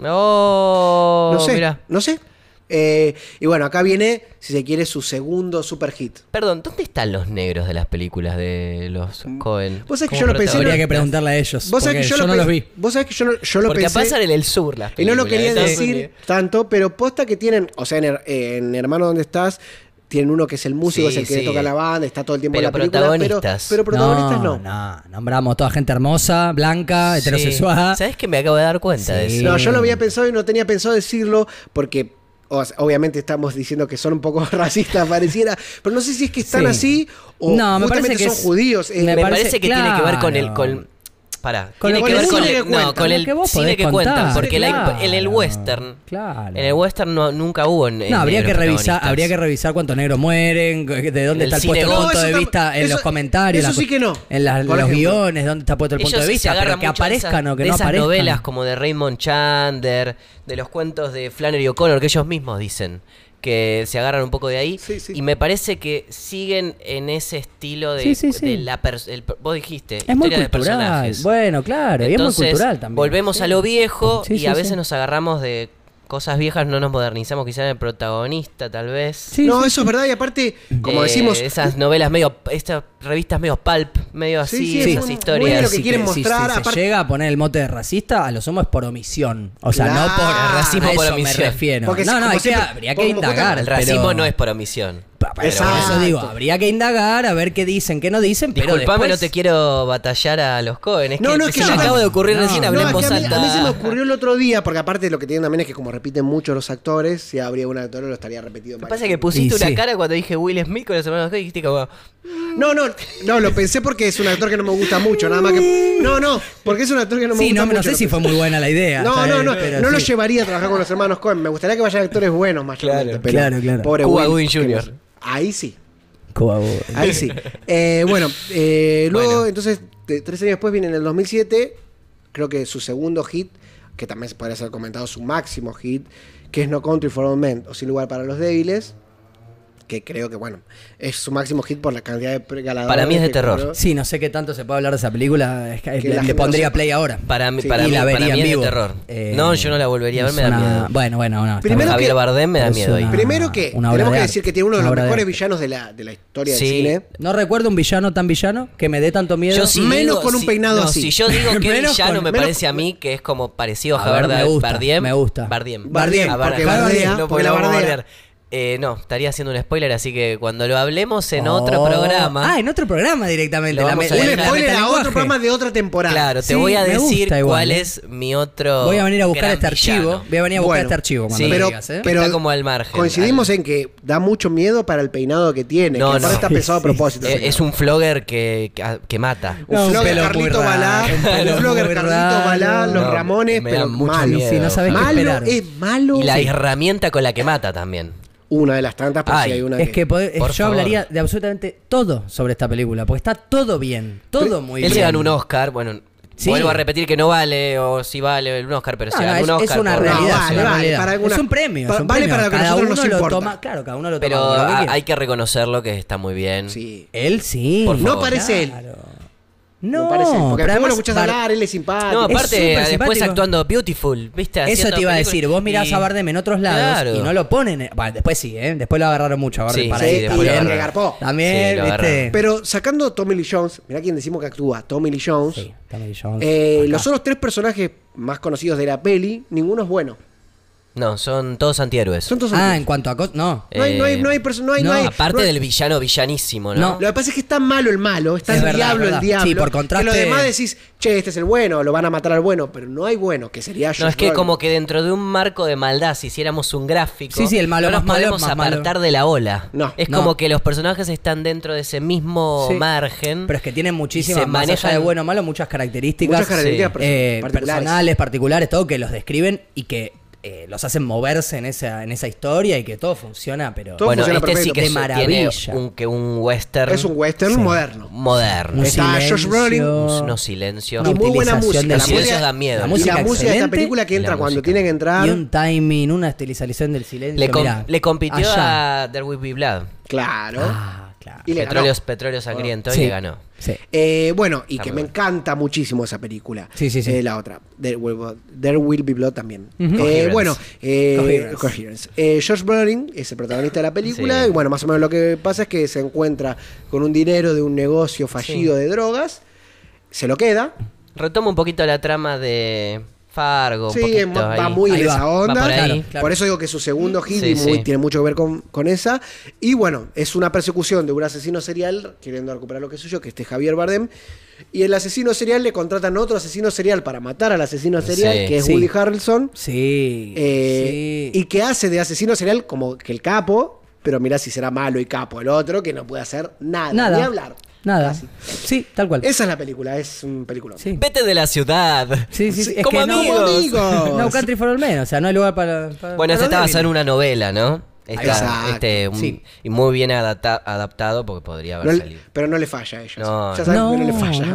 [SPEAKER 1] No,
[SPEAKER 3] No sé,
[SPEAKER 1] mira.
[SPEAKER 3] no sé. Eh, y bueno, acá viene, si se quiere, su segundo super hit.
[SPEAKER 1] Perdón, ¿dónde están los negros de las películas de los Cohen?
[SPEAKER 3] Mm. Vos sabés que
[SPEAKER 1] Como
[SPEAKER 3] yo lo pensé,
[SPEAKER 2] Habría
[SPEAKER 1] protagonistas.
[SPEAKER 2] que preguntarle a ellos.
[SPEAKER 3] Vos sabés
[SPEAKER 2] porque
[SPEAKER 3] que yo,
[SPEAKER 2] yo
[SPEAKER 3] lo
[SPEAKER 2] no
[SPEAKER 3] pe-
[SPEAKER 2] los vi.
[SPEAKER 3] Vos sabés que yo, no- yo lo
[SPEAKER 1] Porque
[SPEAKER 3] pensé.
[SPEAKER 1] pasan en el sur las
[SPEAKER 3] Y no
[SPEAKER 1] películas.
[SPEAKER 3] lo
[SPEAKER 2] ¿eh?
[SPEAKER 3] quería
[SPEAKER 1] de Estados
[SPEAKER 3] decir
[SPEAKER 1] Unidos.
[SPEAKER 3] tanto, pero posta que tienen, o sea, en, her- eh, en Hermano Donde Estás, tienen uno que es el músico,
[SPEAKER 1] Sí,
[SPEAKER 3] es el que
[SPEAKER 1] sí.
[SPEAKER 3] le toca la banda, está todo el tiempo
[SPEAKER 1] Pero
[SPEAKER 3] en la película. pero-
[SPEAKER 1] protagonistas.
[SPEAKER 3] Pero, protagonistas no.
[SPEAKER 2] no. nombramos toda gente hermosa, blanca, Ah, heterosexual.
[SPEAKER 1] Sí. ¿Sabes que me acabo de dar cuenta de
[SPEAKER 2] Sí.
[SPEAKER 1] eso?
[SPEAKER 3] No, yo lo había pensado y no tenía pensado decirlo porque o sea, obviamente estamos diciendo que son un poco racistas, pareciera, pero no sé si es que están
[SPEAKER 2] Sí.
[SPEAKER 3] así o
[SPEAKER 2] No, me parece
[SPEAKER 3] justamente
[SPEAKER 2] que
[SPEAKER 3] son
[SPEAKER 2] es-
[SPEAKER 3] judíos. eh,
[SPEAKER 2] me
[SPEAKER 1] Me, parece,
[SPEAKER 2] parece-
[SPEAKER 1] que tiene que ver con el.
[SPEAKER 2] claro.
[SPEAKER 1] Con, pará.
[SPEAKER 2] Con
[SPEAKER 1] tiene
[SPEAKER 2] lo
[SPEAKER 1] que
[SPEAKER 2] que
[SPEAKER 1] ver
[SPEAKER 2] vos
[SPEAKER 1] con
[SPEAKER 3] cine
[SPEAKER 1] el,
[SPEAKER 3] que
[SPEAKER 1] no,
[SPEAKER 3] cuentan.
[SPEAKER 1] con
[SPEAKER 2] Lo
[SPEAKER 1] el
[SPEAKER 2] que vos
[SPEAKER 1] cine
[SPEAKER 2] podés
[SPEAKER 1] que
[SPEAKER 2] contar.
[SPEAKER 1] cuentan. Porque la-
[SPEAKER 2] Claro,
[SPEAKER 1] en el western.
[SPEAKER 2] claro.
[SPEAKER 1] En el western no- nunca hubo. en- en
[SPEAKER 2] No, habría que
[SPEAKER 1] negros
[SPEAKER 2] revisar,
[SPEAKER 1] protagonistas.
[SPEAKER 2] habría que revisar cuántos negros mueren, de dónde
[SPEAKER 1] En
[SPEAKER 2] está
[SPEAKER 1] el
[SPEAKER 2] el puesto el
[SPEAKER 1] cine-
[SPEAKER 2] punto
[SPEAKER 3] No,
[SPEAKER 2] de
[SPEAKER 3] eso tam-
[SPEAKER 2] vista en
[SPEAKER 3] eso-
[SPEAKER 2] los comentarios,
[SPEAKER 3] eso
[SPEAKER 2] las-
[SPEAKER 3] sí que no.
[SPEAKER 2] en
[SPEAKER 3] Por
[SPEAKER 2] las- los
[SPEAKER 3] ejemplo.
[SPEAKER 2] guiones, dónde está puesto el punto
[SPEAKER 1] Ellos
[SPEAKER 2] de
[SPEAKER 1] se
[SPEAKER 2] vista, pero
[SPEAKER 1] agarran
[SPEAKER 2] que
[SPEAKER 1] mucho de esas-
[SPEAKER 2] aparezcan o que
[SPEAKER 1] de
[SPEAKER 2] no
[SPEAKER 1] esas
[SPEAKER 2] aparezcan.
[SPEAKER 1] novelas como de Raymond Chandler, de los cuentos de Flannery O'Connor que ellos mismos dicen que se agarran un poco de ahí.
[SPEAKER 3] Sí, sí.
[SPEAKER 1] Y me parece que siguen en ese estilo de,
[SPEAKER 2] Sí, sí, sí.
[SPEAKER 1] de la pers- el- vos dijiste,
[SPEAKER 2] Es muy
[SPEAKER 1] historia de
[SPEAKER 2] cultural.
[SPEAKER 1] personajes.
[SPEAKER 2] Bueno, claro, y es muy
[SPEAKER 1] Entonces,
[SPEAKER 2] cultural también.
[SPEAKER 1] Volvemos
[SPEAKER 2] Sí.
[SPEAKER 1] a lo viejo
[SPEAKER 2] Sí,
[SPEAKER 1] y
[SPEAKER 2] sí,
[SPEAKER 1] a
[SPEAKER 2] sí.
[SPEAKER 1] veces nos agarramos de cosas viejas, no nos modernizamos quizá en el protagonista, tal vez.
[SPEAKER 2] Sí,
[SPEAKER 3] no,
[SPEAKER 2] sí,
[SPEAKER 3] eso es verdad. Y aparte, como
[SPEAKER 1] Eh,
[SPEAKER 3] decimos,
[SPEAKER 1] Esas novelas medio. Estas revistas medio pulp, medio
[SPEAKER 3] Sí,
[SPEAKER 1] así,
[SPEAKER 3] sí,
[SPEAKER 1] esas
[SPEAKER 3] bueno,
[SPEAKER 1] historias.
[SPEAKER 3] bueno, lo
[SPEAKER 2] Si
[SPEAKER 3] que quieren
[SPEAKER 2] te- si-
[SPEAKER 3] mostrar,
[SPEAKER 2] Si, se
[SPEAKER 3] aparte-
[SPEAKER 2] llega a poner el mote de racista, a lo sumo es por omisión. O sea,
[SPEAKER 3] Claro.
[SPEAKER 2] no por
[SPEAKER 1] El racismo
[SPEAKER 2] a
[SPEAKER 1] por
[SPEAKER 2] eso
[SPEAKER 1] omisión.
[SPEAKER 2] me refiero.
[SPEAKER 3] Porque
[SPEAKER 2] no,
[SPEAKER 3] si-
[SPEAKER 2] no,
[SPEAKER 3] como
[SPEAKER 2] hay que-
[SPEAKER 3] siempre,
[SPEAKER 2] habría que
[SPEAKER 3] como- como
[SPEAKER 2] indagar.
[SPEAKER 1] el racismo
[SPEAKER 2] pero-
[SPEAKER 1] no es por omisión.
[SPEAKER 2] Pa- pa- pero por
[SPEAKER 3] Exacto.
[SPEAKER 2] eso digo, habría que indagar a ver qué dicen, qué no dicen, pero
[SPEAKER 1] Disculpame,
[SPEAKER 2] después...
[SPEAKER 1] no te quiero batallar a los Cohen. Es
[SPEAKER 3] No,
[SPEAKER 1] que,
[SPEAKER 3] no, es que
[SPEAKER 1] se
[SPEAKER 3] yo
[SPEAKER 1] me
[SPEAKER 3] tam-
[SPEAKER 1] acabo de ocurrir
[SPEAKER 2] no,
[SPEAKER 1] recién,
[SPEAKER 2] no,
[SPEAKER 1] hablé
[SPEAKER 2] es
[SPEAKER 1] en
[SPEAKER 3] que
[SPEAKER 1] voz
[SPEAKER 3] a, mí,
[SPEAKER 1] alta.
[SPEAKER 3] a mí se me ocurrió el otro día, porque aparte lo que tienen también es que como repiten muchos los actores, si habría una de todos lo estaría repetido. en
[SPEAKER 1] Lo que
[SPEAKER 3] varias
[SPEAKER 1] pasa es que pusiste
[SPEAKER 2] Y
[SPEAKER 1] una
[SPEAKER 2] sí.
[SPEAKER 1] cara cuando dije Will Smith con los hermanos Cohen y dijiste como.
[SPEAKER 3] No, no, no, lo pensé porque es un actor que no me gusta mucho, nada más que. No, no, porque es un actor que no me
[SPEAKER 2] Sí,
[SPEAKER 3] gusta
[SPEAKER 2] no,
[SPEAKER 3] mucho.
[SPEAKER 2] no sé
[SPEAKER 3] lo
[SPEAKER 2] si
[SPEAKER 3] pensé.
[SPEAKER 2] fue muy buena la idea.
[SPEAKER 3] No,
[SPEAKER 2] está
[SPEAKER 3] no,
[SPEAKER 2] bien,
[SPEAKER 3] no,
[SPEAKER 2] pero
[SPEAKER 3] no lo
[SPEAKER 2] sí.
[SPEAKER 3] llevaría a trabajar con los hermanos Cohen. Me gustaría que vayan actores buenos más
[SPEAKER 1] Claro,
[SPEAKER 2] claro, claro.
[SPEAKER 3] Pobre
[SPEAKER 1] Cuba
[SPEAKER 3] Will,
[SPEAKER 1] Gooding
[SPEAKER 3] que no
[SPEAKER 1] Jr..
[SPEAKER 3] sé. Ahí sí,
[SPEAKER 2] Cuba Gooding.
[SPEAKER 3] ahí sí. Eh, bueno, eh, luego,
[SPEAKER 1] Bueno.
[SPEAKER 3] entonces, te- tres años después viene en el 2007, creo que su segundo hit, que también se podría ser comentado su máximo hit, que es No Country for Old Men, o Sin Lugar para los Débiles, que creo que, bueno, es su máximo hit por la cantidad de pre- galardones
[SPEAKER 1] Para mí es de
[SPEAKER 3] que
[SPEAKER 1] terror.
[SPEAKER 3] cobró.
[SPEAKER 2] Sí, no sé qué tanto se puede hablar de esa película. es
[SPEAKER 3] Que
[SPEAKER 2] que
[SPEAKER 3] la
[SPEAKER 2] le,
[SPEAKER 3] gente
[SPEAKER 2] le
[SPEAKER 3] no
[SPEAKER 2] pondría
[SPEAKER 3] sepa.
[SPEAKER 2] play ahora.
[SPEAKER 1] Para mí,
[SPEAKER 3] Sí,
[SPEAKER 1] para
[SPEAKER 2] y
[SPEAKER 1] mí,
[SPEAKER 2] la
[SPEAKER 1] para mí
[SPEAKER 2] vería en
[SPEAKER 1] es de
[SPEAKER 2] vivo.
[SPEAKER 1] terror.
[SPEAKER 2] Eh,
[SPEAKER 1] no, yo no la volvería a ver,
[SPEAKER 2] es
[SPEAKER 1] me da
[SPEAKER 2] una-
[SPEAKER 1] miedo.
[SPEAKER 2] Bueno, bueno, no. está
[SPEAKER 3] Primero
[SPEAKER 2] bien.
[SPEAKER 1] Javier
[SPEAKER 3] que-
[SPEAKER 1] Bardem me da
[SPEAKER 2] es
[SPEAKER 1] miedo ahí.
[SPEAKER 2] una-
[SPEAKER 3] Primero que
[SPEAKER 2] una obra
[SPEAKER 3] tenemos
[SPEAKER 2] de
[SPEAKER 3] que
[SPEAKER 2] arte,
[SPEAKER 3] decir que tiene uno de
[SPEAKER 2] una
[SPEAKER 3] los
[SPEAKER 2] obra de
[SPEAKER 3] mejores
[SPEAKER 2] arte.
[SPEAKER 3] villanos de la, de la historia
[SPEAKER 1] Sí.
[SPEAKER 3] del cine.
[SPEAKER 2] No recuerdo un villano tan villano que me dé tanto miedo.
[SPEAKER 1] Yo sí
[SPEAKER 3] menos con un
[SPEAKER 1] si-
[SPEAKER 3] peinado
[SPEAKER 1] no,
[SPEAKER 3] así.
[SPEAKER 1] Si yo digo que
[SPEAKER 2] Menos
[SPEAKER 1] villano,
[SPEAKER 2] con-
[SPEAKER 1] me
[SPEAKER 3] menos
[SPEAKER 1] parece a mí que es como parecido a
[SPEAKER 2] A
[SPEAKER 1] Javier
[SPEAKER 2] ver, me
[SPEAKER 1] Bardem-
[SPEAKER 2] gusta,
[SPEAKER 1] Bardem.
[SPEAKER 2] me gusta.
[SPEAKER 1] Bardem.
[SPEAKER 3] Bardem,
[SPEAKER 1] A Bar-
[SPEAKER 3] porque
[SPEAKER 1] Javier
[SPEAKER 3] bardea,
[SPEAKER 1] Bardem, no,
[SPEAKER 3] porque
[SPEAKER 1] porque
[SPEAKER 3] la
[SPEAKER 1] lo vamos a
[SPEAKER 3] bardea.
[SPEAKER 1] bardear. Eh, no, estaría haciendo un spoiler, así que cuando lo hablemos en otro
[SPEAKER 2] Oh.
[SPEAKER 1] programa.
[SPEAKER 2] Ah, en otro programa directamente.
[SPEAKER 1] Lo
[SPEAKER 2] la
[SPEAKER 1] vamos a
[SPEAKER 2] me- la-
[SPEAKER 3] Un
[SPEAKER 1] dejar.
[SPEAKER 2] la
[SPEAKER 3] spoiler a
[SPEAKER 2] metalenguaje.
[SPEAKER 3] otro programa de otra temporada.
[SPEAKER 1] Claro, te
[SPEAKER 2] Sí,
[SPEAKER 1] voy a
[SPEAKER 2] me
[SPEAKER 1] decir
[SPEAKER 2] gusta igual,
[SPEAKER 1] cuál
[SPEAKER 2] eh.
[SPEAKER 1] es mi otro.
[SPEAKER 2] Voy a venir a buscar
[SPEAKER 1] gran
[SPEAKER 2] este archivo.
[SPEAKER 1] villano.
[SPEAKER 2] Voy a venir a buscar
[SPEAKER 3] Bueno,
[SPEAKER 2] este archivo cuando
[SPEAKER 1] sí.
[SPEAKER 2] lo
[SPEAKER 1] Pero-
[SPEAKER 2] digas, ¿eh?
[SPEAKER 1] Está como al margen,
[SPEAKER 3] Coincidimos en que da mucho miedo para el peinado que tiene.
[SPEAKER 1] No,
[SPEAKER 3] que
[SPEAKER 1] no.
[SPEAKER 3] aparte está pesado a propósito.
[SPEAKER 1] Eh, es un flogger que, que- que mata.
[SPEAKER 3] un
[SPEAKER 2] No, un
[SPEAKER 3] flogger
[SPEAKER 2] pelo muy
[SPEAKER 3] Carlito
[SPEAKER 2] raro,
[SPEAKER 3] Balá,
[SPEAKER 2] un pelo
[SPEAKER 3] un flogger
[SPEAKER 2] muy
[SPEAKER 3] Carlito
[SPEAKER 2] raro.
[SPEAKER 3] Balá, los
[SPEAKER 1] No,
[SPEAKER 3] Ramones,
[SPEAKER 1] me da
[SPEAKER 3] pero
[SPEAKER 1] mucho
[SPEAKER 3] malo.
[SPEAKER 1] miedo.
[SPEAKER 2] Sí, no sabes qué
[SPEAKER 3] malo
[SPEAKER 2] esperar.
[SPEAKER 3] es malo.
[SPEAKER 1] Y la
[SPEAKER 3] Sí.
[SPEAKER 1] herramienta con la que mata también.
[SPEAKER 3] Una de las tantas, pero
[SPEAKER 1] Ay,
[SPEAKER 3] sí hay una
[SPEAKER 2] Es que poder- es-
[SPEAKER 1] Por
[SPEAKER 2] yo
[SPEAKER 1] favor.
[SPEAKER 2] hablaría de absolutamente todo sobre esta película, porque está todo bien, todo muy
[SPEAKER 1] Él
[SPEAKER 2] bien.
[SPEAKER 1] se ganó un Oscar, bueno,
[SPEAKER 2] Sí.
[SPEAKER 1] vuelvo a repetir que no vale, o si vale un Oscar, pero
[SPEAKER 2] No,
[SPEAKER 1] se
[SPEAKER 2] no,
[SPEAKER 1] ganó un
[SPEAKER 2] es,
[SPEAKER 1] Oscar.
[SPEAKER 2] es una
[SPEAKER 1] por-
[SPEAKER 3] No,
[SPEAKER 2] realidad, es
[SPEAKER 3] vale,
[SPEAKER 2] una
[SPEAKER 3] vale,
[SPEAKER 2] realidad.
[SPEAKER 3] para alguna-
[SPEAKER 2] es un premio, es un
[SPEAKER 3] vale
[SPEAKER 2] premio.
[SPEAKER 3] para lo que a
[SPEAKER 2] cada
[SPEAKER 3] nosotros
[SPEAKER 2] uno
[SPEAKER 3] nos
[SPEAKER 2] lo
[SPEAKER 3] importa.
[SPEAKER 2] toma, claro, cada uno lo toma
[SPEAKER 1] Pero
[SPEAKER 2] como lo que
[SPEAKER 1] a-
[SPEAKER 2] quiere.
[SPEAKER 1] hay que reconocerlo que está muy bien.
[SPEAKER 3] Sí.
[SPEAKER 2] él sí.
[SPEAKER 1] Por
[SPEAKER 3] No
[SPEAKER 1] favor.
[SPEAKER 3] parece él.
[SPEAKER 2] No,
[SPEAKER 3] No parece él, Porque
[SPEAKER 2] pero
[SPEAKER 3] después lo
[SPEAKER 2] además
[SPEAKER 3] escuchas
[SPEAKER 2] Bar-
[SPEAKER 3] hablar, él es impar.
[SPEAKER 1] No,
[SPEAKER 2] Es
[SPEAKER 1] aparte,
[SPEAKER 2] súper
[SPEAKER 1] después
[SPEAKER 2] simpático.
[SPEAKER 1] actuando Beautiful, ¿viste?
[SPEAKER 2] Eso
[SPEAKER 1] Haciendo
[SPEAKER 2] te iba a
[SPEAKER 1] películas
[SPEAKER 2] decir, vos mirás
[SPEAKER 1] y-
[SPEAKER 2] a Bardem en otros lados
[SPEAKER 1] Claro.
[SPEAKER 2] y no lo ponen. en- Bueno, después sí, ¿eh? Después lo agarraron mucho a Bardem
[SPEAKER 1] Sí,
[SPEAKER 2] para
[SPEAKER 1] sí,
[SPEAKER 2] ahí
[SPEAKER 1] después
[SPEAKER 3] lo
[SPEAKER 2] también.
[SPEAKER 3] agarraron.
[SPEAKER 2] Garpó. También,
[SPEAKER 1] Sí, lo
[SPEAKER 2] ¿viste?
[SPEAKER 1] agarraron.
[SPEAKER 3] Pero sacando Tommy Lee Jones, mirá quién decimos que actúa, Tommy Lee Jones.
[SPEAKER 2] Sí, Tommy Lee Jones,
[SPEAKER 3] Eh,
[SPEAKER 2] acá.
[SPEAKER 3] los otros tres personajes más conocidos de la peli, ninguno es bueno.
[SPEAKER 1] No, son todos antihéroes.
[SPEAKER 3] Son todos
[SPEAKER 2] Ah,
[SPEAKER 3] antiguos.
[SPEAKER 2] en cuanto a cosas. No.
[SPEAKER 3] No hay, no hay,
[SPEAKER 1] Eh,
[SPEAKER 3] no hay, perso- no hay, no
[SPEAKER 2] no,
[SPEAKER 3] hay-
[SPEAKER 1] Aparte
[SPEAKER 3] no hay-
[SPEAKER 1] del villano villanísimo, ¿no?
[SPEAKER 2] No.
[SPEAKER 3] Lo que pasa es que está malo el malo, está
[SPEAKER 2] Es
[SPEAKER 3] el
[SPEAKER 2] verdad,
[SPEAKER 3] diablo
[SPEAKER 2] es
[SPEAKER 3] el
[SPEAKER 2] verdad.
[SPEAKER 3] diablo.
[SPEAKER 2] Sí, por contraste-
[SPEAKER 3] Que los demás decís, che, este es el bueno, lo van a matar al bueno, pero no hay bueno, que sería yo.
[SPEAKER 1] No, es que como que dentro de un marco de maldad, si hiciéramos un gráfico,
[SPEAKER 2] Sí, sí, el malo
[SPEAKER 1] no nos
[SPEAKER 2] más malo,
[SPEAKER 1] podemos
[SPEAKER 2] más malo.
[SPEAKER 1] apartar de la ola.
[SPEAKER 3] No.
[SPEAKER 1] es
[SPEAKER 2] No.
[SPEAKER 1] como que los personajes están dentro de ese mismo
[SPEAKER 2] Sí.
[SPEAKER 1] margen.
[SPEAKER 2] Pero es que tienen
[SPEAKER 1] Y
[SPEAKER 2] muchísimas,
[SPEAKER 1] se
[SPEAKER 2] más allá
[SPEAKER 1] manejan-
[SPEAKER 2] de bueno o malo, muchas características.
[SPEAKER 3] Muchas características
[SPEAKER 2] sí, eh,
[SPEAKER 3] perso- particulares.
[SPEAKER 2] personales, particulares, todo que los describen y que eh, los hacen moverse en esa, en esa historia y que todo funciona, pero.
[SPEAKER 3] Todo
[SPEAKER 1] bueno, este
[SPEAKER 3] funciona
[SPEAKER 1] sí
[SPEAKER 3] perfecto.
[SPEAKER 1] que
[SPEAKER 2] De
[SPEAKER 1] es-
[SPEAKER 2] maravilla.
[SPEAKER 1] tiene un, que un western
[SPEAKER 3] Es un western moderno.
[SPEAKER 1] moderno.
[SPEAKER 2] un
[SPEAKER 3] está Josh
[SPEAKER 2] silencio,
[SPEAKER 3] Brolin.
[SPEAKER 1] Unos silencios.
[SPEAKER 3] Y muy buena
[SPEAKER 2] utilización
[SPEAKER 3] música,
[SPEAKER 2] de
[SPEAKER 3] la
[SPEAKER 1] Los silencios
[SPEAKER 3] música-
[SPEAKER 1] dan miedo.
[SPEAKER 2] la
[SPEAKER 3] Y la música de esta
[SPEAKER 2] excelente.
[SPEAKER 3] película que
[SPEAKER 1] Y la
[SPEAKER 3] entra cuando
[SPEAKER 1] música.
[SPEAKER 3] tienen que entrar.
[SPEAKER 2] Y un timing, una estilización del silencio.
[SPEAKER 1] le, com-
[SPEAKER 2] mirá,
[SPEAKER 1] le compitió
[SPEAKER 2] allá.
[SPEAKER 1] a There Will Be Blood.
[SPEAKER 3] Claro.
[SPEAKER 2] Ah, claro.
[SPEAKER 3] Y le ganó.
[SPEAKER 1] Petróleo, petróleo sangriento
[SPEAKER 2] Sí,
[SPEAKER 1] y le ganó.
[SPEAKER 2] sí.
[SPEAKER 3] Eh, bueno, y que
[SPEAKER 1] muy
[SPEAKER 3] me
[SPEAKER 1] bueno.
[SPEAKER 3] encanta muchísimo esa película.
[SPEAKER 2] Sí, sí, sí.
[SPEAKER 3] Eh, la otra. There Will, Be- There Will Be Blood también. Eh,
[SPEAKER 1] Coherence.
[SPEAKER 3] bueno, eh,
[SPEAKER 2] Coherence.
[SPEAKER 3] Coherence. Eh, Josh Brolin es el protagonista de la película.
[SPEAKER 1] Sí.
[SPEAKER 3] Y bueno, más o menos lo que pasa es que se encuentra con un dinero de un negocio fallido de drogas. Se lo queda.
[SPEAKER 1] Retoma un poquito la trama de Fargo. un
[SPEAKER 3] Sí,
[SPEAKER 1] poquito
[SPEAKER 3] es mu- va
[SPEAKER 1] ahí.
[SPEAKER 3] muy
[SPEAKER 2] Ahí
[SPEAKER 3] en
[SPEAKER 2] va,
[SPEAKER 3] esa
[SPEAKER 1] va
[SPEAKER 3] onda.
[SPEAKER 1] por ahí.
[SPEAKER 3] Claro,
[SPEAKER 2] claro.
[SPEAKER 3] Por eso digo que su segundo hit
[SPEAKER 1] Sí,
[SPEAKER 3] muy-
[SPEAKER 1] sí.
[SPEAKER 3] tiene mucho que ver con, con esa. Y bueno, es una persecución de un asesino serial, queriendo recuperar lo que es suyo, que este Javier Bardem. Y el asesino serial le contratan otro asesino serial para matar al asesino serial,
[SPEAKER 1] Sí.
[SPEAKER 3] que es
[SPEAKER 2] Sí.
[SPEAKER 3] Woody Harrelson.
[SPEAKER 2] Sí.
[SPEAKER 3] eh,
[SPEAKER 2] sí.
[SPEAKER 3] Y que hace de asesino serial como que el capo, pero mirá si será malo y capo el otro, que no puede hacer nada,
[SPEAKER 2] nada.
[SPEAKER 3] ni hablar.
[SPEAKER 2] Nada.
[SPEAKER 3] Casi.
[SPEAKER 2] Sí, tal cual.
[SPEAKER 3] Esa es la película, es un película.
[SPEAKER 2] Sí.
[SPEAKER 1] Vete de la ciudad.
[SPEAKER 2] Sí, sí, sí. Es
[SPEAKER 1] Como
[SPEAKER 2] que no-
[SPEAKER 1] amigos.
[SPEAKER 3] amigos.
[SPEAKER 2] No country for all men, o sea, no hay lugar para. para-
[SPEAKER 1] Bueno,
[SPEAKER 2] para
[SPEAKER 1] esta
[SPEAKER 2] los
[SPEAKER 1] va a ser
[SPEAKER 2] débiles.
[SPEAKER 1] una novela, ¿no? Esta-
[SPEAKER 3] Exacto.
[SPEAKER 1] este, un-
[SPEAKER 2] Sí.
[SPEAKER 1] Y muy bien adapta- adaptado porque podría haber
[SPEAKER 3] No le-
[SPEAKER 1] salido.
[SPEAKER 3] pero no le falla a ellos.
[SPEAKER 1] No,
[SPEAKER 3] ya saben
[SPEAKER 2] no.
[SPEAKER 3] que no le
[SPEAKER 2] No,
[SPEAKER 3] falla. Eh,
[SPEAKER 2] no,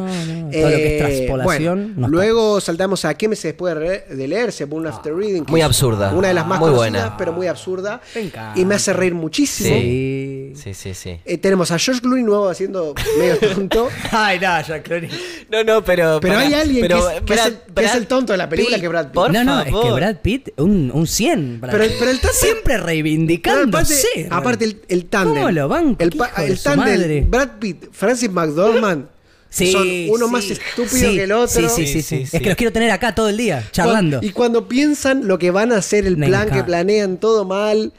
[SPEAKER 2] no. Todo lo que es transpolación, no está.
[SPEAKER 3] luego saltamos a ¿Qué meses después de re- de leerse? Boon After Reading. que
[SPEAKER 1] Ah, Muy
[SPEAKER 3] es
[SPEAKER 1] absurda.
[SPEAKER 3] Una de las más
[SPEAKER 1] Muy
[SPEAKER 3] conocidas,
[SPEAKER 1] buena.
[SPEAKER 3] pero muy absurda.
[SPEAKER 2] Me encanta.
[SPEAKER 3] Y me hace reír muchísimo.
[SPEAKER 2] Sí.
[SPEAKER 1] Sí, sí, sí.
[SPEAKER 3] Eh, tenemos a George Clooney nuevo haciendo medio tonto.
[SPEAKER 2] Ay, no, Jack Clooney.
[SPEAKER 1] No, no, pero.
[SPEAKER 3] Pero
[SPEAKER 1] pará,
[SPEAKER 3] hay alguien que es- que es el- que es el tonto de la película
[SPEAKER 1] Pitt,
[SPEAKER 3] que Brad Pitt.
[SPEAKER 1] por
[SPEAKER 2] no, no, es que
[SPEAKER 1] favor.
[SPEAKER 2] Brad Pitt, un, un 100. Brad
[SPEAKER 3] Pero el-
[SPEAKER 2] Pitt.
[SPEAKER 3] pero el Tati-
[SPEAKER 2] Siempre
[SPEAKER 3] Claro, aparte,
[SPEAKER 2] reivindicándose.
[SPEAKER 3] aparte el, el tándem.
[SPEAKER 2] ¿Cómo lo banco?
[SPEAKER 3] El,
[SPEAKER 2] Qué
[SPEAKER 3] pa-
[SPEAKER 2] hijo de
[SPEAKER 3] el
[SPEAKER 2] su
[SPEAKER 3] tándem
[SPEAKER 2] madre.
[SPEAKER 3] Brad Pitt, Francis McDormand.
[SPEAKER 2] Sí,
[SPEAKER 3] son uno
[SPEAKER 2] sí.
[SPEAKER 3] más estúpido
[SPEAKER 2] Sí,
[SPEAKER 3] que el otro.
[SPEAKER 2] Sí, sí, sí,
[SPEAKER 1] Sí,
[SPEAKER 2] sí.
[SPEAKER 1] sí,
[SPEAKER 2] Es
[SPEAKER 1] sí.
[SPEAKER 2] que los quiero tener acá todo el día, charlando.
[SPEAKER 3] Cuan- Y cuando piensan lo que van a hacer, el
[SPEAKER 2] Me
[SPEAKER 3] plan
[SPEAKER 2] encanta.
[SPEAKER 3] que planean, todo mal.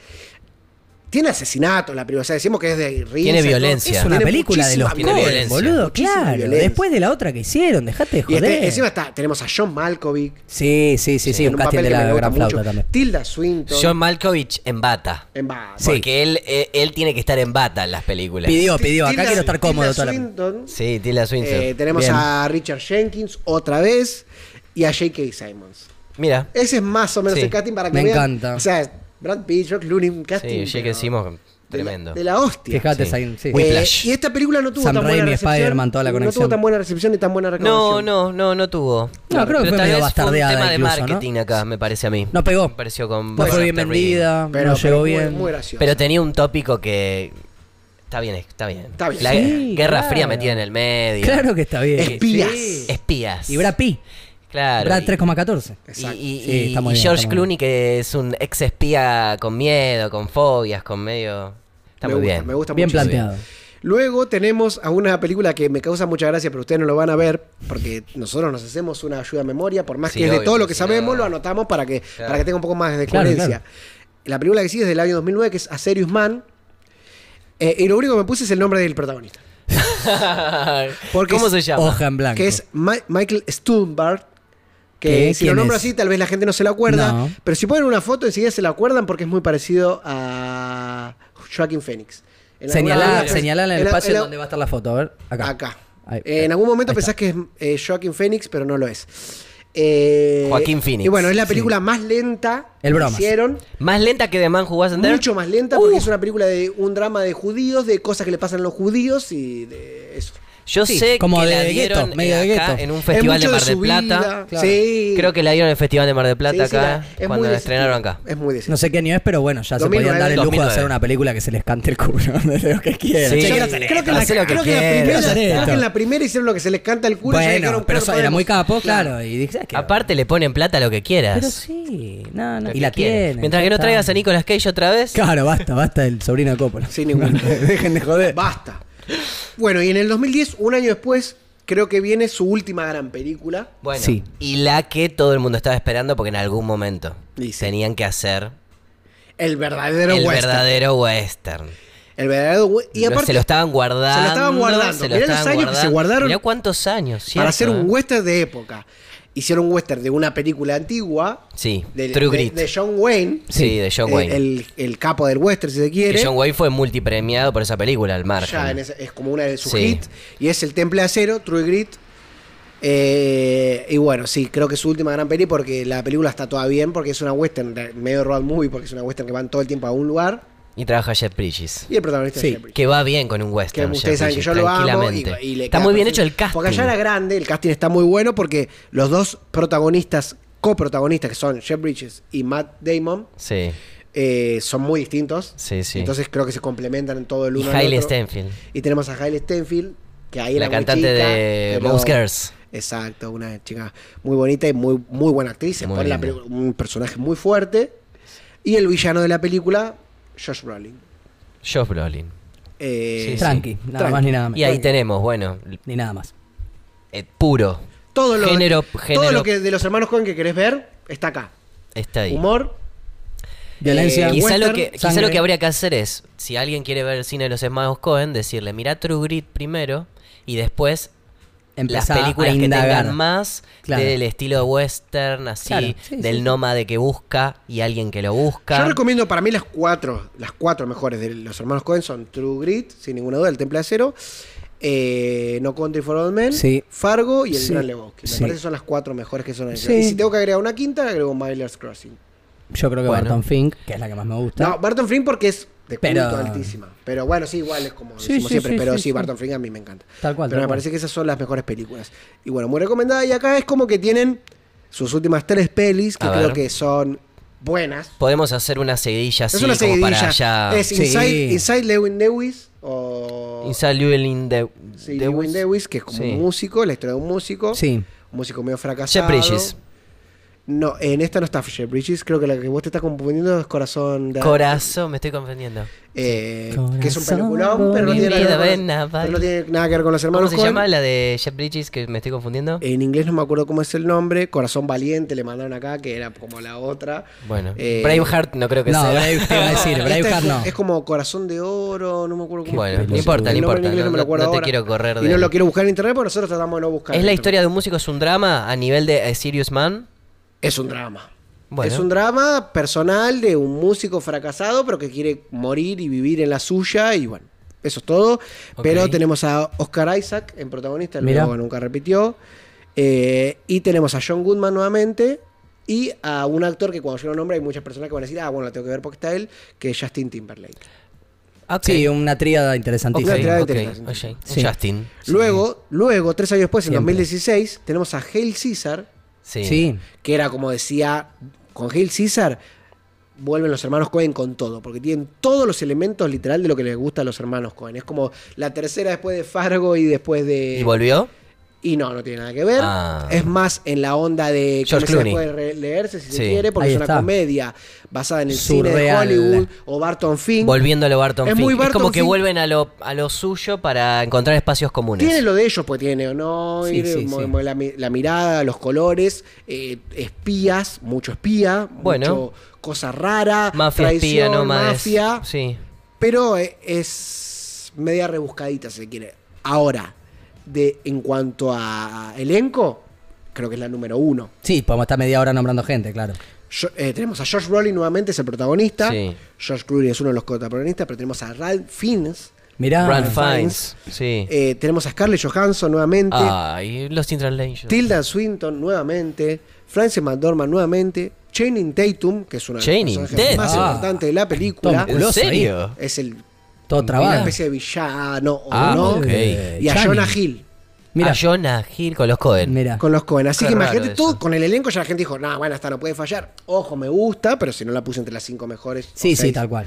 [SPEAKER 3] Tiene asesinato la primera. O sea, decimos que es de risa y todo.
[SPEAKER 1] violencia.
[SPEAKER 2] es una
[SPEAKER 3] Tiene
[SPEAKER 2] película de los
[SPEAKER 3] muchísima
[SPEAKER 1] Tiene
[SPEAKER 2] Coen,
[SPEAKER 1] violencia.
[SPEAKER 2] boludo,
[SPEAKER 3] Muchísima
[SPEAKER 2] claro.
[SPEAKER 3] violencia.
[SPEAKER 2] Después de la otra que hicieron, dejate de
[SPEAKER 3] Y
[SPEAKER 2] joder.
[SPEAKER 3] este- encima está, tenemos a John Malkovich.
[SPEAKER 2] Sí, sí, sí, sí,
[SPEAKER 3] en
[SPEAKER 2] un casting de
[SPEAKER 3] que
[SPEAKER 2] la
[SPEAKER 3] me gusta
[SPEAKER 2] gran flauta
[SPEAKER 3] mucho.
[SPEAKER 2] también.
[SPEAKER 3] Tilda Swinton.
[SPEAKER 1] John Malkovich en bata.
[SPEAKER 3] en Bad.
[SPEAKER 2] Sí.
[SPEAKER 1] Porque él, eh, él tiene que estar en bata en las películas.
[SPEAKER 2] Pidió, pidió, acá
[SPEAKER 3] Tilda-
[SPEAKER 2] quiero estar cómodo
[SPEAKER 3] Tilda
[SPEAKER 2] toda la
[SPEAKER 3] Swinton.
[SPEAKER 1] Sí, Tilda Swinton.
[SPEAKER 3] Eh, tenemos
[SPEAKER 2] Bien.
[SPEAKER 3] a Richard Jenkins otra vez y a J.K. Simons.
[SPEAKER 1] Mira.
[SPEAKER 3] Ese es más o menos
[SPEAKER 1] Sí.
[SPEAKER 3] el casting para que
[SPEAKER 2] Me
[SPEAKER 3] vean.
[SPEAKER 2] encanta.
[SPEAKER 3] O sea, Brad Pitt, George Clooney, un
[SPEAKER 1] Sí,
[SPEAKER 3] casting.
[SPEAKER 1] ya que
[SPEAKER 3] pero
[SPEAKER 1] hicimos
[SPEAKER 3] de la-
[SPEAKER 1] tremendo.
[SPEAKER 3] De la hostia.
[SPEAKER 2] Fíjate,
[SPEAKER 1] Sí.
[SPEAKER 2] Zayn, sí.
[SPEAKER 3] Eh,
[SPEAKER 1] Whiplash.
[SPEAKER 3] y esta película no tuvo
[SPEAKER 2] Sam
[SPEAKER 3] tan buena
[SPEAKER 2] Raimi,
[SPEAKER 3] recepción.
[SPEAKER 2] Spider-Man, toda la
[SPEAKER 3] No
[SPEAKER 2] conexión.
[SPEAKER 3] tuvo tan buena recepción ni tan buena
[SPEAKER 1] No,
[SPEAKER 3] recaudación.
[SPEAKER 1] no, no, no tuvo.
[SPEAKER 2] No, creo que
[SPEAKER 1] Pero
[SPEAKER 2] fue
[SPEAKER 1] tal
[SPEAKER 2] medio
[SPEAKER 1] vez
[SPEAKER 2] bastardeada
[SPEAKER 1] un tema de
[SPEAKER 2] incluso, ¿no?
[SPEAKER 1] marketing acá, me parece a mí.
[SPEAKER 2] No pegó.
[SPEAKER 1] Me pareció con.
[SPEAKER 2] No fue bien
[SPEAKER 1] Buster Ring.
[SPEAKER 2] vendida,
[SPEAKER 3] Pero,
[SPEAKER 2] no
[SPEAKER 3] pero
[SPEAKER 2] llegó
[SPEAKER 3] muy-
[SPEAKER 2] bien.
[SPEAKER 3] Muy gracioso.
[SPEAKER 1] Pero tenía un tópico que. Está bien, está bien.
[SPEAKER 3] Está bien.
[SPEAKER 1] La
[SPEAKER 2] Sí,
[SPEAKER 1] Guerra Fría
[SPEAKER 2] claro.
[SPEAKER 1] metida en el medio.
[SPEAKER 2] Claro que está bien.
[SPEAKER 3] Espías.
[SPEAKER 1] Espías.
[SPEAKER 2] Y Brad Pitt,
[SPEAKER 1] Claro.
[SPEAKER 2] Brad
[SPEAKER 1] y-
[SPEAKER 2] 3,14.
[SPEAKER 1] Y,
[SPEAKER 3] Exacto.
[SPEAKER 1] y-
[SPEAKER 2] Sí,
[SPEAKER 1] y-
[SPEAKER 2] está muy
[SPEAKER 1] y
[SPEAKER 2] bien,
[SPEAKER 1] George
[SPEAKER 2] está muy
[SPEAKER 1] Clooney, que es un ex espía con miedo, con fobias, con medio. Está
[SPEAKER 3] me
[SPEAKER 1] muy
[SPEAKER 3] gusta,
[SPEAKER 1] bien.
[SPEAKER 3] Me gusta
[SPEAKER 2] Bien
[SPEAKER 3] muchísimo.
[SPEAKER 2] planteado.
[SPEAKER 3] Luego tenemos a una película que me causa mucha gracia, pero ustedes no lo van a ver, porque nosotros nos hacemos una ayuda a memoria, por más
[SPEAKER 1] Sí,
[SPEAKER 3] que es de
[SPEAKER 1] obvio,
[SPEAKER 3] todo lo que
[SPEAKER 1] si
[SPEAKER 3] sabemos,
[SPEAKER 1] no-
[SPEAKER 3] lo anotamos para que,
[SPEAKER 1] Claro.
[SPEAKER 3] para que tenga un poco más de
[SPEAKER 2] Claro,
[SPEAKER 3] coherencia.
[SPEAKER 2] claro.
[SPEAKER 3] La película que sigue es del año 2009, que es A Serious Man. eh, y lo único que me puse es el nombre del protagonista. Porque
[SPEAKER 1] ¿Cómo
[SPEAKER 3] es-
[SPEAKER 1] se llama?
[SPEAKER 2] Hoja en blanco.
[SPEAKER 3] Que es Ma- Michael Stuhlbarg. Que
[SPEAKER 2] ¿Qué?
[SPEAKER 3] si lo
[SPEAKER 2] ¿Quién
[SPEAKER 3] nombro
[SPEAKER 2] es?
[SPEAKER 3] así, tal vez la gente no se lo acuerda.
[SPEAKER 2] No.
[SPEAKER 3] Pero si ponen una foto, enseguida se la acuerdan porque es muy parecido a Joaquin Phoenix. En algún
[SPEAKER 2] Señalar,
[SPEAKER 3] momento-
[SPEAKER 2] señalar en el
[SPEAKER 3] en la- en
[SPEAKER 2] espacio
[SPEAKER 3] la-
[SPEAKER 2] donde va a estar la foto. A ver, acá.
[SPEAKER 3] Acá.
[SPEAKER 2] Ahí,
[SPEAKER 3] Eh, en algún momento
[SPEAKER 2] ahí
[SPEAKER 3] pensás que es eh, Joaquin Phoenix, pero no lo es. Eh,
[SPEAKER 1] Joaquín Phoenix.
[SPEAKER 3] Y bueno, es la película más lenta
[SPEAKER 2] El
[SPEAKER 3] que
[SPEAKER 2] bromas.
[SPEAKER 3] hicieron.
[SPEAKER 1] Más lenta que The Man Who Wasn't There.
[SPEAKER 3] Mucho más lenta porque
[SPEAKER 1] Uh.
[SPEAKER 3] es una película de un drama de judíos, de cosas que le pasan a los judíos y de eso.
[SPEAKER 1] Yo
[SPEAKER 2] Sí,
[SPEAKER 1] sé
[SPEAKER 2] como
[SPEAKER 1] que
[SPEAKER 2] de
[SPEAKER 1] la
[SPEAKER 2] gueto,
[SPEAKER 1] dieron
[SPEAKER 2] medio
[SPEAKER 1] eh,
[SPEAKER 2] de
[SPEAKER 1] acá
[SPEAKER 2] gueto.
[SPEAKER 1] en un festival
[SPEAKER 3] Es
[SPEAKER 1] de
[SPEAKER 3] mucho
[SPEAKER 1] Mar
[SPEAKER 3] su
[SPEAKER 1] del Plata.
[SPEAKER 3] vida, Sí.
[SPEAKER 1] Creo que la dieron en el festival de Mar del Plata
[SPEAKER 3] Sí, sí,
[SPEAKER 1] acá,
[SPEAKER 3] la- es muy
[SPEAKER 1] cuando la
[SPEAKER 3] de ese
[SPEAKER 1] estrenaron
[SPEAKER 3] estilo.
[SPEAKER 1] acá.
[SPEAKER 3] Es muy de ese
[SPEAKER 2] No sé qué año es, pero bueno, ya se
[SPEAKER 3] 2009.
[SPEAKER 2] podían dar el lujo de hacer
[SPEAKER 1] 2009.
[SPEAKER 2] una película que se les cante el culo de lo que
[SPEAKER 1] Sí. Yo
[SPEAKER 2] quieren. Che, quiero
[SPEAKER 3] Creo
[SPEAKER 2] hacer
[SPEAKER 3] que-
[SPEAKER 2] esto.
[SPEAKER 3] creo que en la-
[SPEAKER 1] Hacé lo que
[SPEAKER 3] creo que en la
[SPEAKER 1] quieras,
[SPEAKER 3] primera-
[SPEAKER 2] hacer
[SPEAKER 3] creo que
[SPEAKER 2] esto.
[SPEAKER 3] en la primera hicieron lo que se les canta el culo. y ya
[SPEAKER 2] Bueno,
[SPEAKER 3] dijeron,
[SPEAKER 2] pero
[SPEAKER 3] claro,
[SPEAKER 2] eso era
[SPEAKER 3] podemos.
[SPEAKER 2] muy capo, claro. Y dices que.
[SPEAKER 1] Aparte le ponen plata a lo que quieras.
[SPEAKER 2] Pero sí, no, no.
[SPEAKER 1] Lo
[SPEAKER 2] Y
[SPEAKER 1] que
[SPEAKER 2] la
[SPEAKER 1] quieras.
[SPEAKER 2] tienen.
[SPEAKER 1] Mientras
[SPEAKER 2] ya
[SPEAKER 1] que no
[SPEAKER 2] está.
[SPEAKER 1] traigas a Nicolas Cage otra vez.
[SPEAKER 2] Claro, basta, basta el sobrino de Coppola.
[SPEAKER 3] Sin ningún-
[SPEAKER 2] Dejen de joder.
[SPEAKER 3] Basta. Bueno, y en el 2010, un año después, creo que viene su última gran película.
[SPEAKER 1] Bueno,
[SPEAKER 2] Sí.
[SPEAKER 1] y la que todo el mundo estaba esperando porque en algún momento
[SPEAKER 3] Y sí.
[SPEAKER 1] tenían que hacer
[SPEAKER 3] El verdadero
[SPEAKER 1] el
[SPEAKER 3] western.
[SPEAKER 1] verdadero western.
[SPEAKER 3] El verdadero we- Y
[SPEAKER 1] Lo-
[SPEAKER 3] aparte,
[SPEAKER 1] se lo estaban guardando.
[SPEAKER 3] se lo estaban guardando.
[SPEAKER 1] se lo
[SPEAKER 3] Mirá los
[SPEAKER 1] estaban
[SPEAKER 3] años que se
[SPEAKER 1] guardando.
[SPEAKER 3] guardaron
[SPEAKER 1] Mirá cuántos años.
[SPEAKER 3] para hacer
[SPEAKER 1] cierto,
[SPEAKER 3] un
[SPEAKER 1] ¿eh?
[SPEAKER 3] western de época, hicieron un western de una película antigua.
[SPEAKER 1] Sí,
[SPEAKER 3] del-
[SPEAKER 1] True
[SPEAKER 3] de,
[SPEAKER 1] Grit.
[SPEAKER 3] de John Wayne.
[SPEAKER 1] Sí, de John
[SPEAKER 3] eh,
[SPEAKER 1] Wayne.
[SPEAKER 3] El, el capo del western, si se quiere.
[SPEAKER 1] Que John Wayne fue multipremiado por esa película, al margen.
[SPEAKER 3] Ya en esa- es como una de sus
[SPEAKER 1] Sí.
[SPEAKER 3] hits. Y es el Temple de Acero, True Grit. Eh, y bueno, sí, creo que es su última gran peli porque la película está toda bien, porque es una western, re- medio road movie, porque es una western que van todo el tiempo a un lugar.
[SPEAKER 1] Y trabaja Jeff Bridges.
[SPEAKER 3] Y el protagonista
[SPEAKER 2] Sí.
[SPEAKER 3] es Jeffrey.
[SPEAKER 1] Que va bien con un
[SPEAKER 3] Que
[SPEAKER 1] western.
[SPEAKER 3] ustedes
[SPEAKER 1] Jeff
[SPEAKER 3] saben que
[SPEAKER 1] Bridges,
[SPEAKER 3] yo lo amo. Y,
[SPEAKER 1] tranquilamente.
[SPEAKER 3] y le
[SPEAKER 1] Está
[SPEAKER 3] queda
[SPEAKER 1] muy bien hecho
[SPEAKER 3] perfecto.
[SPEAKER 1] el casting.
[SPEAKER 3] Porque allá era grande, el casting está muy bueno porque los dos protagonistas, coprotagonistas, que son Jeff Bridges y Matt Damon,
[SPEAKER 1] Sí,
[SPEAKER 3] eh, son muy distintos.
[SPEAKER 1] sí, sí.
[SPEAKER 3] Entonces creo que se complementan en todo el
[SPEAKER 1] y
[SPEAKER 3] uno. al
[SPEAKER 1] Hailey
[SPEAKER 3] otro.
[SPEAKER 1] Stenfield.
[SPEAKER 3] Y tenemos a Hailey Stenfield, que ahí era
[SPEAKER 1] La
[SPEAKER 3] muy
[SPEAKER 1] cantante
[SPEAKER 3] chica,
[SPEAKER 1] de
[SPEAKER 3] pero-
[SPEAKER 1] Mouse Girls.
[SPEAKER 3] Exacto, una chica muy bonita y muy, muy buena actriz. Se
[SPEAKER 1] Muy
[SPEAKER 3] pone la
[SPEAKER 1] linda.
[SPEAKER 3] peli- un personaje muy fuerte. Y el villano de la película, Josh Brolin.
[SPEAKER 1] Josh Brolin.
[SPEAKER 3] Eh,
[SPEAKER 1] Sí, sí.
[SPEAKER 2] Tranqui, nada
[SPEAKER 3] Tranqui.
[SPEAKER 2] más ni nada menos.
[SPEAKER 1] Y ahí tenemos, bueno,
[SPEAKER 2] Ni nada más.
[SPEAKER 1] eh, puro.
[SPEAKER 3] Todo lo,
[SPEAKER 1] Género-
[SPEAKER 3] todo
[SPEAKER 1] género.
[SPEAKER 3] lo que de los hermanos Cohen que querés ver está acá.
[SPEAKER 1] Está ahí.
[SPEAKER 3] Humor.
[SPEAKER 2] Violencia.
[SPEAKER 3] Eh,
[SPEAKER 1] Quizá,
[SPEAKER 3] western,
[SPEAKER 1] lo que, quizá
[SPEAKER 2] sangre.
[SPEAKER 1] lo que habría que hacer es, si alguien quiere ver el cine de los hermanos Cohen, decirle, mirá True Grit primero y después
[SPEAKER 2] Empezá
[SPEAKER 1] las películas
[SPEAKER 2] a
[SPEAKER 1] que
[SPEAKER 2] indagar.
[SPEAKER 1] tengan más
[SPEAKER 2] Claro.
[SPEAKER 1] del estilo western, así,
[SPEAKER 2] Claro, sí,
[SPEAKER 1] del
[SPEAKER 2] sí,
[SPEAKER 1] nómade que busca y alguien que lo busca.
[SPEAKER 3] Yo recomiendo para mí las cuatro, las cuatro mejores de los hermanos Cohen son True Grit, sin ninguna duda, El Temple de Acero, eh, No Country for Old Men,
[SPEAKER 2] Sí.
[SPEAKER 3] Fargo y El
[SPEAKER 2] Sí.
[SPEAKER 3] Gran Lebowski. Me
[SPEAKER 2] Sí.
[SPEAKER 3] parece que son las cuatro mejores que son.
[SPEAKER 2] Sí.
[SPEAKER 3] Y si tengo que agregar una quinta, agrego Milers Crossing.
[SPEAKER 2] Yo creo que
[SPEAKER 1] Bueno.
[SPEAKER 2] Barton Fink, que es la que más me gusta.
[SPEAKER 3] No, Barton Frink porque es de culto
[SPEAKER 2] Pero-
[SPEAKER 3] altísima. Pero bueno, sí, igual es como
[SPEAKER 2] Sí,
[SPEAKER 3] decimos
[SPEAKER 2] sí,
[SPEAKER 3] siempre.
[SPEAKER 2] sí,
[SPEAKER 3] pero
[SPEAKER 2] sí,
[SPEAKER 3] sí,
[SPEAKER 2] sí.
[SPEAKER 3] Barton Frink a mí me encanta.
[SPEAKER 2] Tal cual,
[SPEAKER 3] Pero
[SPEAKER 2] tal
[SPEAKER 3] me
[SPEAKER 2] cual.
[SPEAKER 3] parece que esas son las mejores películas. Y bueno, muy recomendada. Y acá es como que tienen sus últimas tres pelis que
[SPEAKER 1] A
[SPEAKER 3] creo
[SPEAKER 1] ver.
[SPEAKER 3] que son buenas.
[SPEAKER 1] Podemos hacer una seguidilla así
[SPEAKER 3] es una
[SPEAKER 1] como para
[SPEAKER 3] seguidilla.
[SPEAKER 1] allá.
[SPEAKER 3] Es
[SPEAKER 2] Sí.
[SPEAKER 3] Inside, Inside Lewin Lewis o
[SPEAKER 1] Inside Llewellyn de,
[SPEAKER 3] sí,
[SPEAKER 1] de-
[SPEAKER 3] Lewin Lewis, que es como
[SPEAKER 1] Sí.
[SPEAKER 3] un músico, la historia de un músico.
[SPEAKER 2] Sí.
[SPEAKER 3] Un músico medio
[SPEAKER 1] Jeff
[SPEAKER 3] fracasado.
[SPEAKER 1] Bridges.
[SPEAKER 3] No, en esta no está Jeff Bridges. Creo que la que vos te estás confundiendo es Corazón de
[SPEAKER 1] Corazón, me estoy confundiendo.
[SPEAKER 3] Eh,
[SPEAKER 2] Corazón
[SPEAKER 3] que es un peliculón, pero no,
[SPEAKER 2] bonito.
[SPEAKER 3] tiene nada que ver con
[SPEAKER 1] Ven a
[SPEAKER 3] los- pero no
[SPEAKER 1] bailar.
[SPEAKER 3] tiene nada que ver con los
[SPEAKER 1] ¿Cómo
[SPEAKER 3] hermanos
[SPEAKER 1] se
[SPEAKER 3] Coen.
[SPEAKER 1] llama la de Jeff Bridges que me estoy confundiendo?
[SPEAKER 3] En inglés no me acuerdo cómo es el nombre. Corazón Valiente le mandaron acá, que era como la otra.
[SPEAKER 1] bueno,
[SPEAKER 3] eh,
[SPEAKER 1] Braveheart no creo que
[SPEAKER 2] No,
[SPEAKER 1] sea.
[SPEAKER 2] Brave, te iba a decir,
[SPEAKER 3] Esta Este es,
[SPEAKER 2] Braveheart
[SPEAKER 3] co-
[SPEAKER 2] no.
[SPEAKER 3] es como Corazón de Oro, no me acuerdo cómo
[SPEAKER 1] Bueno,
[SPEAKER 3] es.
[SPEAKER 1] no importa,
[SPEAKER 3] El
[SPEAKER 1] no
[SPEAKER 3] nombre en
[SPEAKER 1] importa.
[SPEAKER 3] inglés
[SPEAKER 1] No,
[SPEAKER 3] me lo
[SPEAKER 1] no-
[SPEAKER 3] acuerdo
[SPEAKER 1] no te
[SPEAKER 3] ahora.
[SPEAKER 1] quiero correr
[SPEAKER 3] Y
[SPEAKER 1] de-
[SPEAKER 3] no lo quiero buscar en internet porque nosotros tratamos de no buscar.
[SPEAKER 1] ¿Es
[SPEAKER 3] en
[SPEAKER 1] la
[SPEAKER 3] internet.
[SPEAKER 1] historia de un músico? ¿Es un drama a nivel de eh, Serious Man?
[SPEAKER 3] Es un drama.
[SPEAKER 1] Bueno.
[SPEAKER 3] Es un drama personal de un músico fracasado, pero que quiere morir y vivir en la suya. Y bueno, eso es todo. Pero
[SPEAKER 1] Ok.
[SPEAKER 3] tenemos a Oscar Isaac en protagonista, el
[SPEAKER 2] Mirá.
[SPEAKER 3] nuevo nunca repitió. Eh, y tenemos a John Goodman nuevamente. Y a un actor que cuando yo lo nombre hay muchas personas que van a decir, ah, bueno, la tengo que ver porque está él, que es Justin Timberlake.
[SPEAKER 1] Ok,
[SPEAKER 2] Ah, Sí, una tríada
[SPEAKER 1] ok,
[SPEAKER 2] interesantísima.
[SPEAKER 3] Una tirada
[SPEAKER 1] ok,
[SPEAKER 3] interesante.
[SPEAKER 1] ok.
[SPEAKER 2] Sí.
[SPEAKER 1] Justin.
[SPEAKER 3] Luego, luego, tres años después, en
[SPEAKER 2] Siempre.
[SPEAKER 3] 2016, tenemos a Hale César,
[SPEAKER 1] Sí.
[SPEAKER 2] Sí.
[SPEAKER 3] que era como decía con Gil César vuelven los hermanos Cohen con todo porque tienen todos los elementos literal de lo que les gusta a los hermanos Cohen es como la tercera después de Fargo y después de
[SPEAKER 1] ¿Y volvió?
[SPEAKER 3] y no no tiene nada que ver
[SPEAKER 1] Ah.
[SPEAKER 3] es más en la onda de que
[SPEAKER 1] George
[SPEAKER 3] se
[SPEAKER 1] Clooney.
[SPEAKER 3] puede re- leerse si se
[SPEAKER 1] Sí.
[SPEAKER 3] quiere porque
[SPEAKER 2] Ahí
[SPEAKER 3] es una
[SPEAKER 2] está.
[SPEAKER 3] comedia basada en el
[SPEAKER 2] Surreal.
[SPEAKER 3] cine de Hollywood o Barton Fink
[SPEAKER 1] Volviendo a lo Barton
[SPEAKER 3] Es
[SPEAKER 1] Fink.
[SPEAKER 3] muy
[SPEAKER 1] es como
[SPEAKER 3] Barton
[SPEAKER 1] que
[SPEAKER 3] Fink.
[SPEAKER 1] vuelven a lo, a lo suyo para encontrar espacios comunes.
[SPEAKER 3] Tiene lo de ellos, pues tiene honor,
[SPEAKER 2] Sí, sí,
[SPEAKER 3] mo-
[SPEAKER 2] sí.
[SPEAKER 3] mo- La, mi- la mirada, los colores, eh, espías, mucho espía,
[SPEAKER 1] Bueno.
[SPEAKER 3] mucho cosa rara,
[SPEAKER 1] Mafia espía,
[SPEAKER 3] traición,
[SPEAKER 1] nómades.
[SPEAKER 3] mafia,
[SPEAKER 1] Sí.
[SPEAKER 3] pero eh, es media rebuscadita, si se quiere. Ahora, de, en cuanto a elenco, creo que es la número uno.
[SPEAKER 2] Sí, podemos estar media hora nombrando gente, claro.
[SPEAKER 3] Yo- eh, tenemos a Josh Brolin nuevamente, es el protagonista.
[SPEAKER 1] Sí.
[SPEAKER 3] Josh Clooney es uno de los protagonistas, pero tenemos a Ralph Fiennes.
[SPEAKER 2] Mirá.
[SPEAKER 1] Ralph
[SPEAKER 3] Fiennes.
[SPEAKER 1] Fiennes. Sí.
[SPEAKER 3] eh, tenemos a Scarlett Johansson nuevamente.
[SPEAKER 1] ah, y Lost in Translation.
[SPEAKER 3] Tilda Swinton nuevamente, Frances McDormand nuevamente, Channing Tatum, que es una de
[SPEAKER 1] Channing
[SPEAKER 3] las personajes más
[SPEAKER 2] Tatum. Ah,
[SPEAKER 3] importantes de la película,
[SPEAKER 2] Tom
[SPEAKER 1] ¿En
[SPEAKER 2] Cruise.
[SPEAKER 1] serio?
[SPEAKER 3] es el
[SPEAKER 2] Todo
[SPEAKER 3] una
[SPEAKER 2] trabajo.
[SPEAKER 3] especie de villano o
[SPEAKER 1] Ah,
[SPEAKER 3] no, Eh,
[SPEAKER 1] ok.
[SPEAKER 3] y a
[SPEAKER 2] Channing.
[SPEAKER 3] Jonah Hill
[SPEAKER 2] Mirá.
[SPEAKER 1] A Ah, Jonah Hill con los Cohen.
[SPEAKER 2] Mirá.
[SPEAKER 3] con los Cohen. Así
[SPEAKER 1] Qué
[SPEAKER 3] que
[SPEAKER 1] raro
[SPEAKER 3] imagínate
[SPEAKER 1] eso.
[SPEAKER 3] todo con el elenco, ya la gente dijo, no, bueno, esta no puede fallar. Ojo, me gusta, pero si no la puse entre las cinco mejores. o
[SPEAKER 2] Sí, sí,
[SPEAKER 3] seis.
[SPEAKER 2] tal cual.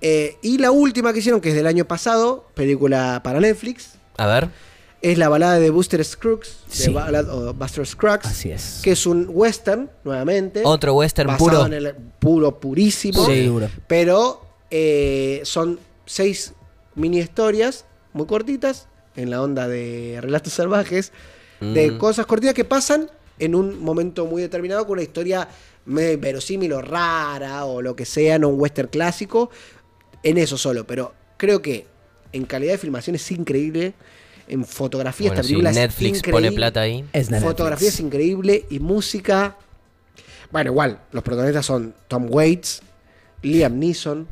[SPEAKER 3] Eh, y la última que hicieron, que es del año pasado, película para Netflix,
[SPEAKER 1] A ver.
[SPEAKER 3] es la balada de Buster Scruggs,
[SPEAKER 2] Sí.
[SPEAKER 3] de Ballad of Buster Scruggs,
[SPEAKER 2] Así es.
[SPEAKER 3] que es un western, nuevamente.
[SPEAKER 1] Otro western
[SPEAKER 3] basado
[SPEAKER 1] puro.
[SPEAKER 3] en el puro, purísimo.
[SPEAKER 2] Sí, duro.
[SPEAKER 3] Pero eh, son seis mini historias muy cortitas, en la onda de relatos salvajes,
[SPEAKER 2] Mm.
[SPEAKER 3] de cosas cortitas que pasan en un momento muy determinado con una historia medio verosímil o rara o lo que sea, no un western clásico, en eso solo. Pero creo que en calidad de filmación es increíble. En fotografía
[SPEAKER 1] Bueno,
[SPEAKER 3] esta
[SPEAKER 1] si
[SPEAKER 3] película es
[SPEAKER 1] Netflix pone
[SPEAKER 3] increíble.
[SPEAKER 1] plata ahí.
[SPEAKER 2] Es de
[SPEAKER 3] Fotografía es
[SPEAKER 2] Netflix.
[SPEAKER 3] increíble y música. Bueno, igual, los protagonistas son Tom Waits, Liam Neeson,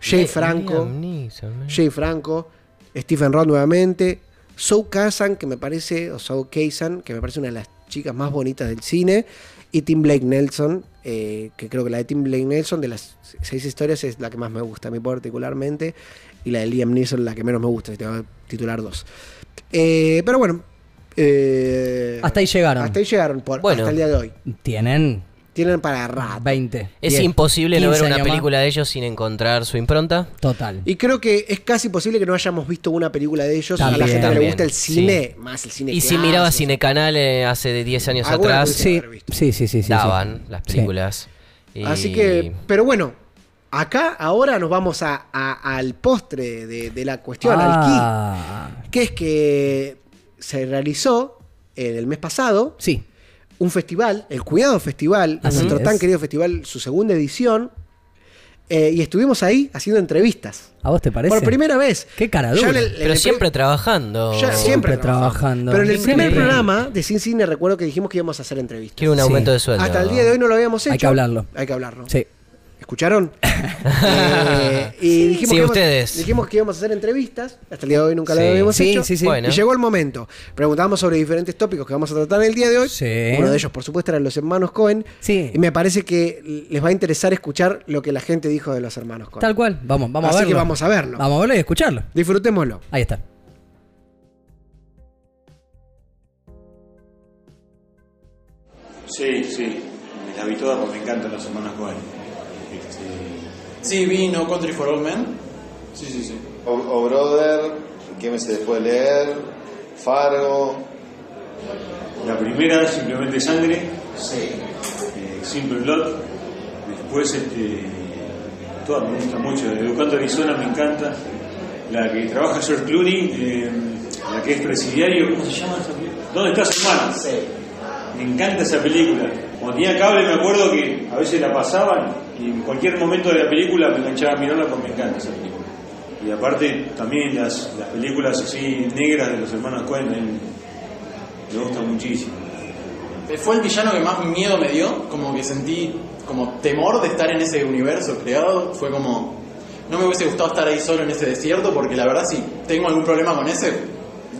[SPEAKER 3] Jay
[SPEAKER 1] Liam
[SPEAKER 3] Franco,
[SPEAKER 1] Neeson, eh.
[SPEAKER 3] Jay Franco, Stephen Roth nuevamente, Zoe Kazan, que me parece, o Zoe Kazan, que me parece una de las chicas más bonitas del cine, y Tim Blake Nelson, eh, que creo que la de Tim Blake Nelson de las seis historias es la que más me gusta a mí particularmente, y la de Liam Neeson la que menos me gusta, si tengo que titular dos. Eh, pero bueno. eh,
[SPEAKER 2] Hasta ahí llegaron.
[SPEAKER 3] Hasta ahí llegaron, por,
[SPEAKER 1] Bueno.
[SPEAKER 3] hasta el día de hoy.
[SPEAKER 2] Tienen
[SPEAKER 3] Tienen para rato.
[SPEAKER 2] 20.
[SPEAKER 1] Es
[SPEAKER 2] 10,
[SPEAKER 1] imposible no ver
[SPEAKER 2] 15
[SPEAKER 1] una
[SPEAKER 2] años más.
[SPEAKER 1] película de ellos sin encontrar su impronta.
[SPEAKER 2] Total.
[SPEAKER 3] Y creo que es casi posible que no hayamos visto una película de ellos. a la
[SPEAKER 2] También.
[SPEAKER 3] gente que le
[SPEAKER 1] También,
[SPEAKER 3] gusta el
[SPEAKER 1] sí.
[SPEAKER 3] cine, más el cine
[SPEAKER 1] Y si
[SPEAKER 3] clásico.
[SPEAKER 1] miraba Cinecanal eh, hace de 10 años
[SPEAKER 3] Alguna
[SPEAKER 1] atrás,
[SPEAKER 3] pudiste
[SPEAKER 2] sí,
[SPEAKER 3] haber visto.
[SPEAKER 2] sí, sí, sí, sí.
[SPEAKER 1] daban las
[SPEAKER 2] Sí.
[SPEAKER 1] películas. Y-
[SPEAKER 3] Así que, pero bueno, acá ahora nos vamos a, a- al postre de, de la cuestión, al
[SPEAKER 2] Ah,
[SPEAKER 3] key, que es que se realizó eh, el mes pasado
[SPEAKER 2] sí.
[SPEAKER 3] un festival, el Cuidado Festival,
[SPEAKER 2] Así
[SPEAKER 3] nuestro tan
[SPEAKER 2] es.
[SPEAKER 3] querido festival, su segunda edición, eh, y estuvimos ahí haciendo entrevistas.
[SPEAKER 2] ¿A vos te parece?
[SPEAKER 3] Por primera vez.
[SPEAKER 2] Qué cara
[SPEAKER 3] Ya
[SPEAKER 2] dura.
[SPEAKER 3] en el- en el
[SPEAKER 1] Pero
[SPEAKER 3] pri-
[SPEAKER 1] siempre trabajando.
[SPEAKER 3] Ya,
[SPEAKER 2] Siempre
[SPEAKER 3] siempre
[SPEAKER 2] trabajando.
[SPEAKER 3] Pero en el primer
[SPEAKER 2] Siempre.
[SPEAKER 3] programa de Sin Cine recuerdo que dijimos que íbamos a hacer entrevistas.
[SPEAKER 1] Quiero un
[SPEAKER 2] Sí.
[SPEAKER 1] aumento de sueldo.
[SPEAKER 3] Hasta el día de hoy no lo habíamos hecho.
[SPEAKER 2] Hay que hablarlo.
[SPEAKER 3] Hay que hablarlo.
[SPEAKER 2] Sí.
[SPEAKER 3] Es ¿Escucharon? Eh, y dijimos,
[SPEAKER 1] Sí,
[SPEAKER 3] que
[SPEAKER 1] ustedes.
[SPEAKER 3] Íbamos, dijimos que íbamos a hacer entrevistas. Hasta el día de hoy nunca
[SPEAKER 1] Sí.
[SPEAKER 3] las habíamos
[SPEAKER 2] Sí,
[SPEAKER 3] hecho.
[SPEAKER 2] sí, sí.
[SPEAKER 1] Bueno.
[SPEAKER 3] Y llegó el momento. Preguntábamos sobre diferentes tópicos que vamos a tratar el día de hoy.
[SPEAKER 2] Sí.
[SPEAKER 3] Uno de ellos, por supuesto, eran los hermanos Cohen.
[SPEAKER 2] Sí.
[SPEAKER 3] Y me parece que les va a interesar escuchar lo que la gente dijo de los hermanos Cohen.
[SPEAKER 2] Tal cual. Vamos, vamos
[SPEAKER 3] Así
[SPEAKER 2] a
[SPEAKER 3] que
[SPEAKER 2] verlo.
[SPEAKER 3] vamos a verlo.
[SPEAKER 2] Vamos a verlo y escucharlo.
[SPEAKER 3] Disfrutémoslo.
[SPEAKER 2] Ahí está.
[SPEAKER 5] Sí, sí, me la vi toda porque me encantan los hermanos Cohen. Este,
[SPEAKER 6] Sí, vi No Country for Old Men. Sí, sí, sí.
[SPEAKER 7] O, O Oh, Brother, quémese después de leer, Fargo,
[SPEAKER 5] La primera, simplemente sangre. Eh, Simple Blood. Después, este, todas me gustan mucho. Educando Arizona me encanta. La que trabaja George Clooney, eh, la que es presidiario, ¿cómo se llama esa película? ¿Dónde está su hermano? Me encanta esa película. Cuando tenía cable me acuerdo que a veces la pasaban y en cualquier momento de la película me enganchaba a mirarla porque me encanta esa película. Y aparte también las, las películas así negras de los hermanos Cohen me- me gustan muchísimo.
[SPEAKER 6] Eh, Fue el villano que más miedo me dio, como que sentí como temor de estar en ese universo creado. Fue como, no me hubiese gustado estar ahí solo en ese desierto, porque la verdad si tengo algún problema con ese,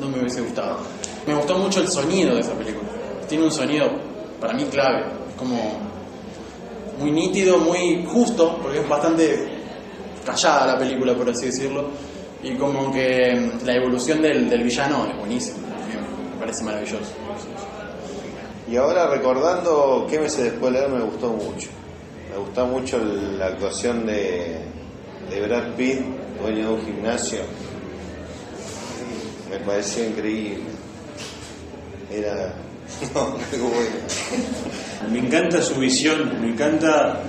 [SPEAKER 6] no me hubiese gustado. Me gustó mucho el sonido de esa película. Tiene un sonido para mí clave, es como muy nítido, muy justo, porque es bastante callada la película, por así decirlo. Y como que mm, la evolución del, del villano es buenísima, me parece maravilloso.
[SPEAKER 7] y ahora recordando quémese después de leer me gustó mucho. Me gustó mucho la actuación de, de Brad Pitt, dueño de un gimnasio. Me pareció increíble. Era no, qué bueno.
[SPEAKER 5] Me encanta su visión, me encanta.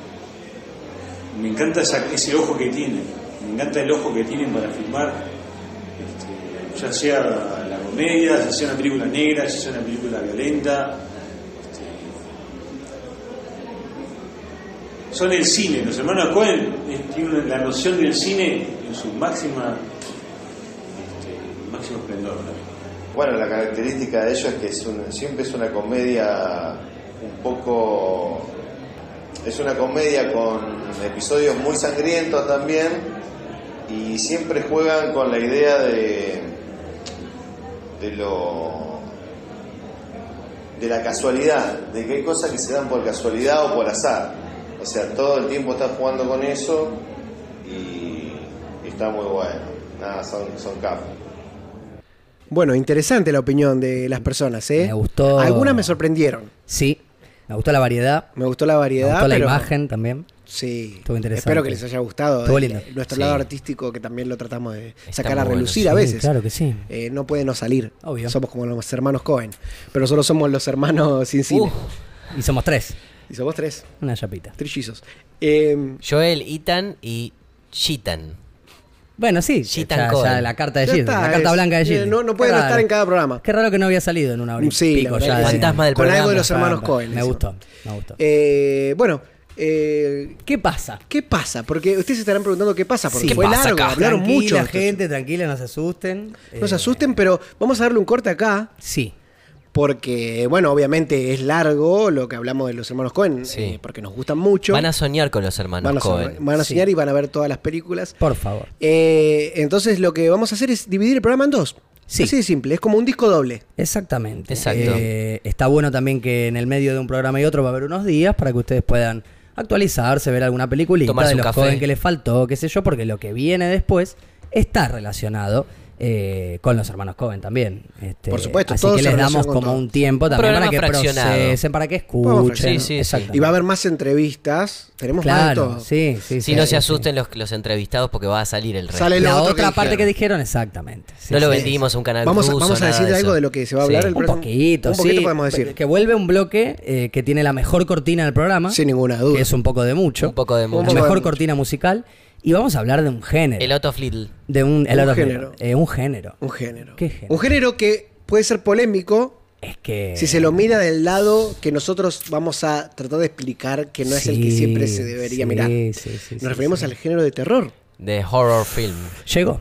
[SPEAKER 5] eh, Me encanta esa- ese ojo que tiene, me encanta el ojo que tienen para filmar, este, ya sea la comedia, ya sea una película negra, ya sea una película violenta. este. Son el cine, los hermanos Cohen eh, tienen una- la noción del cine en su máxima, este, máximo esplendor. ¿no?
[SPEAKER 7] Bueno, la característica de ellos es que es un- siempre es una comedia un poco... Es una comedia con episodios muy sangrientos también y siempre juegan con la idea de, de lo de la casualidad, de que hay cosas que se dan por casualidad o por azar. O sea, todo el tiempo están jugando con eso y, y está muy bueno. Nada, son, son capos.
[SPEAKER 3] Bueno, interesante la opinión de las personas, ¿eh?
[SPEAKER 2] Mm, Me gustó.
[SPEAKER 3] Algunas me sorprendieron.
[SPEAKER 2] Sí. Me gustó la variedad.
[SPEAKER 3] Me gustó la
[SPEAKER 2] Me
[SPEAKER 3] variedad.
[SPEAKER 2] gustó la
[SPEAKER 3] pero-
[SPEAKER 2] imagen también.
[SPEAKER 3] Sí.
[SPEAKER 2] Estuvo interesante.
[SPEAKER 3] Espero que les haya gustado.
[SPEAKER 2] Estuvo
[SPEAKER 3] eh,
[SPEAKER 2] lindo.
[SPEAKER 3] Nuestro
[SPEAKER 1] Sí.
[SPEAKER 3] lado artístico que también lo tratamos de
[SPEAKER 1] Está
[SPEAKER 3] sacar a
[SPEAKER 1] muy bueno,
[SPEAKER 3] relucir
[SPEAKER 1] sí,
[SPEAKER 3] a veces.
[SPEAKER 2] claro que sí.
[SPEAKER 3] Eh, no puede no salir.
[SPEAKER 2] Obvio.
[SPEAKER 3] Somos como los hermanos Cohen. Pero nosotros somos los hermanos sin cine.
[SPEAKER 1] Uh,
[SPEAKER 2] Y somos tres.
[SPEAKER 3] Y somos tres.
[SPEAKER 2] Una chapita.
[SPEAKER 3] Trillizos. Eh,
[SPEAKER 1] Joel, Ethan y Chitan.
[SPEAKER 2] Bueno, sí.
[SPEAKER 1] Sheetan
[SPEAKER 2] ya,
[SPEAKER 1] Cohen.
[SPEAKER 2] ya la carta de
[SPEAKER 3] Ya
[SPEAKER 2] Jill.
[SPEAKER 3] está,
[SPEAKER 2] La carta
[SPEAKER 3] es-
[SPEAKER 2] blanca de
[SPEAKER 3] mira,
[SPEAKER 2] Jill.
[SPEAKER 3] no- no puede no estar en cada programa.
[SPEAKER 2] Qué raro que no había salido en una hora y
[SPEAKER 3] Sí, la
[SPEAKER 2] pico
[SPEAKER 3] verdad
[SPEAKER 2] ya.
[SPEAKER 3] que
[SPEAKER 2] de-
[SPEAKER 3] sí.
[SPEAKER 1] Fantasma del
[SPEAKER 3] Con algo de
[SPEAKER 1] programa,
[SPEAKER 3] los hermanos Cohen.
[SPEAKER 2] Me
[SPEAKER 3] eso.
[SPEAKER 2] gustó, me gustó.
[SPEAKER 3] Eh, bueno, eh,
[SPEAKER 2] ¿Qué pasa?
[SPEAKER 3] ¿qué pasa? Porque ustedes se estarán preguntando qué pasa. Porque
[SPEAKER 2] Sí.
[SPEAKER 3] fue
[SPEAKER 2] ¿Qué
[SPEAKER 1] pasa
[SPEAKER 3] largo,
[SPEAKER 1] acá?
[SPEAKER 3] hablaron
[SPEAKER 2] Tranquila,
[SPEAKER 3] mucho.
[SPEAKER 2] gente, tranquila, no se asusten.
[SPEAKER 3] No se
[SPEAKER 2] Eh,
[SPEAKER 3] asusten, pero vamos a darle un corte acá.
[SPEAKER 2] Sí.
[SPEAKER 3] Porque, bueno, obviamente es largo lo que hablamos de los hermanos Cohen,
[SPEAKER 1] Sí.
[SPEAKER 3] eh, porque nos gustan mucho.
[SPEAKER 1] Van a soñar con los hermanos
[SPEAKER 3] Van a
[SPEAKER 1] Cohen.
[SPEAKER 3] soñar- van a soñar y van a ver todas las películas.
[SPEAKER 2] Por favor.
[SPEAKER 3] Eh, entonces lo que vamos a hacer es dividir el programa en dos.
[SPEAKER 2] Sí.
[SPEAKER 3] Así de simple, es como un disco doble.
[SPEAKER 2] Exactamente.
[SPEAKER 1] Exacto.
[SPEAKER 2] Eh, está bueno también que en el medio de un programa y otro va a haber unos días para que ustedes puedan actualizarse, ver alguna película
[SPEAKER 1] Tomarse
[SPEAKER 2] de
[SPEAKER 1] un
[SPEAKER 2] los
[SPEAKER 1] café.
[SPEAKER 2] Cohen que les faltó, qué sé yo, porque lo que viene después está relacionado eh, con los hermanos Cohen también. Este,
[SPEAKER 3] Por supuesto,
[SPEAKER 2] así
[SPEAKER 3] todo
[SPEAKER 2] que
[SPEAKER 3] se
[SPEAKER 2] les
[SPEAKER 3] relaciona
[SPEAKER 2] damos
[SPEAKER 3] con
[SPEAKER 2] como
[SPEAKER 3] todo.
[SPEAKER 2] un tiempo
[SPEAKER 1] Un
[SPEAKER 2] también
[SPEAKER 1] programa
[SPEAKER 2] para que
[SPEAKER 1] fraccionado.
[SPEAKER 2] procesen, para que
[SPEAKER 3] fraccionado.
[SPEAKER 2] escuchen.
[SPEAKER 1] Sí, sí, sí.
[SPEAKER 2] Exactamente.
[SPEAKER 3] Y va a haber más entrevistas. Tenemos más de
[SPEAKER 2] Claro,
[SPEAKER 3] todo.
[SPEAKER 2] sí,
[SPEAKER 1] si
[SPEAKER 2] sí. sí,
[SPEAKER 1] no
[SPEAKER 2] sí.
[SPEAKER 1] se asusten los, los entrevistados porque va a salir el rey.
[SPEAKER 3] Sale el- lo
[SPEAKER 2] La
[SPEAKER 3] otro que
[SPEAKER 2] otra parte que
[SPEAKER 3] dijeron.
[SPEAKER 2] dijeron, exactamente. Sí,
[SPEAKER 1] no lo
[SPEAKER 2] sí,
[SPEAKER 1] vendimos a un canal
[SPEAKER 3] Vamos a-
[SPEAKER 1] ruso,
[SPEAKER 3] vamos a
[SPEAKER 1] nada
[SPEAKER 3] decir algo
[SPEAKER 1] eso.
[SPEAKER 3] de lo que se va a hablar el
[SPEAKER 2] Un
[SPEAKER 3] próximo-
[SPEAKER 2] poquito,
[SPEAKER 3] un poquito
[SPEAKER 2] sí.
[SPEAKER 3] podemos decir.
[SPEAKER 2] Que vuelve un bloque eh, que tiene la mejor cortina del programa.
[SPEAKER 3] Sin ninguna duda.
[SPEAKER 2] Que es un poco de mucho.
[SPEAKER 1] Un poco de
[SPEAKER 3] Un
[SPEAKER 2] La
[SPEAKER 1] mucho.
[SPEAKER 3] poco de
[SPEAKER 2] mejor
[SPEAKER 3] mucho.
[SPEAKER 2] cortina musical. Y vamos a hablar de un género.
[SPEAKER 1] El Out of Little.
[SPEAKER 2] de un, el
[SPEAKER 3] Un
[SPEAKER 2] otro
[SPEAKER 3] género.
[SPEAKER 2] Eh, un género.
[SPEAKER 3] Un género.
[SPEAKER 2] ¿Qué género?
[SPEAKER 3] Un género que puede ser polémico
[SPEAKER 2] Es que.
[SPEAKER 3] si se lo mira del lado que nosotros vamos a tratar de explicar que no es el que
[SPEAKER 2] Sí,
[SPEAKER 3] siempre se debería
[SPEAKER 2] sí,
[SPEAKER 3] mirar.
[SPEAKER 2] sí, sí,
[SPEAKER 3] Nos
[SPEAKER 2] sí,
[SPEAKER 3] referimos
[SPEAKER 2] sí.
[SPEAKER 3] al género de terror.
[SPEAKER 1] De horror film.
[SPEAKER 2] Llegó.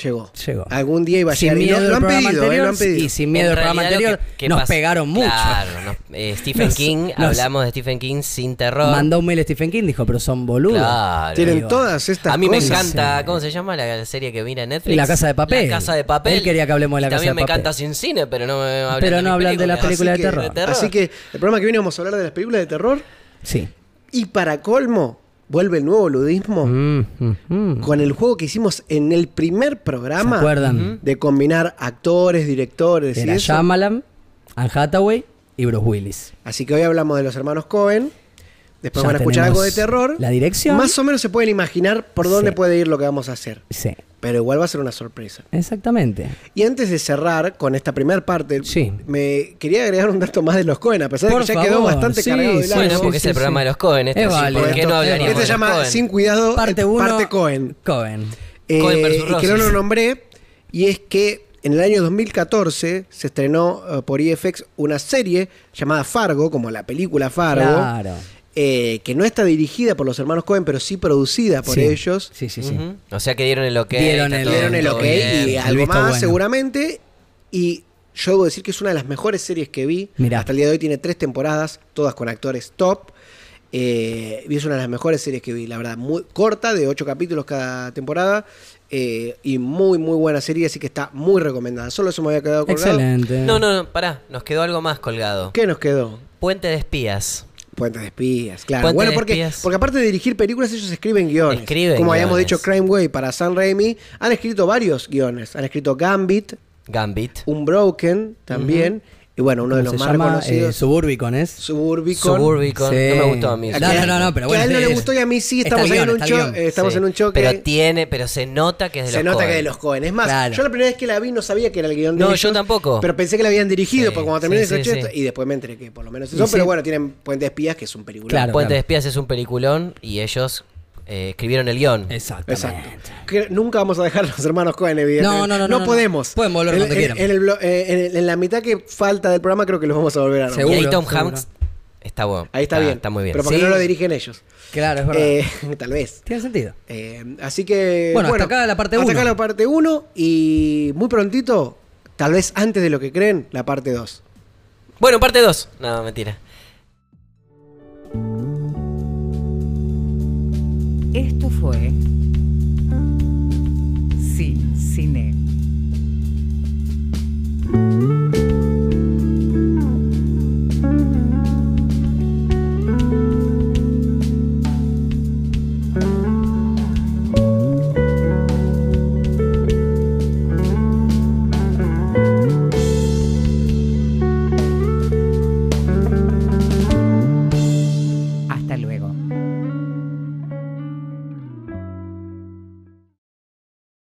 [SPEAKER 3] Llegó.
[SPEAKER 2] Llegó.
[SPEAKER 3] Algún día iba a
[SPEAKER 2] Sin
[SPEAKER 3] llegar. Y
[SPEAKER 2] miedo
[SPEAKER 3] lo-
[SPEAKER 2] el
[SPEAKER 3] lo, han
[SPEAKER 2] programa
[SPEAKER 3] pedido, eh,
[SPEAKER 2] anterior
[SPEAKER 3] lo han pedido.
[SPEAKER 2] y sin miedo
[SPEAKER 1] En
[SPEAKER 2] el programa
[SPEAKER 1] realidad, lo
[SPEAKER 2] anterior
[SPEAKER 1] que- que
[SPEAKER 2] nos
[SPEAKER 1] pasa-
[SPEAKER 2] pegaron mucho.
[SPEAKER 1] Claro, nos- eh, Stephen
[SPEAKER 2] Nos-
[SPEAKER 1] King,
[SPEAKER 2] nos-
[SPEAKER 1] hablamos de Stephen King sin terror.
[SPEAKER 2] Mandó un mail a Stephen King, dijo, pero son boludos.
[SPEAKER 1] Claro.
[SPEAKER 3] Tienen
[SPEAKER 2] Digo,
[SPEAKER 3] todas estas
[SPEAKER 1] A mí me
[SPEAKER 3] cosas.
[SPEAKER 1] encanta, ¿cómo se llama la serie que mira en Netflix?
[SPEAKER 2] La Casa de Papel.
[SPEAKER 1] La Casa de Papel.
[SPEAKER 2] Él quería que hablemos de La
[SPEAKER 1] Y también
[SPEAKER 2] Casa de Papel.
[SPEAKER 1] me encanta sin cine, pero no me hablan
[SPEAKER 2] Pero
[SPEAKER 1] de
[SPEAKER 2] no
[SPEAKER 1] mis
[SPEAKER 2] hablan de las
[SPEAKER 1] películas.
[SPEAKER 2] películas de
[SPEAKER 3] que,
[SPEAKER 2] terror.
[SPEAKER 1] De terror.
[SPEAKER 3] Así que el programa que viene vamos a hablar de las películas de terror.
[SPEAKER 2] Sí.
[SPEAKER 3] Y para colmo, vuelve el nuevo ludismo
[SPEAKER 2] Mm, mm, mm.
[SPEAKER 3] con el juego que hicimos en el primer
[SPEAKER 2] ¿Se
[SPEAKER 3] programa.
[SPEAKER 2] acuerdan?
[SPEAKER 3] De combinar actores, directores y
[SPEAKER 2] Era
[SPEAKER 3] eso.
[SPEAKER 2] Shyamalan, Anne Hathaway y Bruce Willis.
[SPEAKER 3] Así que hoy hablamos de los hermanos Cohen. Después
[SPEAKER 2] Ya
[SPEAKER 3] van a escuchar
[SPEAKER 2] tenemos
[SPEAKER 3] algo de terror.
[SPEAKER 2] la dirección.
[SPEAKER 3] Más o menos se pueden imaginar por dónde
[SPEAKER 2] Sí.
[SPEAKER 3] puede ir lo que vamos a hacer.
[SPEAKER 2] Sí,
[SPEAKER 3] Pero igual va a ser una sorpresa.
[SPEAKER 2] exactamente.
[SPEAKER 3] Y antes de cerrar con esta primera parte,
[SPEAKER 2] Sí.
[SPEAKER 3] me quería agregar un dato más de los Cohen, a pesar
[SPEAKER 2] Por
[SPEAKER 3] de que ya quedó
[SPEAKER 2] favor,
[SPEAKER 3] bastante
[SPEAKER 2] sí,
[SPEAKER 3] cargado de
[SPEAKER 2] sí,
[SPEAKER 3] largo.
[SPEAKER 1] Bueno,
[SPEAKER 2] sí,
[SPEAKER 1] porque es
[SPEAKER 2] sí,
[SPEAKER 1] el programa
[SPEAKER 2] sí.
[SPEAKER 1] de los Cohen. Este,
[SPEAKER 2] Es
[SPEAKER 1] así que
[SPEAKER 2] válido,
[SPEAKER 1] ¿Por qué
[SPEAKER 2] es
[SPEAKER 1] no hablaríamos
[SPEAKER 3] Este
[SPEAKER 2] válido.
[SPEAKER 1] de
[SPEAKER 3] se
[SPEAKER 1] los
[SPEAKER 3] llama
[SPEAKER 1] Cohen?
[SPEAKER 3] Sin Cuidado,
[SPEAKER 2] Parte
[SPEAKER 3] el
[SPEAKER 2] 1.
[SPEAKER 3] parte Cohen.
[SPEAKER 2] Cohen.
[SPEAKER 3] Eh,
[SPEAKER 1] Cohen versus
[SPEAKER 3] y que no lo
[SPEAKER 1] Roses.
[SPEAKER 3] nombré, y es que en el año 2014 se estrenó eh, por EFX una serie llamada Fargo, como la película Fargo,
[SPEAKER 2] Claro.
[SPEAKER 3] eh, que no está dirigida por los hermanos Cohen, pero sí producida por
[SPEAKER 2] Sí.
[SPEAKER 3] ellos.
[SPEAKER 2] Sí, sí, sí.
[SPEAKER 1] Ujú. O sea que dieron el ok.
[SPEAKER 2] Dieron
[SPEAKER 1] está
[SPEAKER 2] el-
[SPEAKER 1] todo-
[SPEAKER 3] Dieron el
[SPEAKER 1] todo
[SPEAKER 3] ok
[SPEAKER 1] bien.
[SPEAKER 3] y
[SPEAKER 2] el
[SPEAKER 3] algo
[SPEAKER 2] visto
[SPEAKER 3] más
[SPEAKER 2] bueno.
[SPEAKER 3] seguramente. Y yo debo decir que es una de las mejores series que vi.
[SPEAKER 2] Mirá.
[SPEAKER 3] Hasta el día de hoy tiene tres temporadas, todas con actores top. Eh, y es una de las mejores series que vi, la verdad, muy corta, de ocho capítulos cada temporada. eh, y muy, muy buena serie, así que está muy recomendada. Solo eso me había quedado colgado.
[SPEAKER 2] Excelente.
[SPEAKER 1] No, no, no, pará. Nos quedó algo más colgado.
[SPEAKER 3] ¿Qué nos quedó?
[SPEAKER 1] Puente de espías.
[SPEAKER 3] Puente de espías, claro.
[SPEAKER 1] Puente
[SPEAKER 3] bueno,
[SPEAKER 1] de
[SPEAKER 3] porque,
[SPEAKER 1] espías.
[SPEAKER 3] porque aparte de dirigir películas, ellos escriben guiones.
[SPEAKER 1] Escriben
[SPEAKER 3] Como habíamos
[SPEAKER 1] guiones.
[SPEAKER 3] dicho, Crime Way para San Raimi. Han escrito varios guiones. Han escrito Gambit,
[SPEAKER 1] Gambit.
[SPEAKER 3] Un Broken también. Y bueno, uno de los
[SPEAKER 2] ¿Cómo se
[SPEAKER 3] más
[SPEAKER 2] llama? Eh,
[SPEAKER 3] reconocidos.
[SPEAKER 2] Suburbicon es.
[SPEAKER 3] Suburbicon.
[SPEAKER 1] Suburbicon.
[SPEAKER 2] Sí.
[SPEAKER 1] No me gustó a mí.
[SPEAKER 2] No, no, no, no, pero
[SPEAKER 3] Que
[SPEAKER 2] bueno.
[SPEAKER 3] a él no
[SPEAKER 2] sí,
[SPEAKER 3] le
[SPEAKER 2] es-
[SPEAKER 3] gustó y a mí sí.
[SPEAKER 2] está
[SPEAKER 3] Estamos,
[SPEAKER 2] el
[SPEAKER 3] ahí en,
[SPEAKER 2] guion,
[SPEAKER 3] un
[SPEAKER 2] está el
[SPEAKER 3] cho-
[SPEAKER 2] guion.
[SPEAKER 3] eh, estamos
[SPEAKER 1] Sí.
[SPEAKER 3] en un choque.
[SPEAKER 1] Pero tiene, pero se nota que es de
[SPEAKER 3] se
[SPEAKER 1] los
[SPEAKER 3] nota que
[SPEAKER 1] Coen.
[SPEAKER 3] es de los Cohen. Es más,
[SPEAKER 2] Claro.
[SPEAKER 3] yo la primera vez que la vi no sabía que era el guión de
[SPEAKER 1] No,
[SPEAKER 3] ellos,
[SPEAKER 1] yo tampoco.
[SPEAKER 3] Pero pensé que la habían dirigido,
[SPEAKER 1] Sí,
[SPEAKER 3] porque cuando terminé
[SPEAKER 1] sí,
[SPEAKER 3] de
[SPEAKER 1] sí,
[SPEAKER 3] escuchar-
[SPEAKER 1] sí.
[SPEAKER 3] y después me enteré que por lo menos
[SPEAKER 2] Y
[SPEAKER 3] eso. pero
[SPEAKER 2] sí.
[SPEAKER 3] bueno, tienen Puente de Espías, que es un película.
[SPEAKER 2] Claro.
[SPEAKER 1] Puente de espías es un peliculón y ellos eh, escribieron el guión.
[SPEAKER 3] Exacto.
[SPEAKER 2] Exactamente.
[SPEAKER 3] Que nunca vamos a dejar a los hermanos Cohen, evidentemente.
[SPEAKER 2] No, no, no, no, no.
[SPEAKER 3] podemos.
[SPEAKER 2] Pueden volver
[SPEAKER 3] en,
[SPEAKER 2] cuando
[SPEAKER 3] en-
[SPEAKER 2] quieran.
[SPEAKER 3] En, el blo- eh, en el- en la mitad que falta del programa, creo que los vamos a volver a nombrar.
[SPEAKER 1] y ahí
[SPEAKER 2] Seguro, Ah,
[SPEAKER 1] Tom
[SPEAKER 2] seguro.
[SPEAKER 1] Hanks está bueno.
[SPEAKER 3] Ahí está, bien.
[SPEAKER 1] Está muy bien.
[SPEAKER 3] Pero porque
[SPEAKER 2] Sí.
[SPEAKER 3] no lo dirigen ellos.
[SPEAKER 2] Claro, es verdad.
[SPEAKER 3] Eh, tal vez.
[SPEAKER 2] Tiene sentido.
[SPEAKER 3] Eh, así que.
[SPEAKER 2] Bueno, hasta acá la parte
[SPEAKER 3] hasta
[SPEAKER 2] uno.
[SPEAKER 3] acá la parte 1 y muy prontito, tal vez antes de lo que creen, la parte 2.
[SPEAKER 1] Bueno, parte 2. No, mentira.
[SPEAKER 8] Esto fue